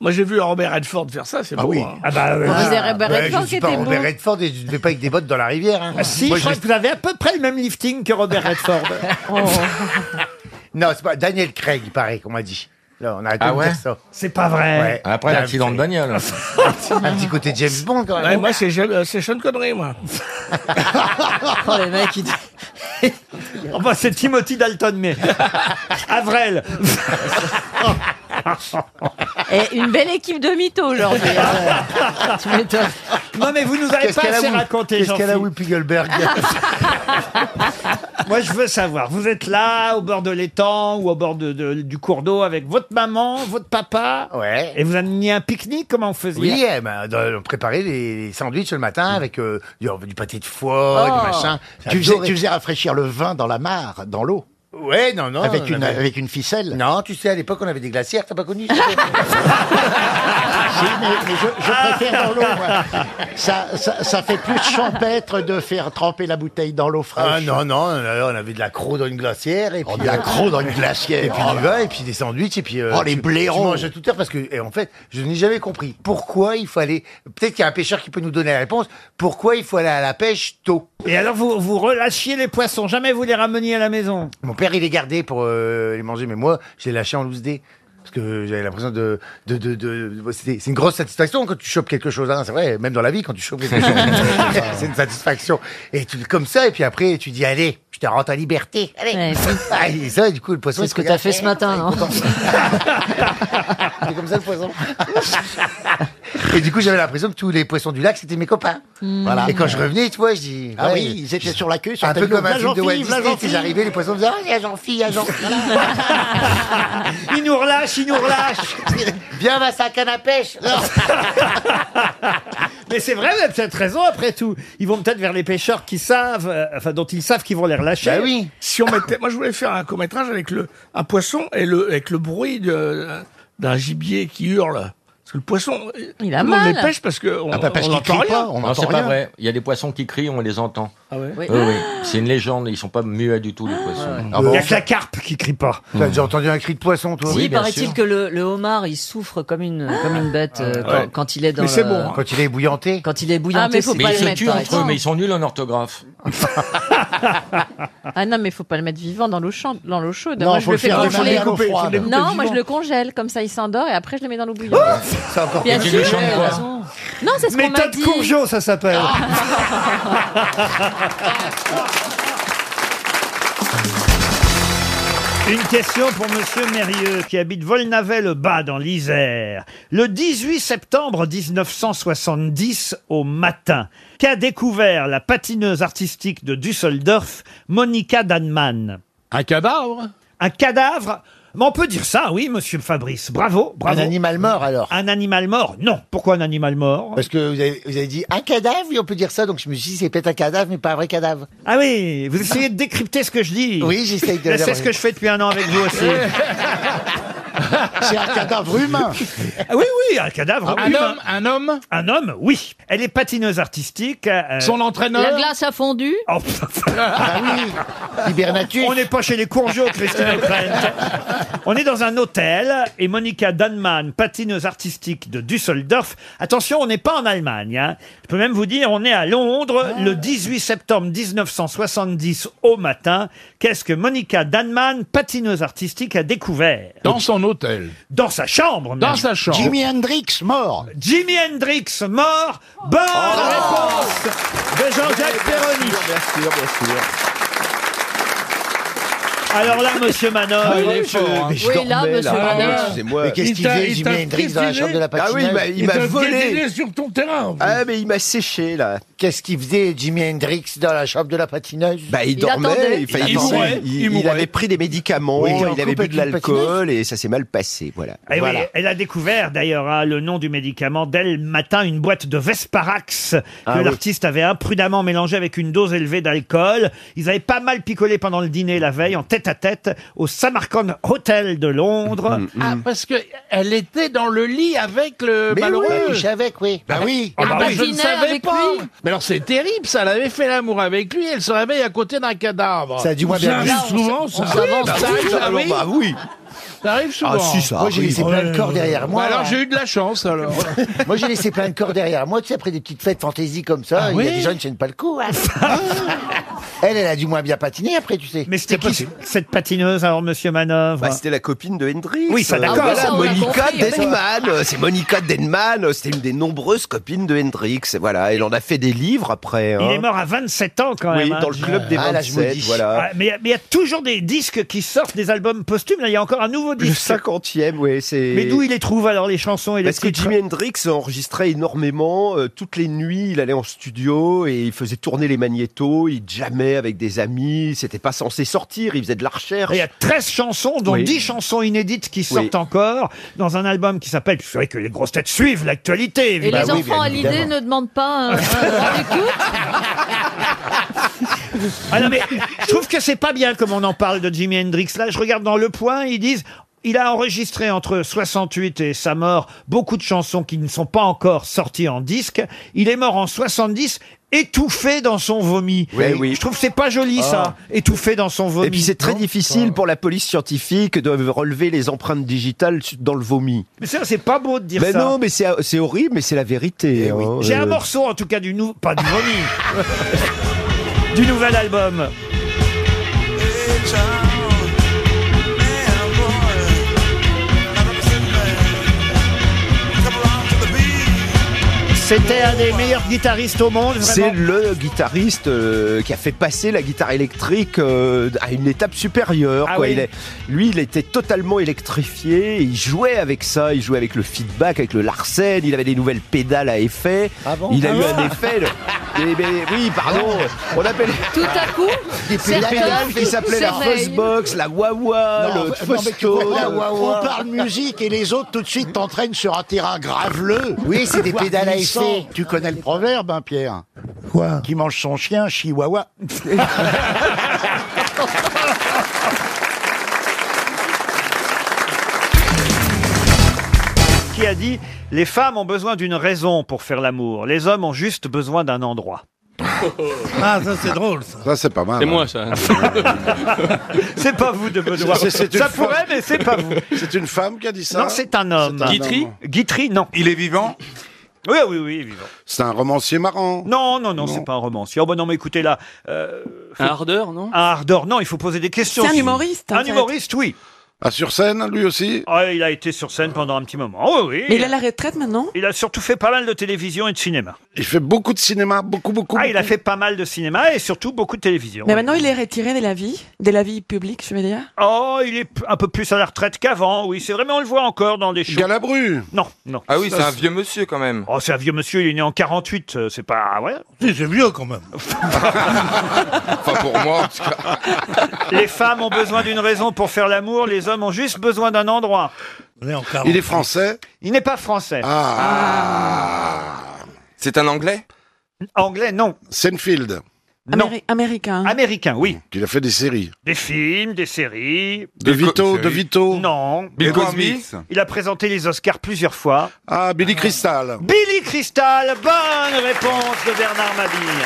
Moi, j'ai vu Robert Redford faire ça, c'est beau. hein.
Ah bah,
ouais.
On disait
Ouais,
Robert
je
Redford
ne
qui
suis pas
était
Robert
beau.
Redford et je ne vais pas avec des bottes dans la rivière. hein.
Ah, si,
Moi,
je crois
je- Oh.
que vous avez à peu près le même lifting que Robert Redford.
Non, c'est pas Daniel Craig, il paraît qu'on m'a dit. Là, on a arrêté
Ah
de
ouais
dire ça.
C'est pas vrai.
Ouais.
Après
Là,
l'accident de bagnole.
Un petit côté James Bond quand même.
Ouais, moi, c'est Jean- euh, c'est Sean Connery, moi.
oh, les mecs, ils...
Enfin, Oh, bah, c'est Timothy Dalton, mais. Avrel
Et une belle équipe de mythos aujourd'hui. hein.
tu m'étonnes.
Non, mais vous nous avez
Qu'est-ce
pas
qu'elle a
assez
où-
raconté,
Qu'est-ce qu'elle a,
Jean-Philippe.
Whoopi Goldberg
Moi, je veux savoir, vous êtes là, au bord de l'étang ou au bord de- de- du cours d'eau avec votre maman, votre papa.
Ouais.
Et vous amenez un pique-nique Comment vous faisiez
Oui, eh ben, dans- on préparait les, les sandwichs le matin avec euh, du, du pâté de foie,
Oh.
du machin.
Tu faisais- tu
faisais rafraîchir le vin dans la mare, dans l'eau Ouais, non, non.
Avec une-
avec une ficelle Non, tu sais, à l'époque, on avait des glacières, t'as pas connu ça
Je préfère dans l'eau, moi. Ça, ça, ça fait plus champêtre de faire tremper la bouteille dans l'eau fraîche.
Ah non, non, euh, on avait de la croc dans une glacière. Et puis, euh,
de la croc dans une glacière.
Et puis
Oh
du
là.
vin, et puis des sandwichs, et puis... euh,
Oh, les
tu-
blaireaux.
Tu manges à toute heure, parce que, et en fait, je n'ai jamais compris pourquoi il faut aller... Peut-être qu'il y a un pêcheur qui peut nous donner la réponse. Pourquoi il faut aller à la pêche tôt
Et alors, vous, vous relâchiez les poissons, jamais vous les rameniez à la maison
Mon père, il les gardait pour euh, les manger, mais moi, je les lâchais en loose dé. Parce que j'avais l'impression de... de, de, de- de- c'était- c'est une grosse satisfaction quand tu chopes quelque chose. hein, c'est vrai, même dans la vie, quand tu chopes quelque chose. c'est une satisfaction. Et tu comme ça, et puis après, tu dis, allez, je te rends ta liberté. Allez. Ah, et ça, du coup, le poisson...
C'est
il
ce
se
que t'as
regarde,
fait ce matin, non
C'est comme ça, le poisson. et du coup, j'avais l'impression que tous les poissons du lac, c'était mes copains.
Hmm.
Voilà. Et quand je revenais, tu vois, je dis...
Ah
ouais,
oui, ils étaient sur la queue, sur
Un
ta
peu
gueule.
comme un
La
film de Walt
gentille, la
Disney, tu sais,
gentille.
j'arrivais, les poissons faisaient... Ah, il y a Jean-Fille, il y a Jean-Fille.
Il nous relâche, il nous relâche.
Viens, ma sac à pêche.
Ah,
Ah, Mais c'est vrai, vous avez peut-être raison après tout. Ils vont peut-être vers les pêcheurs qui savent, euh, enfin dont ils savent qu'ils vont les relâcher.
Bah Si on mettait, moi je voulais faire un court-métrage avec le, un poisson et le, avec le bruit de- d'un gibier qui hurle. Parce que le poisson,
Il a
on
mal.
les pêche parce que on,
Ah bah, parce
on
qu'il
n'entend
crie
rien.
pas,
non, c'est pas vrai. Il y a des poissons qui crient, on les entend.
Ah ouais
Oui.
Oui, oui. C'est une légende, ils sont pas muets du tout, les poissons.
Ah bon Il y a que la
carpe qui crie pas.
T'as déjà entendu un cri de poisson, toi
Si, paraît-il que le, le homard, il souffre comme une, comme une bête euh, quand,
ouais.
quand il est dans
Mais c'est
le-
bon, hein.
Quand il est bouillanté
Quand il est bouillanté,
mais faut
c'est
Mais
Ah, pas
ils
le
se
mettre,
tuent entre eux,
paraît-il.
mais ils sont nuls en orthographe.
Ah non, mais faut pas le mettre vivant dans l'eau chaude. Dans l'eau chaude.
Non,
moi,
faut
je
le
le fais
faire démarrer
congeler.
à l'eau froide.
non,
Faut le
moi, je
vivant. Ah
le congèle. Comme ça, il s'endort et après, je le mets dans l'eau bouillante. Bien
Et tu
sûr.
les chantes
elle a
quoi
raison. non, c'est ce qu'on m'a
Méthode
dit.
Courgeot, ça s'appelle. Une question pour Monsieur Mérieux qui habite Volnavet-le-Bas dans l'Isère. Le 18 septembre 1970 au matin, qu'a découvert la patineuse artistique de Düsseldorf, Monica Danman Un cadavre Un cadavre mais on peut dire ça, oui, monsieur Fabrice. Bravo, bravo. Un animal mort, alors Un animal mort Non. Pourquoi un animal mort
Parce que euh, vous avez, vous avez dit un cadavre, oui, on peut dire ça, donc je me suis dit, c'est peut-être un cadavre, mais pas un vrai cadavre.
Ah oui, vous essayez de décrypter ce que je dis.
Oui, j'essaye de
Mais C'est
dire-
ce que je fais depuis un an avec vous aussi.
C'est un cadavre humain.
Ah oui, oui, un cadavre
Un
homme Un homme Un homme, oui. Elle est patineuse artistique. euh,
La glace a fondu.
Oh,
Ah
On n'est pas chez les courgeaux, Christine O'Krent. On est dans un hôtel et Monica Danman, patineuse artistique de Düsseldorf. Attention, on n'est pas en Allemagne. hein. Je peux même vous dire, on est à Londres le 18 septembre 1970 au matin. Qu'est-ce que Monica Danman, patineuse artistique, a découvert Dans son hôtel. Dans sa chambre. même.
Dans sa chambre. Jimi Hendrix mort.
Jimi Hendrix mort. Bonne réponse de Jean-Jacques Perroni.
Bien sûr, bien sûr.
Alors là, monsieur Manon,
Ah, il est fort, hein.
mais je
Oui, là, Ah,
dormais,
monsieur Manon.
excusez-moi.
Mais qu'est-ce qu'il faisait, Jimi Hendrix, dans la chambre de la
patinage
Ah oui, il m'a- il
Il
m'a
t'a
volé.
piétiné
sur ton terrain. Ah, mais il m'a séché, là.
Qu'est-ce qu'il faisait, Jimi Hendrix, dans la chambre de la patineuse
Bah, il, dormait, il, faillit-
attendait.
il- il avait pris des médicaments,
Oui, il était en
il avait
couple
bu de
avec une
l'alcool et ça s'est mal passé, voilà.
Eh oui,
Voilà.
elle a découvert d'ailleurs hein, le nom du médicament dès le matin, une boîte de Vesparax que
Ah oui.
l'artiste avait imprudemment mélangé avec une dose élevée d'alcool. Ils avaient pas mal picolé pendant le dîner la veille en tête à tête au Samarkand Hotel de
Mm,
Londres.
Ah, parce que elle était dans le lit avec le
Mais
malheureux.
oui,
avec, oui.
Bah
oui.
Ah,
Elle
bah, je ne
patinait
savais
avec
pas. Mais alors c'est terrible, ça. Elle avait fait l'amour avec lui, elle se réveille à côté d'un cadavre.
Ça a dû moins bien
arrive
vivre.
souvent,
On
ça.
s'avance,
Oui, bah
ça
oui,
arrive,
ça
alors,
arrive.
bah oui.
Ça
Ah,
arrive
Ah,
souvent.
Moi, j'ai laissé plein de corps derrière moi.
Bah alors j'ai eu de la chance, alors.
Moi, j'ai laissé plein de corps derrière moi. Tu sais, après des petites fêtes fantaisie comme ça,
Ah
il y a
oui
des gens qui ne tiennent pas le coup. hein. elle, elle a dû moins
Ah,
bien patiner après, tu sais.
Mais c'était qui cette patineuse alors, monsieur Manœuvre
Bah, c'était la copine de Hendrix.
Oui, ça,
Euh,
d'accord.
voilà,
Ça, on a
Monica
compris,
Denman. euh, C'est Monica Denman. euh, C'était une des nombreuses copines de Hendrix. et Voilà, elle en a fait des livres après.
Il
hein.
est mort à 27 ans quand
Oui,
même. hein,
dans le
Jimi.
club des Ah, l'âge 27, maudit. voilà.
Ah, mais il y a toujours des disques qui sortent, des albums posthumes. Là, il y a encore un nouveau
Le
disque.
50e, oui, c'est.
Mais d'où il les trouve alors les chansons et les
Parce que
titres
Jimi Hendrix enregistrait énormément. euh, toutes les nuits, il allait en studio et il faisait tourner les magnétos. Il jammait avec des amis. C'était pas censé sortir. Il faisait de la recherche.
Et il y a 13 chansons, dont
Oui.
10 chansons inédites qui sortent
Oui.
encore dans un album qui s'appelle. Vous savez que les grosses têtes suivent l'actualité,
Et
bah évidemment.
Bah
les enfants à l'idée ne demandent pas un, un
Ah non, mais je trouve que c'est pas bien comme on en parle de Jimi Hendrix. Là, je regarde dans Le Point, ils disent. Il a enregistré entre 68 et sa mort beaucoup de chansons qui ne sont pas encore sorties en disque. Il est mort en 70 étouffé dans son vomi. Je trouve que c'est pas joli ça, étouffé dans son vomi.
Ah.
Ah.
Et puis c'est très difficile pour la police scientifique de relever les empreintes digitales dans le vomi.
Mais ça, c'est pas beau de dire
Mais
ça. Eh
non, mais c'est c'est horrible, mais c'est la vérité. hein,
J'ai un
euh.
morceau en tout cas du nou... pas du vomi, du nouvel album. C'était un des meilleurs guitaristes au monde.
C'est
Vraiment.
le guitariste euh, qui a fait passer la guitare électrique euh, à une étape supérieure.
Ah
quoi.
oui.
Il est- lui, il était totalement électrifié. Il jouait avec ça. Il jouait avec le feedback, avec le Larsen. Il avait des nouvelles pédales à effet.
bon
il a
Ah
eu
bon
un effet. le- Eh ben, oui, pardon.
Ah.
On appelle
Tout à coup,
des
certains
pédales qui s'appelaient la
s'éveillent.
Fuzzbox, la Wawa,
Non,
Euh, le
mais- non, mais tu
Fusto.
vois,
le-
On parle musique et les autres tout de suite t'entraînent sur un terrain graveleux.
Oui, c'est des
Voire
pédales à
glissant.
effet.
Tu connais le proverbe, hein, Pierre Quoi Qui mange son chien, chihuahua.
qui a dit Les femmes ont besoin d'une raison pour faire l'amour, les hommes ont juste besoin d'un endroit.
Ah, ça c'est drôle. Ça,
c'est pas mal.
C'est hein. moi,
ça. c'est pas vous de Benoît.
C'est- c'est une
ça
femme.
pourrait, mais c'est pas vous.
C'est une femme qui a dit
Non, c'est un homme.
Guitry
Guitry, non.
Il est vivant
Oui, oui, oui, vivant.
C'est un romancier marrant.
Non, non, non, c'est pas un romancier. Oh, bah non, mais écoutez là. euh, faut-
Un ardeur, non
Un ardeur, non, il faut poser des questions.
C'est un humoriste, en
Un
fait.
humoriste, oui.
Ah, sur scène, lui aussi
Ah, il a été sur scène pendant un petit moment. Oui, oui.
Mais il a
la retraite maintenant Il a surtout fait pas mal de télévision et de cinéma.
Il fait beaucoup de cinéma, beaucoup, beaucoup.
Ah, il a fait pas mal de cinéma et surtout beaucoup de télévision.
Mais
oui.
maintenant, il est retiré de la vie, de la vie publique, je veux dire.
Oh, il est p- un peu plus à la retraite qu'avant, oui, c'est vrai, mais on le voit encore dans des shows. Galabru Non, non.
Ah oui, c'est un vieux monsieur quand même.
Oh, c'est un vieux monsieur, il est né en 48, euh, c'est pas... Ouais.
C'est vieux quand même.
Enfin pour moi en tout cas.
Les femmes ont besoin d'une raison pour faire l'amour, les hommes ont juste besoin d'un endroit.
Il est français
Il n'est pas français.
Ah.
C'est un anglais
Ah. Anglais, non.
Senfield.
Non.
américain.
Américain, oui.
Il Mm. a fait des séries.
Des films, des séries.
De Bill Vito, Co- de séries. Vito.
Non.
Bill Edward Cosby. Mills.
Il a présenté les Oscars plusieurs fois.
Ah, Billy Crystal.
Billy Crystal, bonne réponse de Bernard Mabille.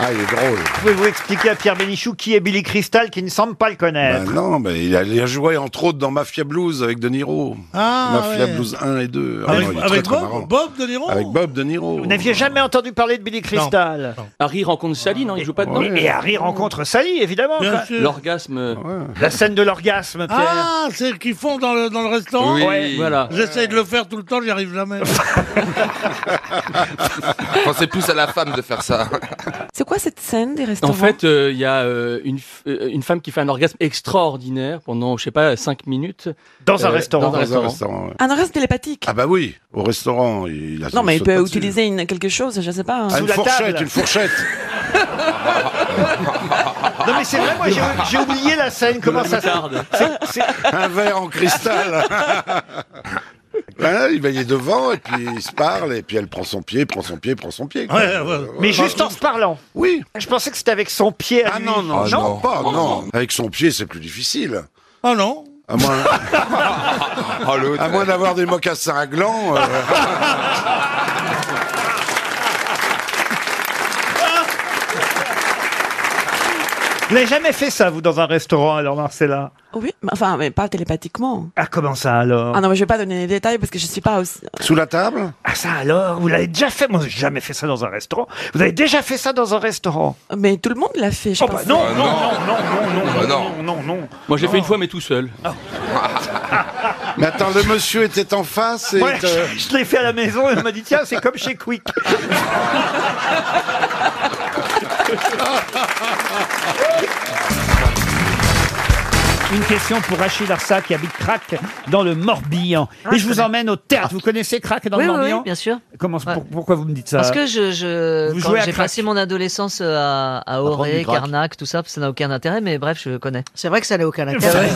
Ah, il est drôle.
Pouvez-vous expliquer à Pierre Bénichou qui est Billy Crystal qui ne semble pas le
Ben
connaître
non, mais il a, il a joué entre autres dans Mafia Blues avec De Niro.
Ah,
Mafia
ouais.
Blues 1 et 2. Ah
Avec-
non, il est
avec Bob-
Bob De Niro
Avec Bob De Niro.
Vous n'aviez jamais entendu parler de Billy Crystal
Harry rencontre Sally, non Il joue pas dedans
Oui, et Harry rencontre Sally, évidemment.
Bien
quoi.
sûr.
L'orgasme.
La scène de l'orgasme, Pierre.
Ah, c'est ce qu'ils font dans le, dans le restaurant
Oui. Ouais. Voilà.
J'essaye de le faire tout le temps, j'y arrive jamais.
Pensez plus à la femme de faire ça.
C'est quoi cette scène des restaurants
En fait, euh, il y a euh, une, f- euh, une femme qui fait un orgasme extraordinaire pendant, je sais pas, 5 minutes.
Dans un
Euh, Dans
restaurant.
un
Dans un
restaurant.
restaurant, ouais.
Un orgasme télépathique.
Ah bah oui, au restaurant, il a
Non, mais il
saute
peut
pas
utiliser une, quelque chose, je sais pas. hein.
dessus. Ah, une fourchette, une fourchette.
Ah, Non mais c'est vrai, moi j'ai- j'ai oublié la scène, comment ça se
Un verre en cristal. Voilà, Hein, il va y est devant et puis il se parle et puis elle prend son pied, prend son pied, prend son
Ah,
pied. quoi.
Mais juste en se parlant.
Oui.
Je pensais que c'était avec son pied. À
Ah
lui.
non, non,
non.
je crois pas, non. Avec son pied, c'est plus difficile.
Ah,
oh non
À moins, à moins d'avoir des mocassins à euh. gland.
Vous n'avez jamais fait ça, vous, dans un restaurant, alors, Marcella
Oh Oui, mais enfin, mais pas télépathiquement.
Ah, comment ça alors
Ah non, mais je vais pas donner les détails parce que je suis pas aussi.
Sous la table
Ah ça alors Vous l'avez déjà fait Moi, j'ai jamais fait ça dans un restaurant. Vous avez déjà fait ça dans un restaurant
Mais tout le monde l'a fait, je
Oh,
pense.
bah non,
Ah,
non,
non.
non, non, non, non,
Bah,
non,
non.
non, non.
Moi, j'ai fait une fois, mais tout seul.
Mais attends, le monsieur était en face et.
Ouais,
euh,
je, je l'ai fait à la maison et on m'a dit tiens c'est comme chez Quick. Une question pour Rachid Arsa qui habite Crac dans le Morbihan. et je vous emmène au théâtre. Vous connaissez Crac dans
Ah, oui,
le
oui,
Morbihan
oui, bien sûr.
Comment, pour- pourquoi vous me dites ça
Parce que je, je-
Vous
quand
jouez à
j'ai
crack.
passé mon adolescence euh, à, à Auray,
du crack.
Carnac, tout ça, ça n'a aucun intérêt, mais bref, je connais.
C'est vrai que ça n'a aucun
intérêt.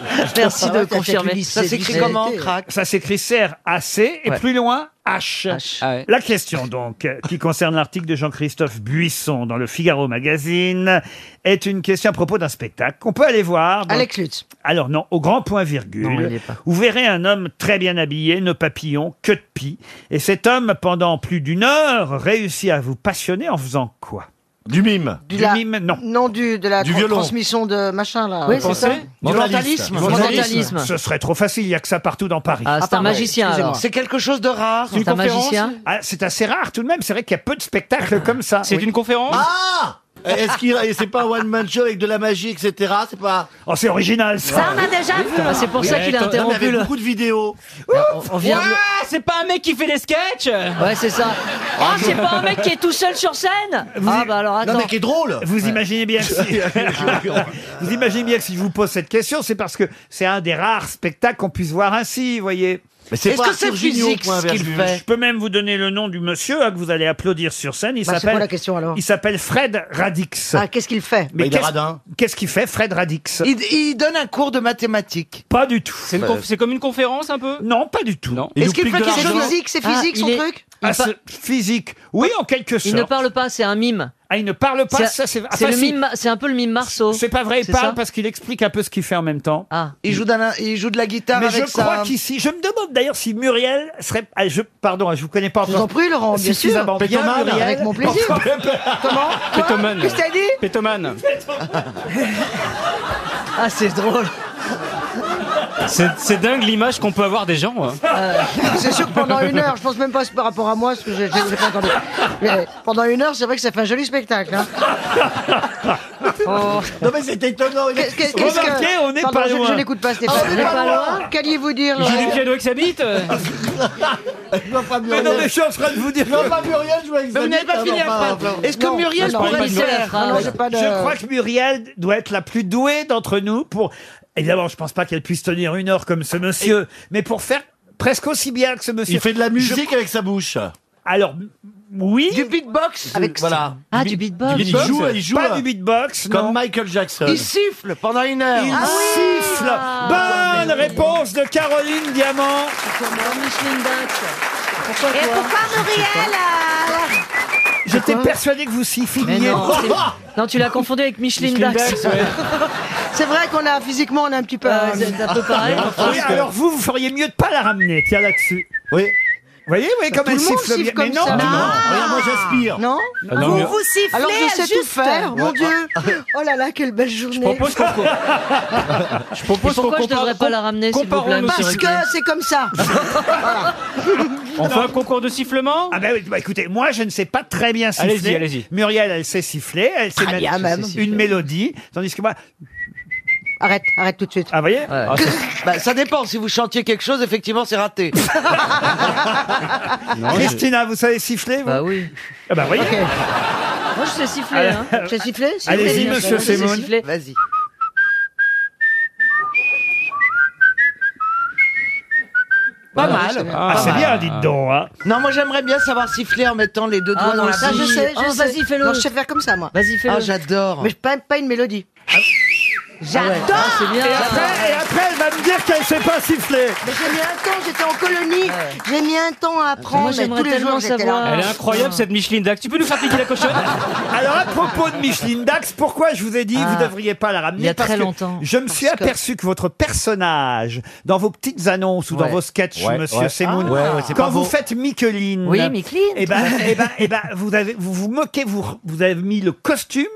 Merci de confirmer.
Ça s'écrit comment, crack Ça s'écrit CRAC et plus loin H.
Ah
La question donc euh, qui concerne l'article de Jean-Christophe Buisson dans le Figaro Magazine est une question à propos d'un spectacle qu'on peut aller voir. dans-
Alex Lutz.
Alors non, au grand point virgule.
Non, il y est pas.
Vous verrez un homme très bien habillé, nos papillons, queue de pie. Et cet homme, pendant plus d'une heure, réussit à vous passionner en faisant quoi Du mime. Du,
la-
mime, non.
Non, du, de la
Du
tra-
violon.
transmission de machin,
Ah,
là.
Vous pensez
Du mentalisme.
Ce serait trop facile, il n'y a que ça partout dans Paris.
Ah, c'est Ah, un pardon, magicien, excusez-moi. alors.
C'est quelque chose de rare.
C'est une C'est un conférence magicien
Ah, C'est assez rare tout de même, c'est vrai qu'il y a peu de spectacles comme ça. C'est une conférence
Ah Est-ce qu'il et c'est pas un one man show avec de la magie etc. C'est pas.
Oh, c'est original ça.
on a déjà vu.
Ah, c'est pour ça qu'il a interrompu
Il y avait
le-
beaucoup de vidéos.
on vient de-
c'est pas un mec qui fait des sketchs.
Ouais, c'est ça. Ah, c'est pas un mec qui est tout seul sur scène Ah, bah alors attends.
drôle.
Vous imaginez bien que si... vous imaginez bien que si je vous pose cette question, c'est parce que c'est un des rares spectacles qu'on puisse voir ainsi, vous voyez.
Mais c'est Est-ce pas que c'est Arthur physique, Gignot, ce point qu'il virgule. fait
Je peux même vous donner le nom du monsieur hein, que vous allez applaudir sur scène. Il
Bah, c'est
s'appelle.
quoi la question, alors
Il s'appelle Fred Radix.
Ah, qu'est-ce qu'il fait
Bah,
Mais qu'est-ce- Qu'est-ce qu'il fait, Fred Radix
Il- il donne un cours de mathématiques.
Pas du tout.
C'est une
Euh,
conf-
comme une conférence un peu Non, pas du tout.
Il Est-ce nous qu'il pique fait de quelque l'argent chose de physique C'est physique, son
Ah, il est-
truc
il
Ah,
par-
c'est Physique, oui, en quelque sorte.
Il ne parle pas, c'est un mime.
Ah, il ne parle pas, ça, c'est- ah,
c'est
bah,
le
si.
mime- c'est un peu le mime Marceau.
C'est pas vrai, il
C'est
parle
ça
parce qu'il explique un peu ce qu'il fait en même temps.
Ah.
Il joue, d'un- il joue de la guitare
Mais
avec
je
ça.
crois qu'ici, je me demande d'ailleurs si Muriel serait. ah, je, pardon, je vous connais pas.
Je vous en prie, Laurent, bien sûr.
Suffisamment bien,
Pétomane,
Muriel.
avec mon plaisir. Comment Quoi
Pétomane.
Qu'est-ce que t'as dit
Pétoman.
Ah, c'est drôle.
C'est c'est dingue l'image qu'on peut avoir des gens. hein.
Euh, c'est sûr que pendant une heure, je pense même pas c'est par rapport à moi, parce que j'ai j'ai- j'ai pas entendu. Mais pendant une heure, c'est vrai que ça fait un joli spectacle. Hein.
Non mais c'est étonnant. Il est-
Qu'est- qu'est- qu'est-ce que-
Remarquez, on n'est
Pardon,
pas
je-
loin.
Je n'écoute pas Stéphane.
Ah, on n'est pas loin.
Qu'alliez-vous dire
Il
euh,
joue
Laurent
du piano avec sa bite. Je vois pas Muriel.
non, mais je
suis en train de vous dire-
Je vois pas Muriel jouer avec sa
Mais vous n'avez
bite,
pas fini
hein.
alors,
la
bah,
phrase.
bah,
Est-ce que
non.
Muriel
Non,
pourrait
pas
le
une bonne
faire
phrase.
Non, non, j'ai pas de-
Je crois que Muriel doit être la plus douée d'entre nous pour. Évidemment, je pense pas qu'elle puisse tenir une heure comme ce monsieur, mais pour faire presque aussi bien que ce monsieur.
Il fait de la
Je-
musique avec sa bouche.
Alors, oui. Du
beatbox
avec Voilà.
Ah, du beatbox.
Il joue, il joue.
Pas du beatbox,
Comme
non.
Michael Jackson.
Il siffle pendant une heure.
Il
Ah oui. Ah.
siffle. Bonne réponse de Caroline Diamant.
Pourquoi toi
Muriel a
J'étais
Quoi
persuadé que vous s'y
Mais
finiez.
non, c'est- non, tu l'as confondu avec Micheline,
Micheline
Dax.
Dax, ouais.
C'est vrai qu'on a physiquement, on a un petit peu.
Ah, c'est un peu pareil, mais enfin,
Oui, alors vous, vous feriez mieux de pas la ramener, tiens là-dessus. Oui. Vous voyez, vous voyez
Bah,
comme
tout
elle
le monde
siffle
siffle
bien.
comme
mais non,
ça. Ah.
non,
Non.
regarde, moi j'aspire.
Non,
Ah non, mais-
sifflez Alors je sais tout faire, mon
Ouais.
Dieu Oh là là, quelle belle journée
Je propose qu'on-
Je
propose Et pourquoi qu'on je devrais compare- pas la ramener, s'il vous plaît, comparons-nous sur
Parce
une
que
plaie.
c'est comme ça
On fait un concours de sifflement Ah ben oui, bah écoutez, moi je ne sais pas très bien siffler.
Allez-y, allez-y.
Muriel, elle sait siffler, elle sait
Ah,
Très bien, même.
une mélodie, tandis que moi...
Arrête, arrête tout de suite.
Ah, vous voyez
Bah, ça dépend. Si vous chantiez quelque chose, effectivement, c'est raté.
Christina, vous savez siffler vous Bah
oui.
Ah bah voyez
Moi, je sais siffler.
Allez.
hein. Je sais siffler siffler,
Allez-y,
bien sûr.
monsieur
Je sais
Semoun.
siffler.
Vas-y.
Pas mal.
Ah, c'est bien, dites donc. hein.
Non, moi j'aimerais bien savoir siffler en mettant les deux
Ah,
doigts
non,
dans la
ça, je
bouche.
sais, je
Oh,
sais.
vas-y, fais-le.
Non, je sais faire comme ça, moi. Ah
Vas-y, fais-le. Ah, j'adore.
Mais je- pas, pas une mélodie. J'adore
c'est bien.
Et après, et après, elle va me dire qu'elle ne sait pas siffler.
Mais j'ai mis un temps, j'étais en colonie, j'ai mis un temps à apprendre,
Moi,
et
j'aimerais
tous les jours
tellement
j'étais
savoir.
là.
Ah.
Elle est incroyable cette Micheline Dax. Tu peux nous faire piquer la cochonne
Alors à propos de Micheline Dax, pourquoi je vous ai dit vous
Ah.
ne devriez pas la ramener
Il y a
Parce
très
que
longtemps.
Je me suis aperçu que votre personnage dans vos petites annonces ou dans
Ouais.
vos sketchs,
Ouais,
Monsieur
ouais.
Semoun,
Ah. Ouais, ouais, c'est
quand
pas
vous
beau.
faites Micheline,
Oui, Micheline,
et ben,
tout à fait.
eh ben, eh ben, vous avez vous vous moquez, vous vous avez mis le costume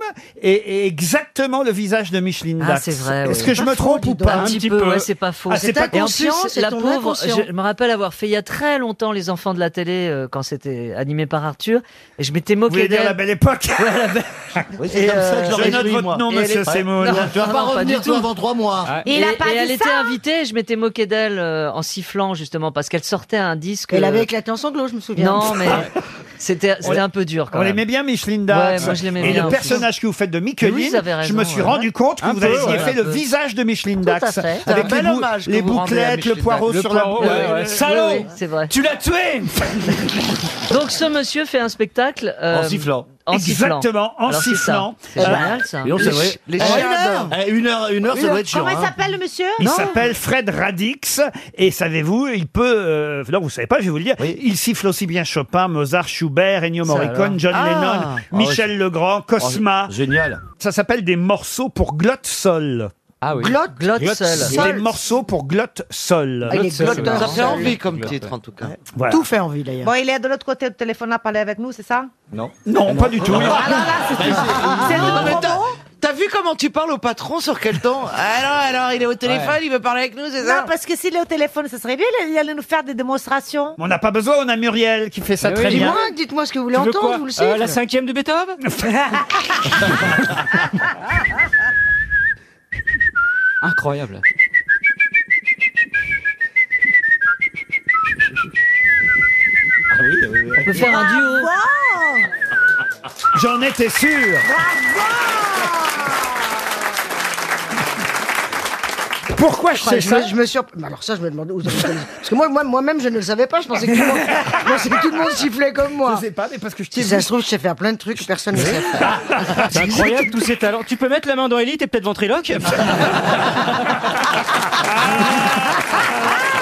et, et exactement le visage de Micheline
Ah,
Dax.
c'est vrai.
Est-ce
ouais.
que je me trompe ou pas
Un petit peu, ouais, c'est pas faux.
Ah, c'est pas
Et en plus,
conscient, c'est
la
ton
pauvre, euh,
inconscient.
je me rappelle avoir fait il y a très longtemps les enfants de la télé euh, quand c'était animé par Arthur et je m'étais
Vous voulez
moqué
dire
d'elle.
la belle époque
Ouais, la belle- Et, euh,
je note votre nom,
et elle
Monsieur
est-
Semoun.
Non,
Tu vas
non,
pas
non,
revenir
du
toi
tout.
avant trois mois.
Ah.
Et,
a pas
et
dit
elle était
ça
invitée, je m'étais moqué d'elle euh, en sifflant justement parce qu'elle sortait un disque.
Elle
euh,
avait éclaté en sanglots, je me souviens.
Non, mais c'était c'était un peu dur quand
On
même.
l'aimait bien, Micheline
Ouais,
Dax.
moi, je l'aimais
et
bien
le
aussi.
personnage que vous faites de
Oui,
Micheline,
vous avez
je
raison,
me suis
ouais.
rendu compte que
Un
vous
peu,
aviez
ouais,
fait
un
le
peu.
visage de Micheline
Tout à
Dax.
fait. C'est
Avec
un bel
les, bou-
hommage que
les
vous rendez à
bouclettes, le
Micheline
poireau
Dax.
sur
Le
la
poireau, ouais, ouais.
Salaud
Oui, oui, c'est vrai.
Tu l'as tué
Donc ce monsieur fait un spectacle euh,
En sifflant.
en sifflant.
Exactement, en
Alors, c'est ça.
sifflant. Euh,
C'est génial ça.
Et on c'est vrai.
les
Eh,
chiens
Ah,
une
Ah,
heure. Eh, Une heure, une heure, ça doit être chiant. hein.
s'appelle le monsieur
Il s'appelle Fred Radix et savez-vous, il peut, euh, non vous savez pas, je vais vous le dire, il siffle aussi bien Chopin, Mozart, Schubert, Ennio
Ça
Morricone,
alors.
John
Ah.
Lennon, Michel
Ah ouais,
Legrand, Cosma.
Oh, génial.
Ça s'appelle des morceaux pour glotte sol. Ah
oui.
Glotte,
Glotte Glotte sol. sol.
Des morceaux pour glotte sol.
Ah, il est Glotte
hein.
glotteurs. sol. Ça fait envie comme titre, en tout cas.
Voilà.
Tout fait envie d'ailleurs.
Bon, il est de l'autre côté du téléphone à parler avec nous, c'est ça
Non. Non, pas du tout.
Ah, c'est
Non,
notre
mais t'as-
promo.
T'as vu comment tu parles au patron sur quel ton Alors, alors, il est au téléphone,
Ouais.
il veut parler avec nous, c'est
Non,
ça
parce que s'il est au téléphone, ce serait bien, il il allait nous faire des démonstrations.
On n'a pas besoin, on a Muriel qui fait ça
Eh
très
oui.
bien.
Dites-moi, dites-moi ce que vous voulez
Tu veux
entendre,
quoi
je vous le
Euh,
sais.
la
cinquième de Beethoven Incroyable.
Ah oui, oui, oui.
On peut faire un duo.
J'en étais sûr. Pourquoi je sais
je
ça
me, je me surp- Mais Alors ça, je me demandais où ça me connaissait. Parce que moi, moi- moi-même, je ne le savais pas. Je pensais que tout le monde, je pensais que tout le monde sifflait comme moi. Je sais
pas, mais parce que je
Si ça se trouve, je sais faire plein de trucs que personne ne sait faire.
Ah,
C'est incroyable tous ces talents. Tu peux mettre la main dans Elite et peut-être ventriloque
À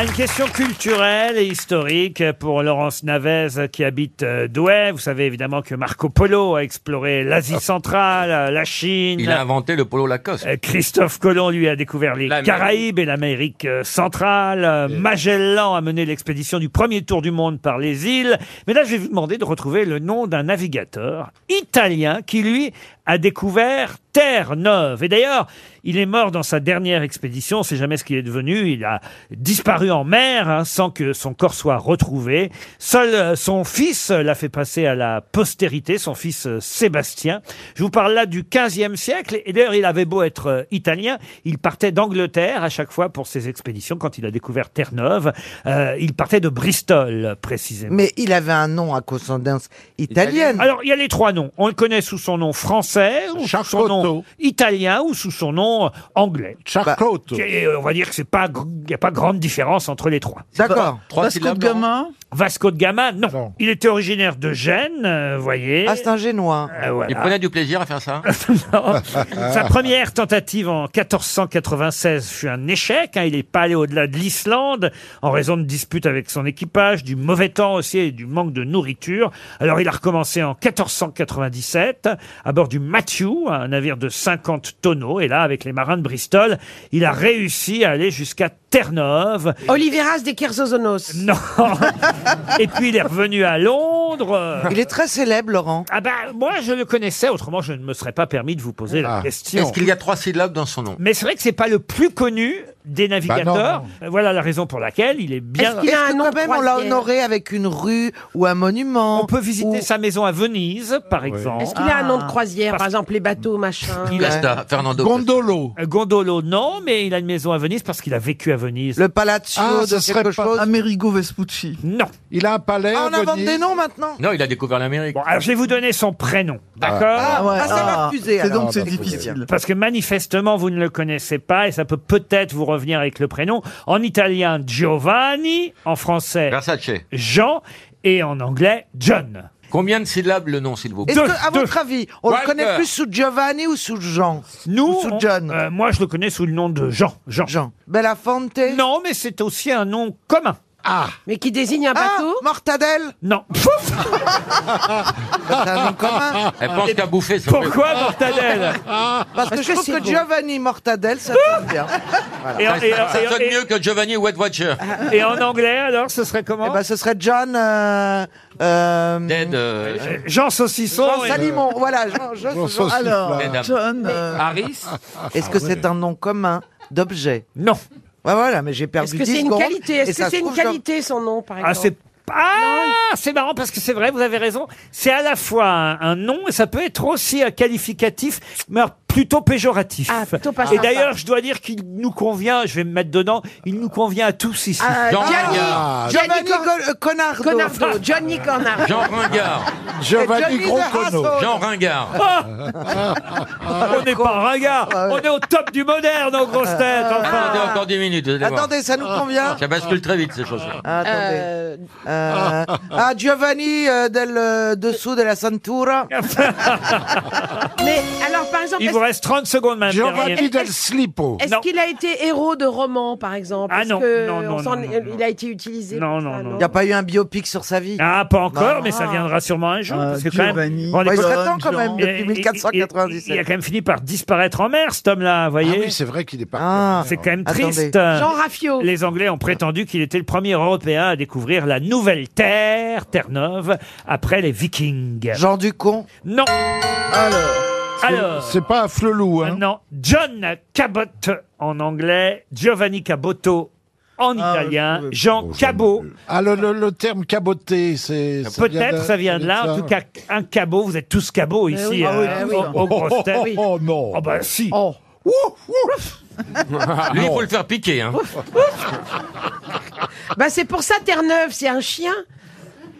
Ah, une question culturelle et historique pour Laurence Navez qui habite euh, Douai. Vous savez évidemment que Marco Polo a exploré l'Asie centrale, euh, la Chine.
Ah. Il a inventé le polo Lacoste.
Euh, Christophe Colomb, lui, a découvert les
L'Amérique.
Caraïbes et l'Amérique euh, centrale. Euh, Magellan a mené l'expédition du premier tour du monde par les îles. Mais là, je vais vous demander de retrouver le nom d'un navigateur italien qui, lui, a découvert Terre Neuve. Et d'ailleurs, il est mort dans sa dernière expédition. On sait jamais ce qu'il est devenu. Il a disparu en mer hein, sans que son corps soit retrouvé. Seul euh, son fils l'a fait passer à la postérité, son fils euh, Sébastien. Je vous parle là du 15e siècle. Et d'ailleurs, il avait beau être euh, italien, il partait d'Angleterre à chaque fois pour ses expéditions quand il a découvert Terre-Neuve. Euh, il partait de Bristol, précisément.
Mais il avait un nom à consonance italienne.
Alors, il y a les trois noms. On le connaît sous son nom français. français ou sous son nom italien ou sous son nom euh, anglais.
Bah,
Charcotto. on va dire que c'est pas, gr- il n'y a pas grande différence entre les trois.
D'accord. Trois Vasco syllabes, de Laurent Gama
Vasco de Gama, non. Il était originaire de Gênes, euh, vous voyez.
Ah, c'est un génois.
Euh, voilà.
Il prenait du plaisir à faire ça
hein Ah.
Sa première tentative en 1496 fut un échec. hein. il n'est pas allé au-delà de l'Islande en raison de disputes avec son équipage, du mauvais temps aussi et du manque de nourriture. Alors il a recommencé en 1497 à bord du Matthew, un navire de 50 tonneaux. Et là, avec les marins de Bristol, il a réussi à aller jusqu'à Terre-Neuve.
Oliveras des Kersozonos.
Non. Et puis il est revenu à Londres.
Il est très célèbre, Laurent.
Ah ben, moi je le connaissais, autrement je ne me serais pas permis de vous poser la question.
Ah. Est-ce qu'il y a trois syllabes dans son nom Bah
Mais c'est vrai que c'est pas le plus connu des navigateurs. Euh, Voilà la raison pour laquelle il est bien.
Est-ce qu'il a un nom même on l'a honoré avec une rue ou un monument
On peut visiter sa maison à Venise, par exemple.
Est-ce qu'il a un nom de croisière, par exemple les bateaux, machin
Ah. Il a-
Costa, Fernando.
Gondolo. Euh, Gondolo, non, mais il a une maison à Venise parce qu'il a vécu à Venise.
Le Palazzo
Ah,
de quelque chose.
Amerigo Vespucci. Non. Il a un palais.
Ah, on invente des noms maintenant
Non, il a découvert l'Amérique.
Alors, je vais vous donner son prénom, ah, d'accord
Ah, ouais. Ah, ça va Ah. refuser, C'est alors. donc, c'est difficile.
Parce que manifestement, vous ne le connaissez pas et ça peut peut-être vous revenir avec le prénom. En italien, Giovanni. En français, Jean. Et en anglais, John.
Combien de syllabes le nom, s'il vous plaît
Est-ce que, à votre avis, on
Walter.
le connaît plus sous Giovanni ou sous Jean
Nous,
Ou sous
on-
John
euh, moi, je le connais sous le nom de Jean. Jean. Jean.
Belafonte
Non, mais c'est aussi un nom commun. Ah
Mais qui désigne un bateau
Mortadelle
Non.
C'est un nom commun.
Elle pense qu'à bouffer, ça
Pourquoi Mortadelle
Parce que je trouve que Giovanni Mortadelle, ça sonne bien.
Voilà.
Et en- et en-
ça
et en-
sonne
et-
mieux que Giovanni Wet Watcher.
Et en anglais, alors, ce serait comment
Eh ben, ce serait John. euh, euh,
Dead. euh,
Jean Saucisson.
Jean
et-
Salimon, voilà. Jean, Jean-
Jean Saucisson.
alors,
Mesdames.
John. euh,
Harris
Est-ce que
Ah,
c'est un nom commun d'objet
Non.
voilà, mais j'ai
Est-ce
perdu
que
10
c'est une
secondes,
qualité Est-ce
et ça
que c'est
se
une
trouve, Jean-
qualité son nom, par exemple
Ah, c'est ah, c'est marrant parce que c'est vrai, vous avez raison. C'est à la fois un, un nom et ça peut être aussi un qualificatif, mais alors plutôt péjoratif.
Ah, pas
et
sympa.
d'ailleurs, je dois dire qu'il nous convient, je vais me mettre dedans, il nous convient à tous ici.
Ah, Jean Gianni- Renoir. Gianni
Giovanni Go- euh, Conardo.
Conardo, Johnny Conardo.
Jean Ringard.
Giovanni Johnny Groncono. Derrasso.
Jean Ringard.
Ah, on n'est pas ringard, on est au top du moderne en grosses têtes. Enfin.
Ah, Attendez encore 10 minutes. vous allez voir.
Attendez, ça nous convient
Ça bascule très vite, ces choses
Ah, Attendez. Euh, ah, Giovanni euh, del euh, dessous de la Santura.
Mais alors, par exemple,
Il vous
est-ce-
reste 30 secondes, madame.
Giovanni
Perrier.
del
Slippo.
est-ce
Non.
qu'il a été héros de roman, par exemple
Ah
Est-ce
non,
que
non, non,
on s'en-
non, non,
Il a été utilisé
Non,
pour
non,
ça,
non.
Il n'y a pas eu un biopic sur sa vie.
Ah, pas encore,
Non.
mais ça viendra sûrement un jour.
Ah,
parce que quand même,
Giovanni,
on est-
bah, il serait temps quand même, depuis
Et- et- et-
1497.
Il a quand même fini par disparaître en mer, cet homme-là, vous voyez.
oui, c'est vrai qu'il est parti.
C'est quand même
Attendez.
triste.
Jean Raffiot.
Les Anglais ont prétendu qu'il était le premier Européen à découvrir la nouvelle Terre, Terre-Neuve, après les Vikings.
Jean Ducon.
Non.
Alors.
Alors.
C'est pas un flelou, hein
Non. John Cabot en anglais, Giovanni Cabotto en italien,
euh,
Jean Cabot.
Ah, le, le- le terme caboté, c'est. ça vient
Peut-être ça vient de là. En tout cas, un cabot, vous êtes tous cabots ici.
oui.
euh,
Ah oui,
aux-
oui.
aux grosses têtes.
Oh, oh, oh, non.
Ah bah si.
Ah,
Lui, il faut le faire piquer. Hein.
Bah, c'est pour ça Terre-Neuve, c'est un chien.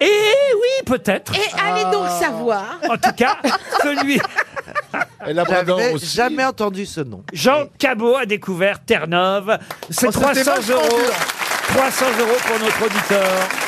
Et Eh oui, peut-être.
Et allez donc
Ah.
savoir.
En tout cas, celui
J'avais jamais entendu ce nom.
Jean Cabot a découvert Terre-Neuve. C'est
Oh, c'était
300
vachement
euros.
dur.
300 euros pour notre auditeur.